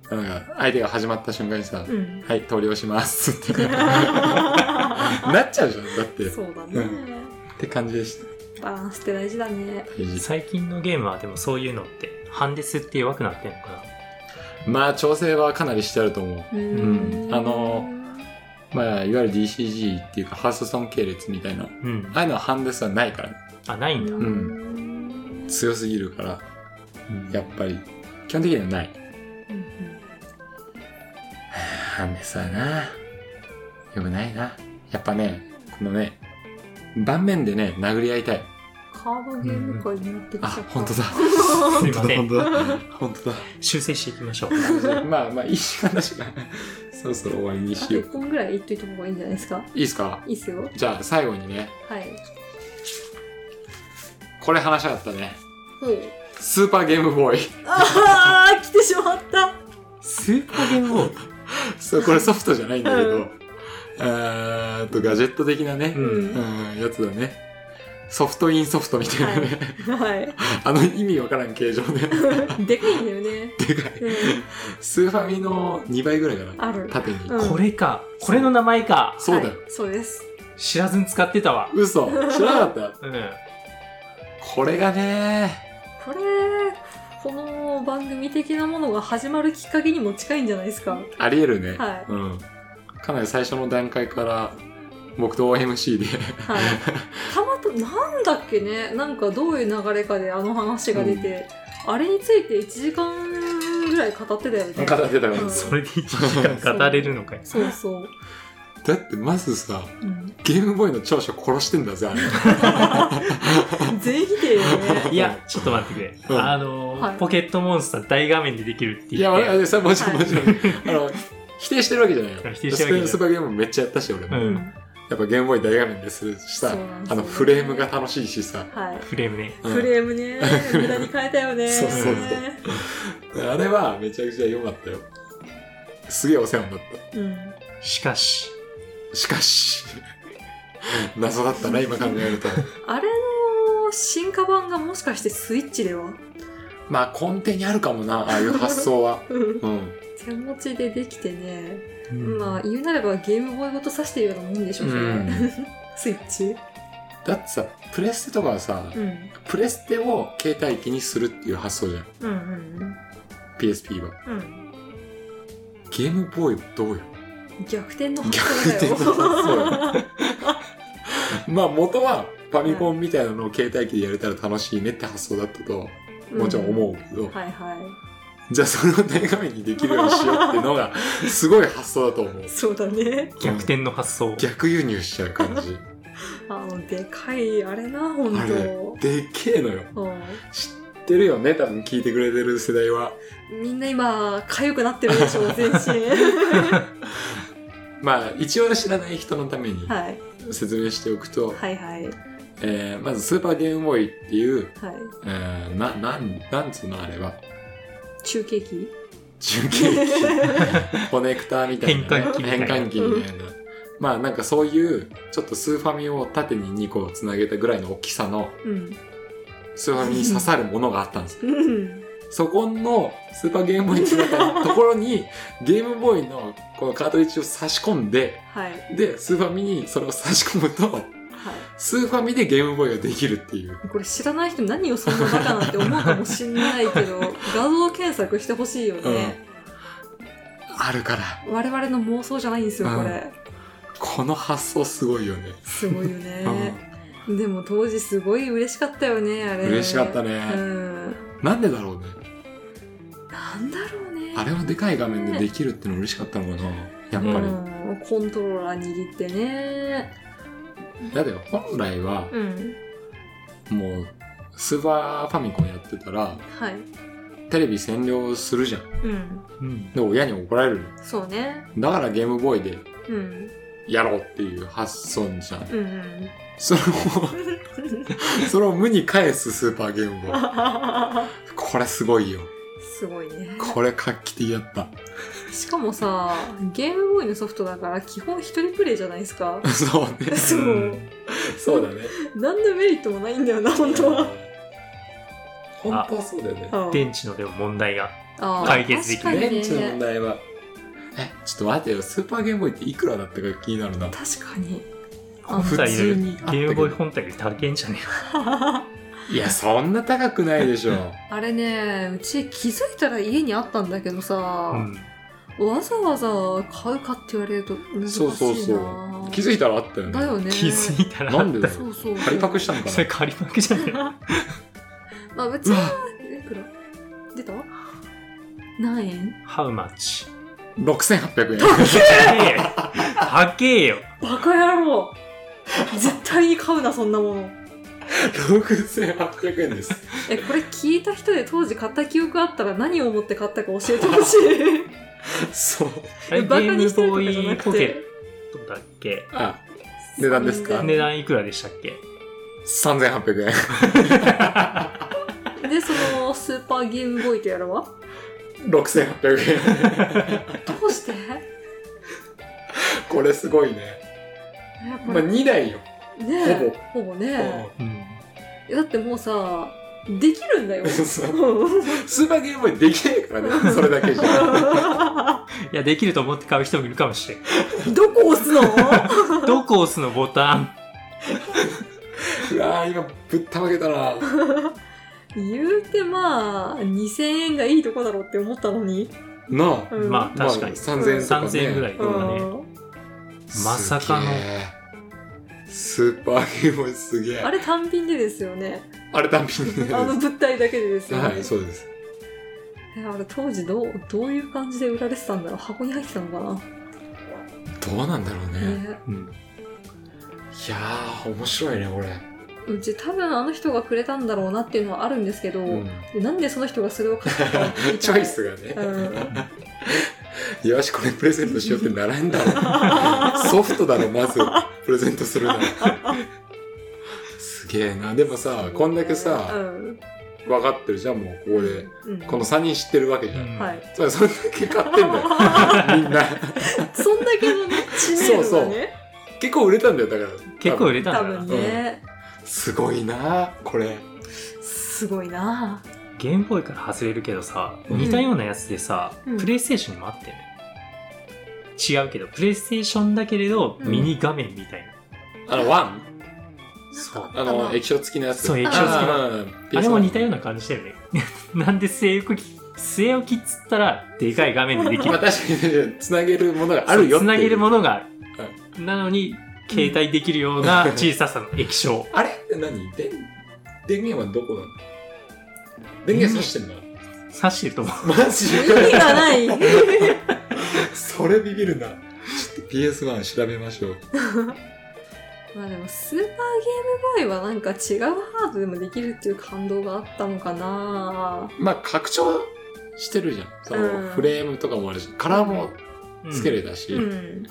[SPEAKER 2] たなんか相手が始まった瞬間にさ「
[SPEAKER 1] うん、
[SPEAKER 2] はい投了します」っ
[SPEAKER 1] [laughs]
[SPEAKER 2] てなっちゃうじゃんだってっ
[SPEAKER 1] そうだね、
[SPEAKER 2] うんて感じでし
[SPEAKER 1] バ
[SPEAKER 2] た
[SPEAKER 1] ランスって大事だね
[SPEAKER 2] 大事
[SPEAKER 3] 最近のゲームはでもそういうのって、ハンデスって弱くなってんのかな。
[SPEAKER 2] まあ調整はかなりしてあると思う
[SPEAKER 1] う
[SPEAKER 2] うんあのまあいわゆる DCG っていうかハーストストーン系列みたいな
[SPEAKER 3] うん
[SPEAKER 2] あ。あいうのはハンデスはないからね
[SPEAKER 3] あ、ないんだ。
[SPEAKER 2] ん
[SPEAKER 1] ん
[SPEAKER 2] 強すぎるから
[SPEAKER 3] うん
[SPEAKER 2] やっぱり基本的にはない
[SPEAKER 1] うん
[SPEAKER 2] ハンデスはなよくないなやっぱねこのね盤面でね殴り合いたい
[SPEAKER 1] カードゲーム会になってきちゃ
[SPEAKER 2] あ
[SPEAKER 1] った、
[SPEAKER 2] 本
[SPEAKER 1] [laughs]
[SPEAKER 2] 当だ
[SPEAKER 3] すい
[SPEAKER 2] 本
[SPEAKER 3] ません。
[SPEAKER 2] 当だ [laughs] 本当
[SPEAKER 3] 修正していきましょう。
[SPEAKER 2] だまあまあいい時間だしなそろそろ終わりに
[SPEAKER 1] あ
[SPEAKER 2] し
[SPEAKER 1] と
[SPEAKER 2] よう
[SPEAKER 1] 1本ぐらい言っといた方がいいんじゃないですか
[SPEAKER 2] いいですか
[SPEAKER 1] いいっすよ
[SPEAKER 2] じゃあ最後にね
[SPEAKER 1] はい
[SPEAKER 2] これ話し合ったね
[SPEAKER 1] ほう
[SPEAKER 2] スーパーゲームボーイ
[SPEAKER 1] ああ来てしまった
[SPEAKER 3] スーパーゲームボーイ。
[SPEAKER 2] そうこれソフトじゃないんだけ
[SPEAKER 1] う
[SPEAKER 2] ど
[SPEAKER 1] ん
[SPEAKER 2] えーっとガジェット的なね、
[SPEAKER 3] うん
[SPEAKER 2] うん、やつだねソフトインソフトみたいなね、 [laughs]
[SPEAKER 1] は
[SPEAKER 2] あの意味わからん形状で
[SPEAKER 1] いでかいんだよね
[SPEAKER 2] でかい
[SPEAKER 1] うん
[SPEAKER 2] スーファミの2倍ぐらいかな
[SPEAKER 1] ある
[SPEAKER 2] 縦に、
[SPEAKER 1] うん
[SPEAKER 3] これか。これの名前か。
[SPEAKER 2] そうだよ、
[SPEAKER 1] はいそうです
[SPEAKER 3] 知らずに使ってたわ。
[SPEAKER 2] 嘘知らなかった
[SPEAKER 3] うん。
[SPEAKER 2] これがね
[SPEAKER 1] これこの番組的なものが始まるきっかけにも近いんじゃないですか
[SPEAKER 2] ありえるね、
[SPEAKER 1] はい
[SPEAKER 2] うん、かなり最初の段階から僕と OMC で [laughs]
[SPEAKER 1] はいたまたなんだっけねなんかどういう流れかであの話が出て、あれについて1時間ぐらい語ってたよね
[SPEAKER 2] 語ってたから、
[SPEAKER 1] うん
[SPEAKER 3] それで1時間語れるのかい。
[SPEAKER 1] そうそう、
[SPEAKER 2] だってまずさ
[SPEAKER 1] うん、
[SPEAKER 2] ゲームボーイの長所殺してんだぜあれ
[SPEAKER 1] 全否定よね
[SPEAKER 3] いや、ちょっと待ってくれ。
[SPEAKER 2] うん
[SPEAKER 3] あのー、
[SPEAKER 1] はい
[SPEAKER 3] ポケットモンスター大画面でできるって
[SPEAKER 2] いや
[SPEAKER 3] 言って。
[SPEAKER 2] 俺あそれもちろん
[SPEAKER 1] は
[SPEAKER 2] も
[SPEAKER 1] い
[SPEAKER 2] ちろん、あの否定してるわけじゃないよ
[SPEAKER 3] 否定してるわけじゃない
[SPEAKER 2] スーパーゲームめっちゃやったし俺も、
[SPEAKER 3] [laughs] う
[SPEAKER 2] やっ
[SPEAKER 3] ん
[SPEAKER 2] ぱゲームボーイ大画面でするしさ
[SPEAKER 1] そうなんです
[SPEAKER 2] あ
[SPEAKER 1] よ
[SPEAKER 2] のフレームが楽しいしさ、
[SPEAKER 1] はい
[SPEAKER 3] フレームね。
[SPEAKER 2] うん
[SPEAKER 1] フレームね無駄に変えたよね
[SPEAKER 2] そうそう
[SPEAKER 3] そう
[SPEAKER 2] あれはめちゃくちゃ良かったよ。すげえお世話になっ
[SPEAKER 1] うん
[SPEAKER 3] しかし、
[SPEAKER 2] た。しかし、 [laughs] 謎だったな、今考えると。
[SPEAKER 1] あれの進化版がもしかしてスイッチでは
[SPEAKER 2] まあ根底にあるかもな、ああいう発想は。
[SPEAKER 1] うん
[SPEAKER 2] うん。
[SPEAKER 1] 手持ちでできてね、
[SPEAKER 3] うん
[SPEAKER 1] まあ言うなればゲームボーイごと指してるようなもんでしょそれ、
[SPEAKER 2] うん
[SPEAKER 1] [laughs] スイッチ
[SPEAKER 2] だってさ、プレステとかはさ、
[SPEAKER 1] うん
[SPEAKER 2] プレステを携帯機にするっていう発想じゃん。
[SPEAKER 1] うんうん
[SPEAKER 2] PSP は。
[SPEAKER 1] うん
[SPEAKER 2] ゲームボーイどうよ。
[SPEAKER 1] 逆転の発
[SPEAKER 2] 逆転の
[SPEAKER 1] 想だよ。
[SPEAKER 2] そうよまあ元はファミコンみたいなのを携帯機でやれたら楽しいねって発想だったともちろん思うけど、
[SPEAKER 1] はいはい。
[SPEAKER 2] じゃあそれを手紙にできるようにしようっていうのがすごい発想だと思う
[SPEAKER 1] そうだね。
[SPEAKER 3] 逆転の発想。
[SPEAKER 2] 逆輸入しちゃう感
[SPEAKER 1] [laughs]
[SPEAKER 2] じ
[SPEAKER 1] あの、でかい、あれな、ほん
[SPEAKER 2] あれ
[SPEAKER 1] と。
[SPEAKER 2] でっけえのよ
[SPEAKER 1] う
[SPEAKER 2] 知ってるよね多分聞いてくれてる世代は
[SPEAKER 1] んみんな今、痒くなってるでしょ、全
[SPEAKER 2] [laughs]
[SPEAKER 1] 身。
[SPEAKER 2] まあ一応知らない人のために
[SPEAKER 1] はい。
[SPEAKER 2] 説明しておくと、
[SPEAKER 1] はいはい。はい。
[SPEAKER 2] えーまずスーパーゲームボーイっていう、えーななんなんつうのあれは
[SPEAKER 1] 中継機
[SPEAKER 2] 中継機コネクターみたいなね、
[SPEAKER 3] 変換器みたいな
[SPEAKER 2] 換器みたいなまあなんかそういうちょっとスーファミを縦に2個つなげたぐらいの大きさの
[SPEAKER 1] うん。
[SPEAKER 2] スーファミに刺さるものがあったんです
[SPEAKER 1] うん。
[SPEAKER 2] そこのスーパーゲームボーイの中のところにゲームボーイのこのカートリッジを差し込んで
[SPEAKER 1] はい。はい。
[SPEAKER 2] でスーファミにそれを差し込むとスーファミでゲームボーイができるっていう
[SPEAKER 1] これ知らない人何をそんなバカなんて思うかもしんないけど、画像検索してほしいよね。
[SPEAKER 2] あるから
[SPEAKER 1] 我々の妄想じゃないんですよ、これ。
[SPEAKER 2] この発想すごいよね、
[SPEAKER 1] すごいよね。でも当時すごい嬉しかったよね、あ
[SPEAKER 2] う
[SPEAKER 1] れ。
[SPEAKER 2] ん、嬉しかった
[SPEAKER 1] ね。
[SPEAKER 2] ね、
[SPEAKER 1] うん。
[SPEAKER 2] なんでだろうね
[SPEAKER 1] なんだろうね。
[SPEAKER 2] あれをでかい画面でできるっての嬉しかったのかなやっぱり、
[SPEAKER 1] うん、コントローラー握ってね。
[SPEAKER 2] だって本来は
[SPEAKER 1] うん。
[SPEAKER 2] もうスーパーファミコンやってたら
[SPEAKER 1] はい。
[SPEAKER 2] テレビ占領するじゃん
[SPEAKER 1] うん。
[SPEAKER 3] うん。
[SPEAKER 2] で親に怒られる
[SPEAKER 1] そうね。
[SPEAKER 2] だからゲームボーイで
[SPEAKER 1] うん。
[SPEAKER 2] やろうっていう発想じゃん
[SPEAKER 1] うんうん。
[SPEAKER 2] それをそれを無に返すスーパーゲームボーイこれすごいよ
[SPEAKER 1] [laughs] すごいね。
[SPEAKER 2] これ画期的だった。
[SPEAKER 1] しかもさ、ゲームボーイのソフトだから基本一人プレイじゃないですか
[SPEAKER 2] そうね
[SPEAKER 1] そうう。
[SPEAKER 2] そうだね
[SPEAKER 1] 何のメリットもないんだよな、本当は。
[SPEAKER 2] 本当はそうだよね
[SPEAKER 3] 電池のでも問題が。
[SPEAKER 1] あー
[SPEAKER 3] 解決でき
[SPEAKER 1] 確
[SPEAKER 3] る
[SPEAKER 1] かに
[SPEAKER 2] 電池の問
[SPEAKER 1] ね。
[SPEAKER 2] 題はえちょっと待てよスーパーゲームボーイっていくらだったか気になるな
[SPEAKER 1] 確かに。あ
[SPEAKER 3] 本体
[SPEAKER 2] 普通
[SPEAKER 3] で、
[SPEAKER 2] にあったけど
[SPEAKER 3] ゲームボーイ本体で高いんじゃね
[SPEAKER 2] いやそんな高くないで [laughs] しょ
[SPEAKER 1] あれね、うち気づいたら家にあったんだけど
[SPEAKER 3] え
[SPEAKER 1] さ
[SPEAKER 3] う、ん。
[SPEAKER 1] わざわざ買うかって言われると難しいな。
[SPEAKER 2] そうそうそう気づいたらあったよね
[SPEAKER 1] だよね。
[SPEAKER 3] 気づいたら
[SPEAKER 2] な
[SPEAKER 3] あ
[SPEAKER 2] ん
[SPEAKER 3] っ
[SPEAKER 2] で
[SPEAKER 3] た
[SPEAKER 2] だ
[SPEAKER 3] よ。
[SPEAKER 2] よ
[SPEAKER 1] そうそうそう。
[SPEAKER 2] 借りパクしたのか
[SPEAKER 3] それ
[SPEAKER 2] な
[SPEAKER 3] 仮負けじゃな
[SPEAKER 1] [laughs]
[SPEAKER 3] い
[SPEAKER 1] まあ、うちは、いくら出た何円
[SPEAKER 3] ?How much?
[SPEAKER 2] 6800円
[SPEAKER 3] 高えよ高えよ
[SPEAKER 1] バカ野郎絶対に買うな、そんなもの。
[SPEAKER 2] 6800円です
[SPEAKER 1] え、これ聞いた人で当時買った記憶あったら何を思って買ったか教えて
[SPEAKER 2] [laughs]
[SPEAKER 1] ほしい。
[SPEAKER 2] [laughs] そう
[SPEAKER 3] あれゲ
[SPEAKER 1] バカ
[SPEAKER 3] ー
[SPEAKER 1] に
[SPEAKER 3] ム
[SPEAKER 1] してると
[SPEAKER 3] ボ
[SPEAKER 1] かじゃ
[SPEAKER 3] ー
[SPEAKER 1] な
[SPEAKER 3] イ
[SPEAKER 1] く
[SPEAKER 3] ポ
[SPEAKER 1] て
[SPEAKER 3] ケットだっけ
[SPEAKER 2] あ値段ですか
[SPEAKER 3] 値段いくらでしたっけ
[SPEAKER 2] 3800円
[SPEAKER 1] で、そのスーパーゲームボーイとやらは
[SPEAKER 2] 6800円 [laughs]
[SPEAKER 1] どうして
[SPEAKER 2] これすごいね
[SPEAKER 1] やっぱ
[SPEAKER 2] まあ2台よ
[SPEAKER 1] りねえほぼね
[SPEAKER 3] うん。
[SPEAKER 1] えだってもうさできるんだよ
[SPEAKER 2] [laughs] そうスーパーゲームボーイできないからね [laughs] それだけじゃ
[SPEAKER 3] いや、できると思って買う人もいるかもしれ
[SPEAKER 1] [laughs]
[SPEAKER 3] ん。
[SPEAKER 1] どこ押すの
[SPEAKER 3] どこ押すのボタン
[SPEAKER 2] うわー今ぶったまげたな
[SPEAKER 1] 言うてまあ2000円がいいとこだろうって思ったのに、
[SPEAKER 2] なあ
[SPEAKER 1] うん
[SPEAKER 3] まあ確かに
[SPEAKER 2] 3000円とか、ね、
[SPEAKER 3] 3000円ぐらいとかね。まさかの
[SPEAKER 2] すげえスーパーゲームボーイすげえ
[SPEAKER 1] あれ単品でですよ
[SPEAKER 2] [laughs]
[SPEAKER 1] ね
[SPEAKER 2] あれ単品で
[SPEAKER 1] あの物体だけでですよね、
[SPEAKER 2] はいそうです
[SPEAKER 1] えあれ当時どうどういう感じで売られてたんだろう箱に入ってたのか
[SPEAKER 2] どうなんだろうね
[SPEAKER 1] な、ね
[SPEAKER 3] うん。
[SPEAKER 2] いやー面白いねこれ
[SPEAKER 1] うち多分あの人がくれたんだろうなっていうのはあるんですけど、
[SPEAKER 2] うん
[SPEAKER 1] でなんでその人がそれを買ったかを聞いたら
[SPEAKER 2] [laughs] チョイスがね、
[SPEAKER 1] うん
[SPEAKER 2] よしこれプレゼントしようってならんだろ
[SPEAKER 1] [laughs]
[SPEAKER 2] ソフトだろまずプレゼントするならすげえなでもさこんだけ
[SPEAKER 1] う
[SPEAKER 2] さ
[SPEAKER 1] ん、
[SPEAKER 2] 分かってるじゃんもうここで
[SPEAKER 1] うん
[SPEAKER 2] この3人知ってるわけじゃん、
[SPEAKER 1] は。
[SPEAKER 3] はい
[SPEAKER 2] それそんだけ買ってんだよみんな
[SPEAKER 1] [laughs] そんだけのね、知名度がね、
[SPEAKER 2] 結構売れたんだよだから
[SPEAKER 3] 結構売
[SPEAKER 2] れ
[SPEAKER 3] れた
[SPEAKER 1] 多
[SPEAKER 3] んだ
[SPEAKER 1] 分
[SPEAKER 3] な。
[SPEAKER 1] ね、
[SPEAKER 2] すごいなこれ
[SPEAKER 1] すごいな
[SPEAKER 3] ゲームボーイから外れるけどさ、
[SPEAKER 2] うん
[SPEAKER 3] 似たようなやつでさ、
[SPEAKER 1] うん
[SPEAKER 3] プレイステーションにもあってね。違うけど、プレイステーションだけれど、
[SPEAKER 1] うん
[SPEAKER 3] ミニ画面みたいな。
[SPEAKER 2] あのワン
[SPEAKER 3] そう。
[SPEAKER 2] あの液晶付きのやつ
[SPEAKER 3] そう液晶付きの
[SPEAKER 2] あー
[SPEAKER 3] [laughs] あれも似たような感じだよね。なんで制服着、据え置きっつったら、でかい画面ででき
[SPEAKER 2] まあ
[SPEAKER 3] る。
[SPEAKER 2] 確かに、つなげるものがあるよって
[SPEAKER 3] つ
[SPEAKER 2] いう
[SPEAKER 3] なげるものがある。なのに、携帯できるような小ささの液晶。
[SPEAKER 2] あれって何で電源はどこなの電源挿してんの
[SPEAKER 3] 挿してると思う。
[SPEAKER 2] マジ
[SPEAKER 1] 意味がない。
[SPEAKER 2] [laughs]
[SPEAKER 1] [laughs]
[SPEAKER 2] それビビるな。ちょっと PS1 調べましょう。
[SPEAKER 1] まあでもスーパーゲームボーイはなんか違うハードでもできるっていう感動があったのかな
[SPEAKER 2] まあ拡張してるじゃん。その
[SPEAKER 1] うん
[SPEAKER 2] フレームとかもあるし、カラーも
[SPEAKER 3] うん
[SPEAKER 2] つけれたし、
[SPEAKER 1] うん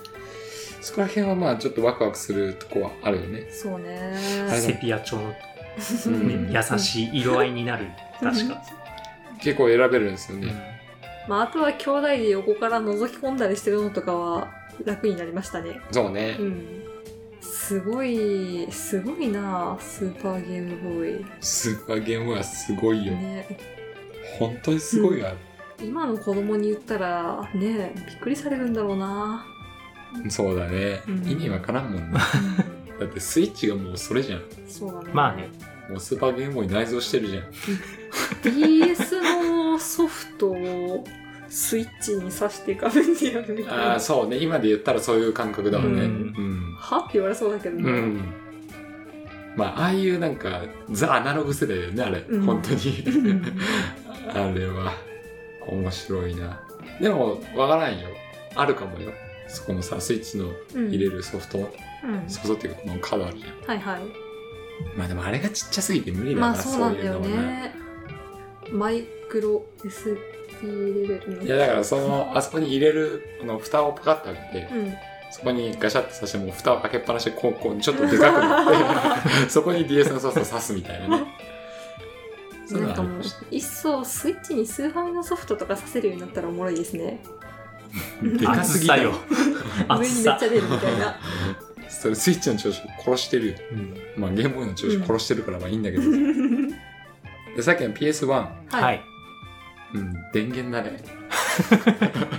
[SPEAKER 2] そこら辺はまあちょっとワクワクするとこはあるよね。
[SPEAKER 1] そうね
[SPEAKER 2] あれ
[SPEAKER 3] セピア調の
[SPEAKER 2] うん
[SPEAKER 3] ね優しい色合いになる。確か。
[SPEAKER 2] 結構選べるんですよ
[SPEAKER 3] うん
[SPEAKER 2] ね。
[SPEAKER 1] まああとは兄弟で横から覗き込んだりしてるのとかは楽になりましたね
[SPEAKER 2] そうね
[SPEAKER 1] う。んすごいすごいなスーパーゲームボー
[SPEAKER 2] スーパーゲームはすごい
[SPEAKER 1] イ
[SPEAKER 2] よ。
[SPEAKER 1] ね
[SPEAKER 2] 本当にすごいよ。
[SPEAKER 1] 今の子供に言ったらねびっくりされるんだろうな
[SPEAKER 2] そうだね
[SPEAKER 1] う。ん
[SPEAKER 2] 意味わからんもんね。だってスイッチがもうそれじゃん。
[SPEAKER 1] そう
[SPEAKER 2] [laughs]
[SPEAKER 1] だね
[SPEAKER 3] まあね
[SPEAKER 2] もうスーパーゲームボーイ内蔵してるじゃん。
[SPEAKER 1] DS のソフトをスイッチに挿して画面でやるみたい
[SPEAKER 2] あ
[SPEAKER 1] な
[SPEAKER 2] あ、そうね。今で言ったらそういう感覚だわね。
[SPEAKER 1] う
[SPEAKER 2] うん。
[SPEAKER 1] はって言われそうだけど
[SPEAKER 2] う
[SPEAKER 1] ね、
[SPEAKER 2] ん。まあ、ああいうなんか、ザ・アナログ世代だよね、あれ。
[SPEAKER 1] うん
[SPEAKER 2] 本当
[SPEAKER 1] う
[SPEAKER 2] に。
[SPEAKER 1] ん
[SPEAKER 2] [laughs] あれは、面白いな。でも、わからんよ。あるかもよ。そこのさ、スイッチの
[SPEAKER 1] うん
[SPEAKER 2] 入れるソフト、
[SPEAKER 1] うん
[SPEAKER 2] ソフトっていうか、このカードあるじゃん。
[SPEAKER 1] はいは
[SPEAKER 2] まあでも、あれがちっちゃすぎて無理
[SPEAKER 1] い
[SPEAKER 2] だな、
[SPEAKER 1] まあそうなんだよ
[SPEAKER 2] そういうのはな。
[SPEAKER 1] ねマイクロ SD レベルの
[SPEAKER 2] いや、だから、その、あそこに入れる、この蓋をパカッと開けて、
[SPEAKER 1] うん
[SPEAKER 2] そこにガシャッとさしてもう蓋を開けっぱなしでこうこうちょっとでかく
[SPEAKER 1] [laughs]
[SPEAKER 2] なってそこに DS のソフトを刺すみたいなねそういう
[SPEAKER 1] な
[SPEAKER 2] の
[SPEAKER 1] んか
[SPEAKER 2] はあり
[SPEAKER 1] もう
[SPEAKER 2] ました
[SPEAKER 1] いっそスイッチにスーファミのソフトとかさせるようになったらおもろいです
[SPEAKER 2] [laughs]
[SPEAKER 1] ね
[SPEAKER 2] でかす
[SPEAKER 3] 厚
[SPEAKER 2] ぎだ
[SPEAKER 3] さよ。
[SPEAKER 1] 上に
[SPEAKER 2] [laughs]
[SPEAKER 1] めっ
[SPEAKER 3] 厚
[SPEAKER 1] ちゃ
[SPEAKER 3] さ。
[SPEAKER 1] 出るみたいな、
[SPEAKER 2] それスイッチの調子殺してるよ
[SPEAKER 3] うん
[SPEAKER 2] まあゲームボーイの調子殺してるからまあいいんだけど、でさっきの PS1、
[SPEAKER 3] はい
[SPEAKER 2] [laughs]
[SPEAKER 3] い。
[SPEAKER 2] うん、電源だね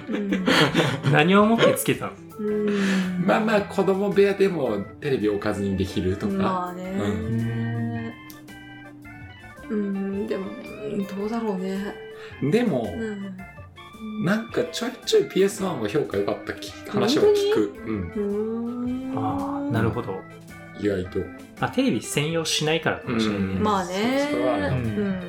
[SPEAKER 1] うん
[SPEAKER 3] 何を思ってつけたの
[SPEAKER 1] うん
[SPEAKER 2] まあまあ子供部屋でもテレビ置かずにできるとか、
[SPEAKER 1] まあね
[SPEAKER 3] ん
[SPEAKER 1] うんでもうんどうだろうね
[SPEAKER 2] でも、
[SPEAKER 1] うん
[SPEAKER 2] なんかちょいちょい PS1 は評価良かったき話は聞く、うん、
[SPEAKER 1] うん
[SPEAKER 3] ああ、なるほど。
[SPEAKER 2] 意外と
[SPEAKER 3] まあ、テレビ専用しないからかもしれないね。
[SPEAKER 2] うん
[SPEAKER 1] まあね
[SPEAKER 2] そそれはある
[SPEAKER 3] う
[SPEAKER 1] う
[SPEAKER 2] な
[SPEAKER 1] んん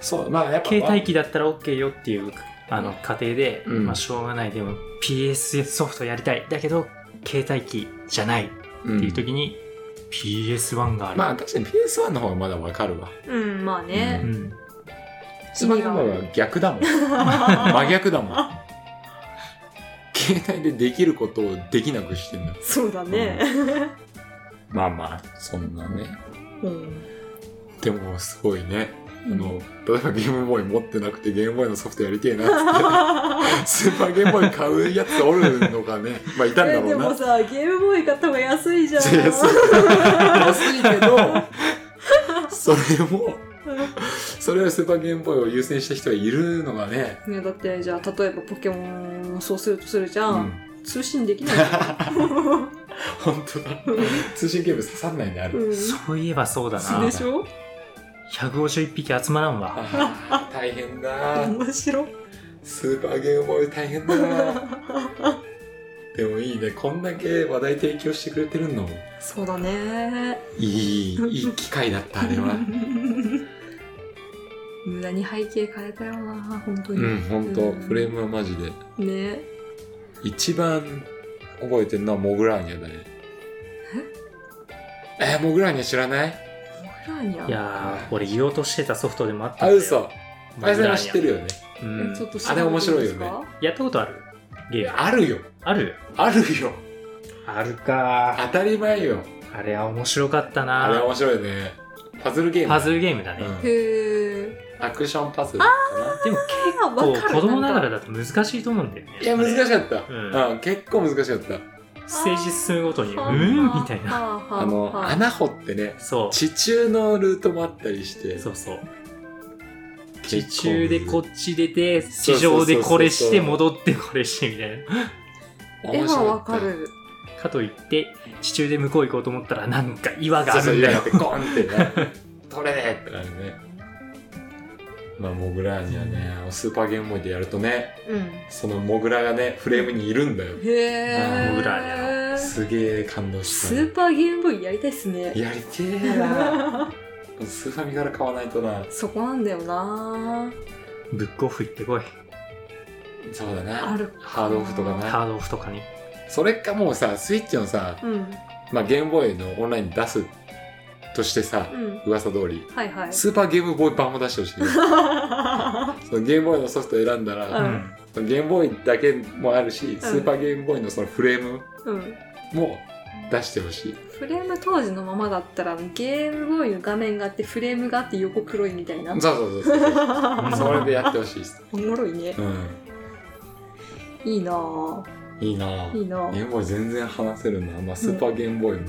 [SPEAKER 2] そうまあやっぱ
[SPEAKER 3] 携帯機だったら OK よっていうあの家庭で、
[SPEAKER 2] うん
[SPEAKER 3] まあしょうがないでも PS ソフトやりたいだけど携帯機じゃないって
[SPEAKER 2] うん
[SPEAKER 3] いう時に PS1 がある、
[SPEAKER 2] まあ確かに PS1 の方がまだわかるわ
[SPEAKER 1] うんまあ
[SPEAKER 3] う
[SPEAKER 1] ね、
[SPEAKER 3] ん、
[SPEAKER 2] スマホは逆だもん [laughs] 真逆だもん携帯でできることをできなくしてんだ
[SPEAKER 1] そうだね、
[SPEAKER 2] まあまあそんなね
[SPEAKER 1] うん、
[SPEAKER 2] でもすごいねあの例えばゲームボーイ持ってなくてゲームボーイのソフトやりてえなっ
[SPEAKER 1] [laughs]
[SPEAKER 2] つってスーパーゲームボーイ買うやつおるのかねまあいたんだ
[SPEAKER 1] え
[SPEAKER 2] ろ
[SPEAKER 1] で
[SPEAKER 2] うな
[SPEAKER 1] もさゲームボーイ買った方が安いじゃん
[SPEAKER 2] [laughs] 安い安いけど [laughs] それもそれよりスーパーゲームボーイを優先した人がいるのがね、
[SPEAKER 1] [laughs] ねだってじゃあ例えばポケモンをそうするとするじゃ、
[SPEAKER 2] うんん、
[SPEAKER 1] 通信できないじゃん
[SPEAKER 2] [laughs] 本当だ通信ケーブル刺さんないねある、
[SPEAKER 1] うん
[SPEAKER 3] そういえばそうだな
[SPEAKER 1] でしょ
[SPEAKER 3] 151匹集まらんわ
[SPEAKER 2] あー大変だ
[SPEAKER 1] 面白い
[SPEAKER 2] スーパーゲームボーイ大変だなでもいいねこんだけ話題提供してくれてるのも
[SPEAKER 1] そうだね
[SPEAKER 2] いいいい機会だったあれは
[SPEAKER 1] [laughs] 無駄に背景変えたよな本当に
[SPEAKER 2] うん本当
[SPEAKER 1] うん
[SPEAKER 2] フレームはマジで
[SPEAKER 1] ね
[SPEAKER 2] 一番覚えてるのはモグラーニャだねえー、モグラーニャ知らない
[SPEAKER 1] モグラーニャ
[SPEAKER 3] いやー俺言おうとしてたソフトでもあった
[SPEAKER 2] あ
[SPEAKER 3] んだよ
[SPEAKER 2] 嘘あれそれは知ってるよね
[SPEAKER 3] うん
[SPEAKER 1] えちょっと
[SPEAKER 2] あれ面白いよ
[SPEAKER 1] 調
[SPEAKER 2] ね
[SPEAKER 1] べて
[SPEAKER 3] やったことあるゲーム
[SPEAKER 2] あるよ
[SPEAKER 3] ある
[SPEAKER 2] あるよ
[SPEAKER 3] あるか
[SPEAKER 2] 当たり前よ
[SPEAKER 3] あれは面白かった
[SPEAKER 2] あれ
[SPEAKER 3] な
[SPEAKER 2] 面白いねパズルゲーム
[SPEAKER 3] パズルゲームだね、
[SPEAKER 2] う
[SPEAKER 1] いいで
[SPEAKER 2] ん
[SPEAKER 1] すかへえ
[SPEAKER 2] アクションパズルかな
[SPEAKER 3] でも
[SPEAKER 1] あ
[SPEAKER 3] こ
[SPEAKER 1] 分
[SPEAKER 3] う
[SPEAKER 1] かる
[SPEAKER 3] 子供ながら
[SPEAKER 1] んか
[SPEAKER 3] だと難しいと思うんだよね
[SPEAKER 2] いや難しかった、
[SPEAKER 3] うん
[SPEAKER 2] うん、結構難しかった
[SPEAKER 3] ステージ進むごとに「う
[SPEAKER 1] はあ
[SPEAKER 3] ん」みたいな
[SPEAKER 1] はあはあ
[SPEAKER 2] あの
[SPEAKER 1] はあ
[SPEAKER 2] 穴掘ってね
[SPEAKER 3] そ
[SPEAKER 2] 地中のルートもあったりして
[SPEAKER 3] うそうそう
[SPEAKER 2] 結構
[SPEAKER 3] 地中でこっち出て地上でこれして
[SPEAKER 2] そうそう
[SPEAKER 3] 戻ってこれしてみたい
[SPEAKER 1] 絵
[SPEAKER 2] 面
[SPEAKER 1] は
[SPEAKER 2] 白
[SPEAKER 1] わ
[SPEAKER 2] か
[SPEAKER 1] か
[SPEAKER 2] った
[SPEAKER 1] る
[SPEAKER 3] なかといって地中で向こう行こうと思ったらなんか岩が
[SPEAKER 2] そ
[SPEAKER 3] あ
[SPEAKER 2] うそ
[SPEAKER 3] る
[SPEAKER 2] うん言わ
[SPEAKER 3] だ
[SPEAKER 2] なく
[SPEAKER 3] よ
[SPEAKER 2] てゴンってな取れねえってなるねまあ、モグラーニャね、スーパーゲームボーイでやるとね、
[SPEAKER 1] うん
[SPEAKER 2] そのモグラがね、フレームにいるんだ
[SPEAKER 1] へ
[SPEAKER 2] よ。
[SPEAKER 1] え
[SPEAKER 3] モグラー
[SPEAKER 2] すげえ感動した。
[SPEAKER 1] スーパーゲームボーイやりたいっすね
[SPEAKER 2] やりてえな。スーファミから買わないとな。
[SPEAKER 1] そこなんだよな
[SPEAKER 3] ブックオフ行ってこい。
[SPEAKER 2] そうだ
[SPEAKER 1] あ
[SPEAKER 2] な。
[SPEAKER 1] る
[SPEAKER 2] ハードオフとかな。
[SPEAKER 3] ハードオフとかに。
[SPEAKER 2] それかもうさ、スイッチのさ、
[SPEAKER 1] うん
[SPEAKER 2] まあ、ゲームボーイのオンラインに出すとしてさ、
[SPEAKER 1] うん
[SPEAKER 2] 噂通り、
[SPEAKER 1] はいはい
[SPEAKER 2] スーパーゲームボーイ版も出してほしい。
[SPEAKER 1] [laughs]
[SPEAKER 2] そのゲームボーイのソフト選んだら、
[SPEAKER 1] うん
[SPEAKER 2] そのゲームボーイだけもあるし、スーパーゲームボーイのそのフレーム
[SPEAKER 1] [laughs] うん
[SPEAKER 2] も出してほしい。
[SPEAKER 1] フレーム当時のままだったらゲームボーイの画面があってフレームがあって横黒いみたいな
[SPEAKER 2] そうそうそうそう。それ
[SPEAKER 3] う
[SPEAKER 2] でやってほしいです。
[SPEAKER 1] おもろいね
[SPEAKER 2] うん。
[SPEAKER 1] いいなぁ
[SPEAKER 2] いいなぁ
[SPEAKER 1] いいな
[SPEAKER 2] ゲー
[SPEAKER 1] ぁ
[SPEAKER 2] ムボーイ全然話せるな。まあ、スーパーゲームボーイも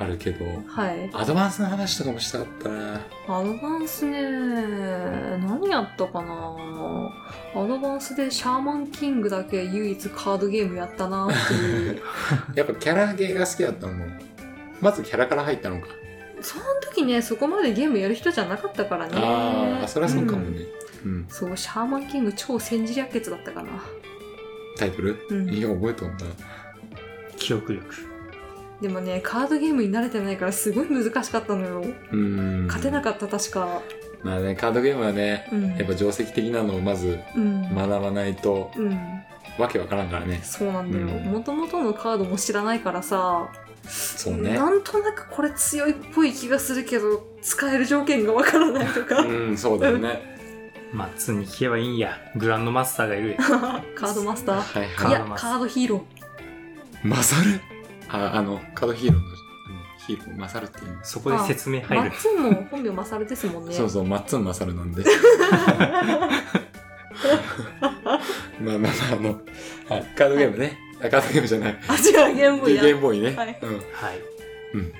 [SPEAKER 2] あるけど、
[SPEAKER 1] はい
[SPEAKER 2] アドバンスの話とかもしたかったな。
[SPEAKER 1] アドバンスね何やったかなアドバンスでシャーマンキングだけ唯一カードゲームやったなっていう
[SPEAKER 2] やっぱキャラゲーが好きだったのも、まずキャラから入ったのか。
[SPEAKER 1] その時ねそこまでゲームやる人じゃなかったからね
[SPEAKER 2] ああ、そりゃそうかも
[SPEAKER 1] ん
[SPEAKER 2] ね。うん。
[SPEAKER 1] そうシャーマンキング超戦時略決だったかな
[SPEAKER 2] タイトル
[SPEAKER 1] うん
[SPEAKER 2] いや、覚えとんな。
[SPEAKER 3] 記憶力。
[SPEAKER 1] でもねカードゲームに慣れてないからすごい難しかったのよ
[SPEAKER 2] うん。
[SPEAKER 1] 勝てなかった確か
[SPEAKER 2] まあね、カードゲームはね、
[SPEAKER 1] うん
[SPEAKER 2] やっぱ定石的なのをまず
[SPEAKER 1] うん、
[SPEAKER 2] 学ばないと、
[SPEAKER 1] うん
[SPEAKER 2] わけわからんからね。
[SPEAKER 1] そうなんだよ
[SPEAKER 2] うん
[SPEAKER 1] もともとのカードも知らないからさ
[SPEAKER 2] そうね。
[SPEAKER 1] なんとなくこれ強いっぽい気がするけど使える条件がわからないとか、
[SPEAKER 2] うん、そうだよね。
[SPEAKER 3] まあ、通に聞けばいいんや。グランドマスターがいる。
[SPEAKER 1] カードマスター
[SPEAKER 2] はい
[SPEAKER 3] カ
[SPEAKER 1] い
[SPEAKER 2] は
[SPEAKER 3] ー
[SPEAKER 1] や
[SPEAKER 3] ドマスター
[SPEAKER 1] カードヒーロ
[SPEAKER 2] い。マサルあ、あの、カードヒーローの、あのヒーロー、マサルって言うんです。
[SPEAKER 3] そこで説明
[SPEAKER 1] ーマ
[SPEAKER 3] 入る
[SPEAKER 1] ッ。ツンも本名マサルですもんね
[SPEAKER 2] そうそう、マッツンマサルな
[SPEAKER 1] [laughs]
[SPEAKER 2] んで。まあまあまあ、あの、はい、カードゲームね。あ、カードゲームじゃない。
[SPEAKER 1] あ違うゲームボーイ
[SPEAKER 2] ゲー
[SPEAKER 1] や
[SPEAKER 2] ムボーイね。
[SPEAKER 1] はい
[SPEAKER 2] うん。
[SPEAKER 3] はい。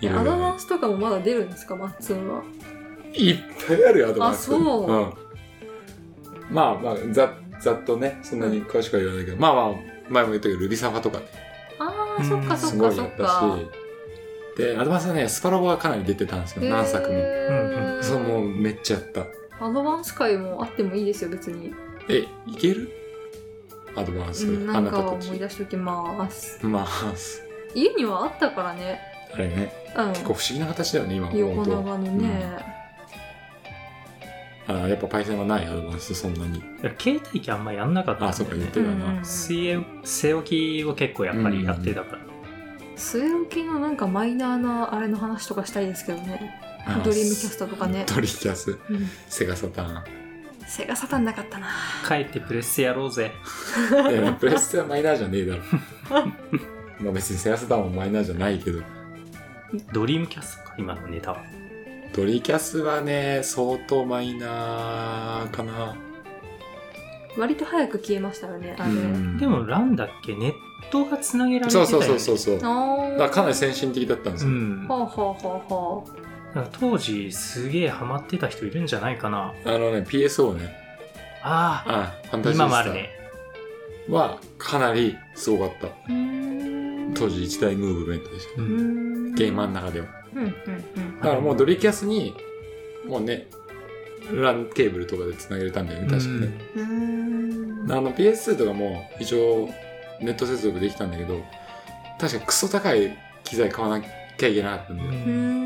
[SPEAKER 2] いろ
[SPEAKER 1] ア
[SPEAKER 2] い
[SPEAKER 1] ド
[SPEAKER 2] ろ
[SPEAKER 1] バ
[SPEAKER 2] ね
[SPEAKER 1] ンスとかもまだ出るんですかマッツンはい
[SPEAKER 2] っぱいあるよ、アドバンス。
[SPEAKER 1] あそう
[SPEAKER 2] うん。まあまあ、ざざっとね、そんなに詳しくは言わないけど、まあまあ、前も言ったけど、ルビサファとかね、
[SPEAKER 1] あー
[SPEAKER 3] うん
[SPEAKER 1] そっかそ
[SPEAKER 2] す
[SPEAKER 1] っ
[SPEAKER 2] ご
[SPEAKER 1] か
[SPEAKER 2] い
[SPEAKER 1] そ
[SPEAKER 2] や
[SPEAKER 1] っ
[SPEAKER 2] ったし
[SPEAKER 1] か、
[SPEAKER 2] で、アドバンスはね、スパロボがかなり出てたんですよ、何作も。
[SPEAKER 1] へー
[SPEAKER 2] そう、もうめっちゃやった。
[SPEAKER 1] アドバンス会もあってもいいですよ別に、
[SPEAKER 2] え、いけるアドバンス、
[SPEAKER 1] うん、な
[SPEAKER 2] あ
[SPEAKER 1] ん
[SPEAKER 2] な
[SPEAKER 1] か
[SPEAKER 2] た
[SPEAKER 1] 思
[SPEAKER 2] た
[SPEAKER 1] い
[SPEAKER 2] ち。
[SPEAKER 1] 出しときます
[SPEAKER 2] まあ、
[SPEAKER 1] 家にはあったからね
[SPEAKER 2] あれね、
[SPEAKER 1] うん
[SPEAKER 2] 結構不思議な形だよね、今思
[SPEAKER 1] 横
[SPEAKER 2] うと。
[SPEAKER 1] 長のね、
[SPEAKER 2] あやっぱパイセンはないアドバンス、そんなに。
[SPEAKER 3] いや携帯機あんまやんなかったん
[SPEAKER 2] あ、
[SPEAKER 3] だ
[SPEAKER 2] そう
[SPEAKER 3] よ
[SPEAKER 2] か、言っ
[SPEAKER 3] ね
[SPEAKER 2] て。たな。
[SPEAKER 1] うん
[SPEAKER 3] 水泳、背置きを結構やっぱりやってたから。
[SPEAKER 1] 据え置きのなんかマイナーなあれの話とかしたいですけどね
[SPEAKER 2] あ
[SPEAKER 1] ドリームキャスターとかね、
[SPEAKER 2] [laughs] ドリームキャス、
[SPEAKER 1] うん、
[SPEAKER 2] セガサターン。
[SPEAKER 1] セガサタンなかったな
[SPEAKER 3] 帰ってプレステやろうぜ。
[SPEAKER 2] いやプレステはマイナーじゃねえだろ [laughs] まあ別にセガサターンもマイナーじゃないけど
[SPEAKER 3] ドリームキャストか、今のネタは。
[SPEAKER 2] ドリキャスはね相当マイナーかな
[SPEAKER 1] 割と早く消えましたよねあ
[SPEAKER 2] う
[SPEAKER 1] れ、
[SPEAKER 2] ん
[SPEAKER 3] でも、ランだっけネットがつなげられてた
[SPEAKER 2] そ
[SPEAKER 3] よ
[SPEAKER 2] う
[SPEAKER 3] ね。
[SPEAKER 2] そうそうそうそうだか
[SPEAKER 1] あ
[SPEAKER 2] らかなり
[SPEAKER 1] 先
[SPEAKER 2] 先進的だったんです
[SPEAKER 3] う
[SPEAKER 2] よ、
[SPEAKER 3] ん。
[SPEAKER 1] はあはあはあはあ
[SPEAKER 3] なんか当時すげえハマってた人いるんじゃないかな
[SPEAKER 2] あのね PSO ね
[SPEAKER 3] あ
[SPEAKER 2] あファン
[SPEAKER 3] あ
[SPEAKER 2] タジ
[SPEAKER 3] 今
[SPEAKER 2] ー
[SPEAKER 3] もあ
[SPEAKER 2] ス
[SPEAKER 3] るね
[SPEAKER 2] ターはかなりすごかった
[SPEAKER 1] うーん
[SPEAKER 2] 当時一大ムーブメントでした
[SPEAKER 3] う
[SPEAKER 1] うんーん
[SPEAKER 2] ゲーマーの中では
[SPEAKER 1] うんうんうん
[SPEAKER 2] だからもうドリキャスにもうねランケーブルとかでつなげれたんだよね確かね、
[SPEAKER 1] うーん
[SPEAKER 2] あの PS2 とかも一応ネット接続できたんだけど確かクソ高い機材買わなきゃいけなかったんだ
[SPEAKER 3] う
[SPEAKER 2] よ、
[SPEAKER 1] うー
[SPEAKER 3] ん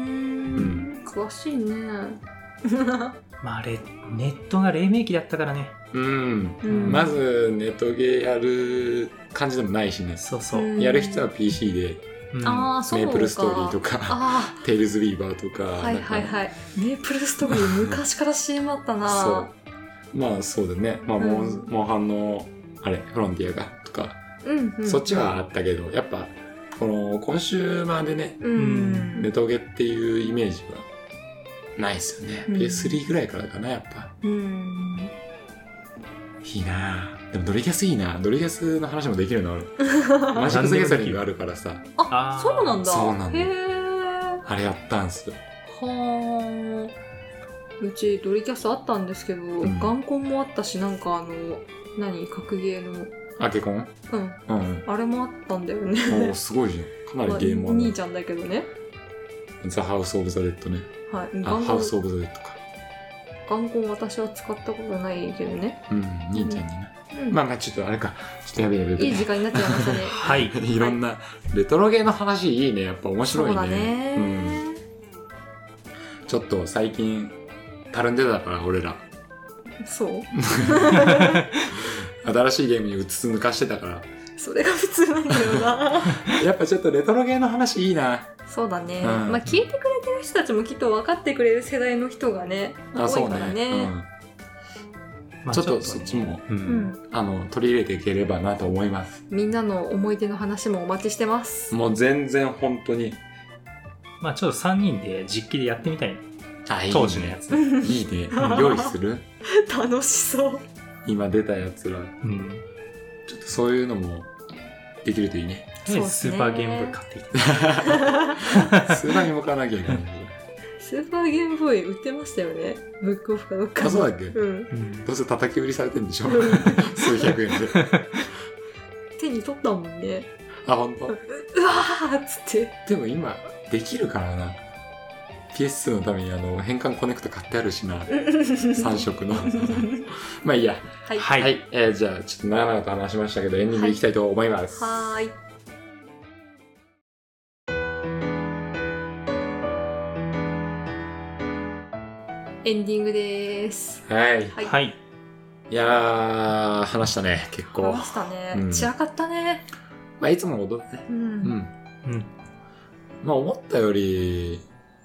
[SPEAKER 1] ん詳しいね
[SPEAKER 3] まあれネットが黎明期だったからね
[SPEAKER 2] うん
[SPEAKER 1] うん
[SPEAKER 2] まずネットゲーやる感じでもないしね、
[SPEAKER 3] そうそう、
[SPEAKER 1] うん
[SPEAKER 2] やる人は PC で
[SPEAKER 3] うん
[SPEAKER 1] ああそう
[SPEAKER 2] メ
[SPEAKER 1] か
[SPEAKER 2] ープルストーリーとか
[SPEAKER 1] あ
[SPEAKER 2] テイルズ・ビーバーとか
[SPEAKER 1] あはいはい
[SPEAKER 2] い
[SPEAKER 1] はいメープルストーリー昔から CM あったな
[SPEAKER 2] そうまあそうだねまあモン,、
[SPEAKER 1] うん
[SPEAKER 2] モンハンのあれフロンティアがとか、
[SPEAKER 1] うんうん
[SPEAKER 2] そっちはあったけどやっぱこのコンシューマーでね
[SPEAKER 1] うん
[SPEAKER 2] ネトゲっていうイメージはないですよね、
[SPEAKER 1] うん
[SPEAKER 2] PS3 ぐらいからかなやっぱ
[SPEAKER 1] うん
[SPEAKER 2] いいなあでもドリキャスいいなあドリキャスの話もできる
[SPEAKER 1] [laughs]
[SPEAKER 2] の俺マジック・ザ・ギャザリングあるからさ
[SPEAKER 1] あ
[SPEAKER 3] あー
[SPEAKER 1] そうなんだ
[SPEAKER 2] そうなんだ
[SPEAKER 1] へー
[SPEAKER 2] あれやったんすよ
[SPEAKER 1] はあうちドリキャスあったんですけど、
[SPEAKER 2] ん
[SPEAKER 1] ガンコンもあったしなんかあの何格ゲーの
[SPEAKER 2] アケコン
[SPEAKER 1] うん
[SPEAKER 2] うん
[SPEAKER 1] あれもあったんだよね
[SPEAKER 2] おおすごいじゃんかなりゲーム
[SPEAKER 1] まあ
[SPEAKER 2] は
[SPEAKER 1] 兄
[SPEAKER 2] ね
[SPEAKER 1] ちゃんだけどね
[SPEAKER 2] ザ・ハウス・オブ・ザ・デッドね
[SPEAKER 1] はい
[SPEAKER 2] あ
[SPEAKER 1] ガン
[SPEAKER 2] ハ
[SPEAKER 1] コン
[SPEAKER 2] ウス・オブ・ザ・デッドか
[SPEAKER 1] 眼光私は使ったことないけどね。
[SPEAKER 2] うん、兄ちゃんにな。
[SPEAKER 1] うん
[SPEAKER 2] まあまあ、ちょっとあれか。ちょっとやべえやべえやべえ
[SPEAKER 1] いい時間になっちゃいました
[SPEAKER 2] [laughs]
[SPEAKER 1] ね。
[SPEAKER 3] はい。
[SPEAKER 2] いろんな、レトロゲーの話いいね。やっぱ面白い
[SPEAKER 1] そ
[SPEAKER 2] ね。
[SPEAKER 1] うだね、
[SPEAKER 2] うん。ちょっと最近、たるんでたから、俺ら。
[SPEAKER 1] そう。
[SPEAKER 2] 新しいゲームにうつつ抜かしてたか
[SPEAKER 1] それが普通なんだよな。
[SPEAKER 2] [laughs] ら。やっぱちょっとレトロゲーの話いいな。
[SPEAKER 1] そうだね、
[SPEAKER 2] うん
[SPEAKER 1] まあ聞いてくれてる人たちもきっと分かってくれる世代の人がね多
[SPEAKER 2] あ、そ
[SPEAKER 1] いうか
[SPEAKER 2] ね。
[SPEAKER 1] ら
[SPEAKER 2] う
[SPEAKER 1] ね
[SPEAKER 2] ん
[SPEAKER 3] まあ
[SPEAKER 2] ちょっとそっち。
[SPEAKER 3] ね
[SPEAKER 2] も、
[SPEAKER 3] う。
[SPEAKER 1] うんん
[SPEAKER 2] あの、取り入れていければなと思います。
[SPEAKER 1] みんなの思い出の話もお待ちしてます
[SPEAKER 2] もう全然本当に。
[SPEAKER 3] まあちょっと3人で実機でやってみたい。
[SPEAKER 2] あ、いいね
[SPEAKER 3] 当時のやつ。
[SPEAKER 2] いい
[SPEAKER 1] [laughs]
[SPEAKER 2] ね。用意する
[SPEAKER 1] 楽しそう
[SPEAKER 2] 今出たやつら。
[SPEAKER 3] うん。
[SPEAKER 2] ちょっとそういうのも、できるといい [laughs] ね。
[SPEAKER 1] そうっす
[SPEAKER 3] ス
[SPEAKER 1] ね
[SPEAKER 3] ーパーゲーム部買ってきて。
[SPEAKER 2] スーパーに向かなきゃいけない。
[SPEAKER 1] スーパーゲームボーイ売ってましたよねブックオフかどっか
[SPEAKER 2] あ、
[SPEAKER 1] に
[SPEAKER 2] そうだっけ
[SPEAKER 1] うん
[SPEAKER 3] うん
[SPEAKER 2] どうせ叩き売りされてん
[SPEAKER 1] [laughs]
[SPEAKER 2] でしょ
[SPEAKER 1] うん
[SPEAKER 2] 数百円で。
[SPEAKER 1] 手に取ったもんね
[SPEAKER 2] あ、本当。
[SPEAKER 1] うわーっつって
[SPEAKER 2] でも今、できるからな。PS2 のためにあの、変換コネクト買ってあるしな。3
[SPEAKER 1] [laughs]
[SPEAKER 2] 色の。まあいいや。
[SPEAKER 1] はい
[SPEAKER 3] はい。
[SPEAKER 2] はい。えーじゃあ、ちょっと長々と話しましたけど、エンディングいきたいと思います。
[SPEAKER 1] はーいエンディングです
[SPEAKER 2] はい。
[SPEAKER 1] はい、
[SPEAKER 3] はい。
[SPEAKER 2] いやー、話したね、結構。
[SPEAKER 1] 話したね、
[SPEAKER 2] うん
[SPEAKER 1] 散らかったね
[SPEAKER 2] まあ、いつものことだね。
[SPEAKER 1] う、
[SPEAKER 2] うんん。
[SPEAKER 3] うん。
[SPEAKER 2] まあ、思ったより、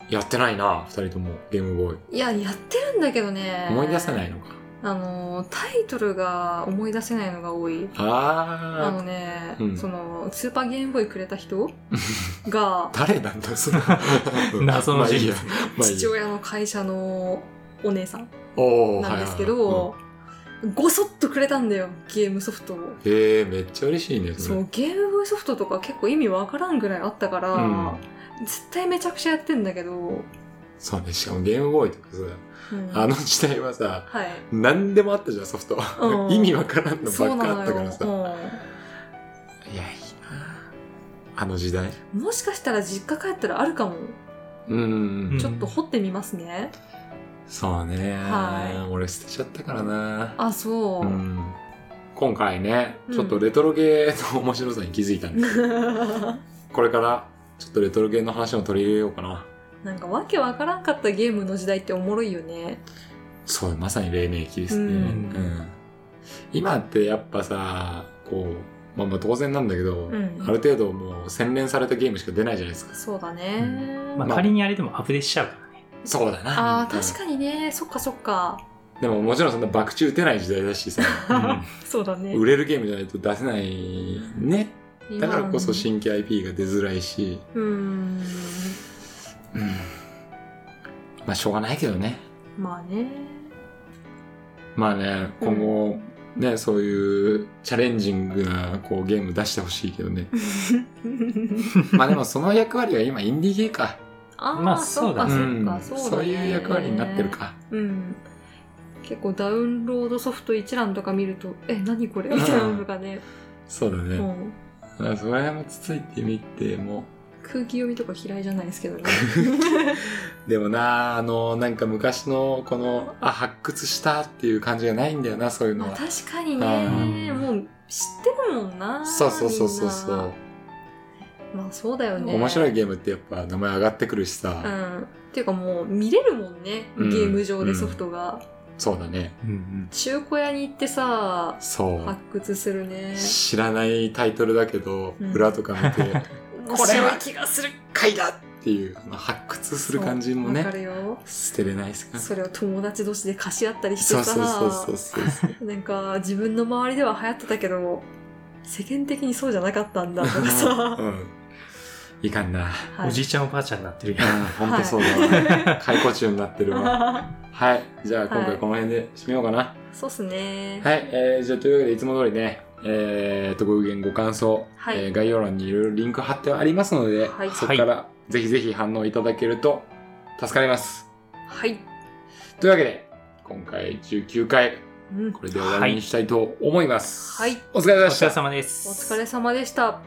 [SPEAKER 2] やってないな、二人とも、ゲームボーイ。
[SPEAKER 1] いややってるんだけどね
[SPEAKER 2] 思い出せないのか。
[SPEAKER 1] あのタイトルが思い出せないのが多いあ
[SPEAKER 2] あ
[SPEAKER 1] のね、
[SPEAKER 2] うん
[SPEAKER 1] そのスーパーゲームボーイくれた人
[SPEAKER 2] [laughs]
[SPEAKER 1] が
[SPEAKER 2] ー、誰なんだ、その
[SPEAKER 3] [laughs] 謎の
[SPEAKER 2] まあいい
[SPEAKER 3] 人
[SPEAKER 2] や
[SPEAKER 3] 物。
[SPEAKER 2] まあいい
[SPEAKER 1] 父
[SPEAKER 2] や。
[SPEAKER 1] 親の会社のお姉さん
[SPEAKER 2] おー
[SPEAKER 1] なんですけ
[SPEAKER 2] はいはいはいうん
[SPEAKER 1] ど、ごそっとくれたんだよゲームソフトを。
[SPEAKER 2] へえめっちゃ嬉しいねそ
[SPEAKER 1] そ
[SPEAKER 2] れ
[SPEAKER 1] うゲームボーイソフトとか結構意味わからんぐらいあったから、
[SPEAKER 2] うん
[SPEAKER 1] 絶対めちゃくちゃやってんだけど、
[SPEAKER 2] そうねしかもゲームボーイとかさ、
[SPEAKER 1] うん
[SPEAKER 2] あの時代はさ
[SPEAKER 1] はい
[SPEAKER 2] 何でもあったじゃんソフト、
[SPEAKER 1] うん
[SPEAKER 2] [laughs] 意味わからんの
[SPEAKER 1] そ
[SPEAKER 2] ば
[SPEAKER 1] う
[SPEAKER 2] っか
[SPEAKER 1] な
[SPEAKER 2] あっ
[SPEAKER 1] の
[SPEAKER 2] た
[SPEAKER 1] よ
[SPEAKER 2] からさ、いやいいなあの時代
[SPEAKER 1] うんもしかしたら実家帰ったらあるかも、
[SPEAKER 2] うん、
[SPEAKER 3] うん
[SPEAKER 1] ちょっと掘ってみますね
[SPEAKER 2] そうね、
[SPEAKER 1] は
[SPEAKER 2] 俺捨てちゃったからな
[SPEAKER 1] あそう、
[SPEAKER 2] うん今回ね
[SPEAKER 1] うん
[SPEAKER 2] ちょっとレトロゲーの面白さに気づいたんで、これからちょっとレトロゲーの話も取り入れようかな
[SPEAKER 1] [laughs] なんかわけわからんかったゲームの時代っておもろいよね
[SPEAKER 2] そうまさに黎明期ですね、
[SPEAKER 1] うん
[SPEAKER 2] うん今ってやっぱさこうまあまあ当然なんだけど、
[SPEAKER 1] ん
[SPEAKER 2] ある程度もう洗練されたゲームしか出ないじゃないですか
[SPEAKER 1] そうだね、
[SPEAKER 3] まあ
[SPEAKER 2] まあ
[SPEAKER 3] 仮にあれでもアップデートしちゃうからね。
[SPEAKER 2] そうだな
[SPEAKER 1] あー確かにねそっかそっか
[SPEAKER 2] にでももちろんそんな爆打てない時代だしさ
[SPEAKER 1] そうだね
[SPEAKER 2] 売れるゲームじゃないと出せないねだからこそ新規 IP が出づらいし、
[SPEAKER 1] うーん
[SPEAKER 2] うんまあしょうがないけどね
[SPEAKER 1] まあ
[SPEAKER 2] [laughs]
[SPEAKER 1] ね
[SPEAKER 2] まあね今後ねそういうチャレンジングなこうゲーム出してほしいけ
[SPEAKER 1] [laughs]
[SPEAKER 2] どねまあでもその役割は今インディーゲーか
[SPEAKER 1] あー、
[SPEAKER 3] まあ
[SPEAKER 1] そっか
[SPEAKER 3] そ
[SPEAKER 1] そうっ
[SPEAKER 2] ん
[SPEAKER 1] かそうだね
[SPEAKER 2] そういう役割になってるか
[SPEAKER 1] うん結構ダウンロードソフト一覧とか見ると「え何これ?」みたいなのがね、
[SPEAKER 2] そうだ
[SPEAKER 1] う
[SPEAKER 2] ね、
[SPEAKER 1] ん、
[SPEAKER 2] うん、それもつついてみても
[SPEAKER 1] 空気読みとか嫌いじゃないですけ
[SPEAKER 2] [laughs]
[SPEAKER 1] どね
[SPEAKER 2] でもなあのなんか昔のこのあ発掘したっていう感じがないんだよなそういうの
[SPEAKER 1] まあ
[SPEAKER 2] は、
[SPEAKER 1] 確かにね
[SPEAKER 3] うん
[SPEAKER 1] もう知ってるもんな
[SPEAKER 2] そうそうそうそうそ
[SPEAKER 1] みん
[SPEAKER 2] う
[SPEAKER 1] な、まあそうだよね
[SPEAKER 2] 面白いゲームってやっぱ名前上がってくるしさ、
[SPEAKER 1] うんっていうかもう見れるもんねゲ
[SPEAKER 2] うん
[SPEAKER 1] ーム上でソフトが、
[SPEAKER 2] そうだね
[SPEAKER 3] うんうん。
[SPEAKER 1] 中古屋に行ってさ
[SPEAKER 2] そう
[SPEAKER 1] 発掘するね
[SPEAKER 2] 知らないタイトルだけど、
[SPEAKER 1] うん
[SPEAKER 2] 裏とか見て [laughs]
[SPEAKER 1] 面
[SPEAKER 2] これ
[SPEAKER 1] 白い
[SPEAKER 2] は
[SPEAKER 1] 気がする
[SPEAKER 2] 貝だっていうあの発掘する感じも
[SPEAKER 1] わか
[SPEAKER 2] ね
[SPEAKER 1] るよ
[SPEAKER 2] 捨てれないですから
[SPEAKER 1] それを友達同士で貸し合ったりして
[SPEAKER 2] そう
[SPEAKER 1] さ
[SPEAKER 2] そうそうそうそう
[SPEAKER 1] なんか自分の周りでは流行ってたけど世間的にそうじゃなかったんだとかさ、
[SPEAKER 2] [laughs] うん、いかんな。
[SPEAKER 1] はい
[SPEAKER 3] おじいちゃんおばあちゃんになってるやん。
[SPEAKER 2] うん、ほんとそう [laughs] だわ。
[SPEAKER 1] [laughs]
[SPEAKER 2] 解雇中になってるわ。はい。じゃあ今回この辺で締めようかな。
[SPEAKER 1] そうっすね
[SPEAKER 2] はい。えー、じゃあというわけでいつも通りね、えー、と、ご意見、ご感想、
[SPEAKER 1] はい
[SPEAKER 2] えー概要欄にいろいろリンク貼ってありますので、
[SPEAKER 1] はい
[SPEAKER 2] そこからぜひぜひ反応いただけると助かります。
[SPEAKER 1] はい、
[SPEAKER 2] というわけで、今回19回、
[SPEAKER 1] うん、
[SPEAKER 2] これで終わりにしたいと思います。
[SPEAKER 1] はい。
[SPEAKER 2] お疲れ
[SPEAKER 3] お
[SPEAKER 2] 様でした
[SPEAKER 3] 疲れ。様で
[SPEAKER 1] お
[SPEAKER 3] す。
[SPEAKER 1] 疲れ様でした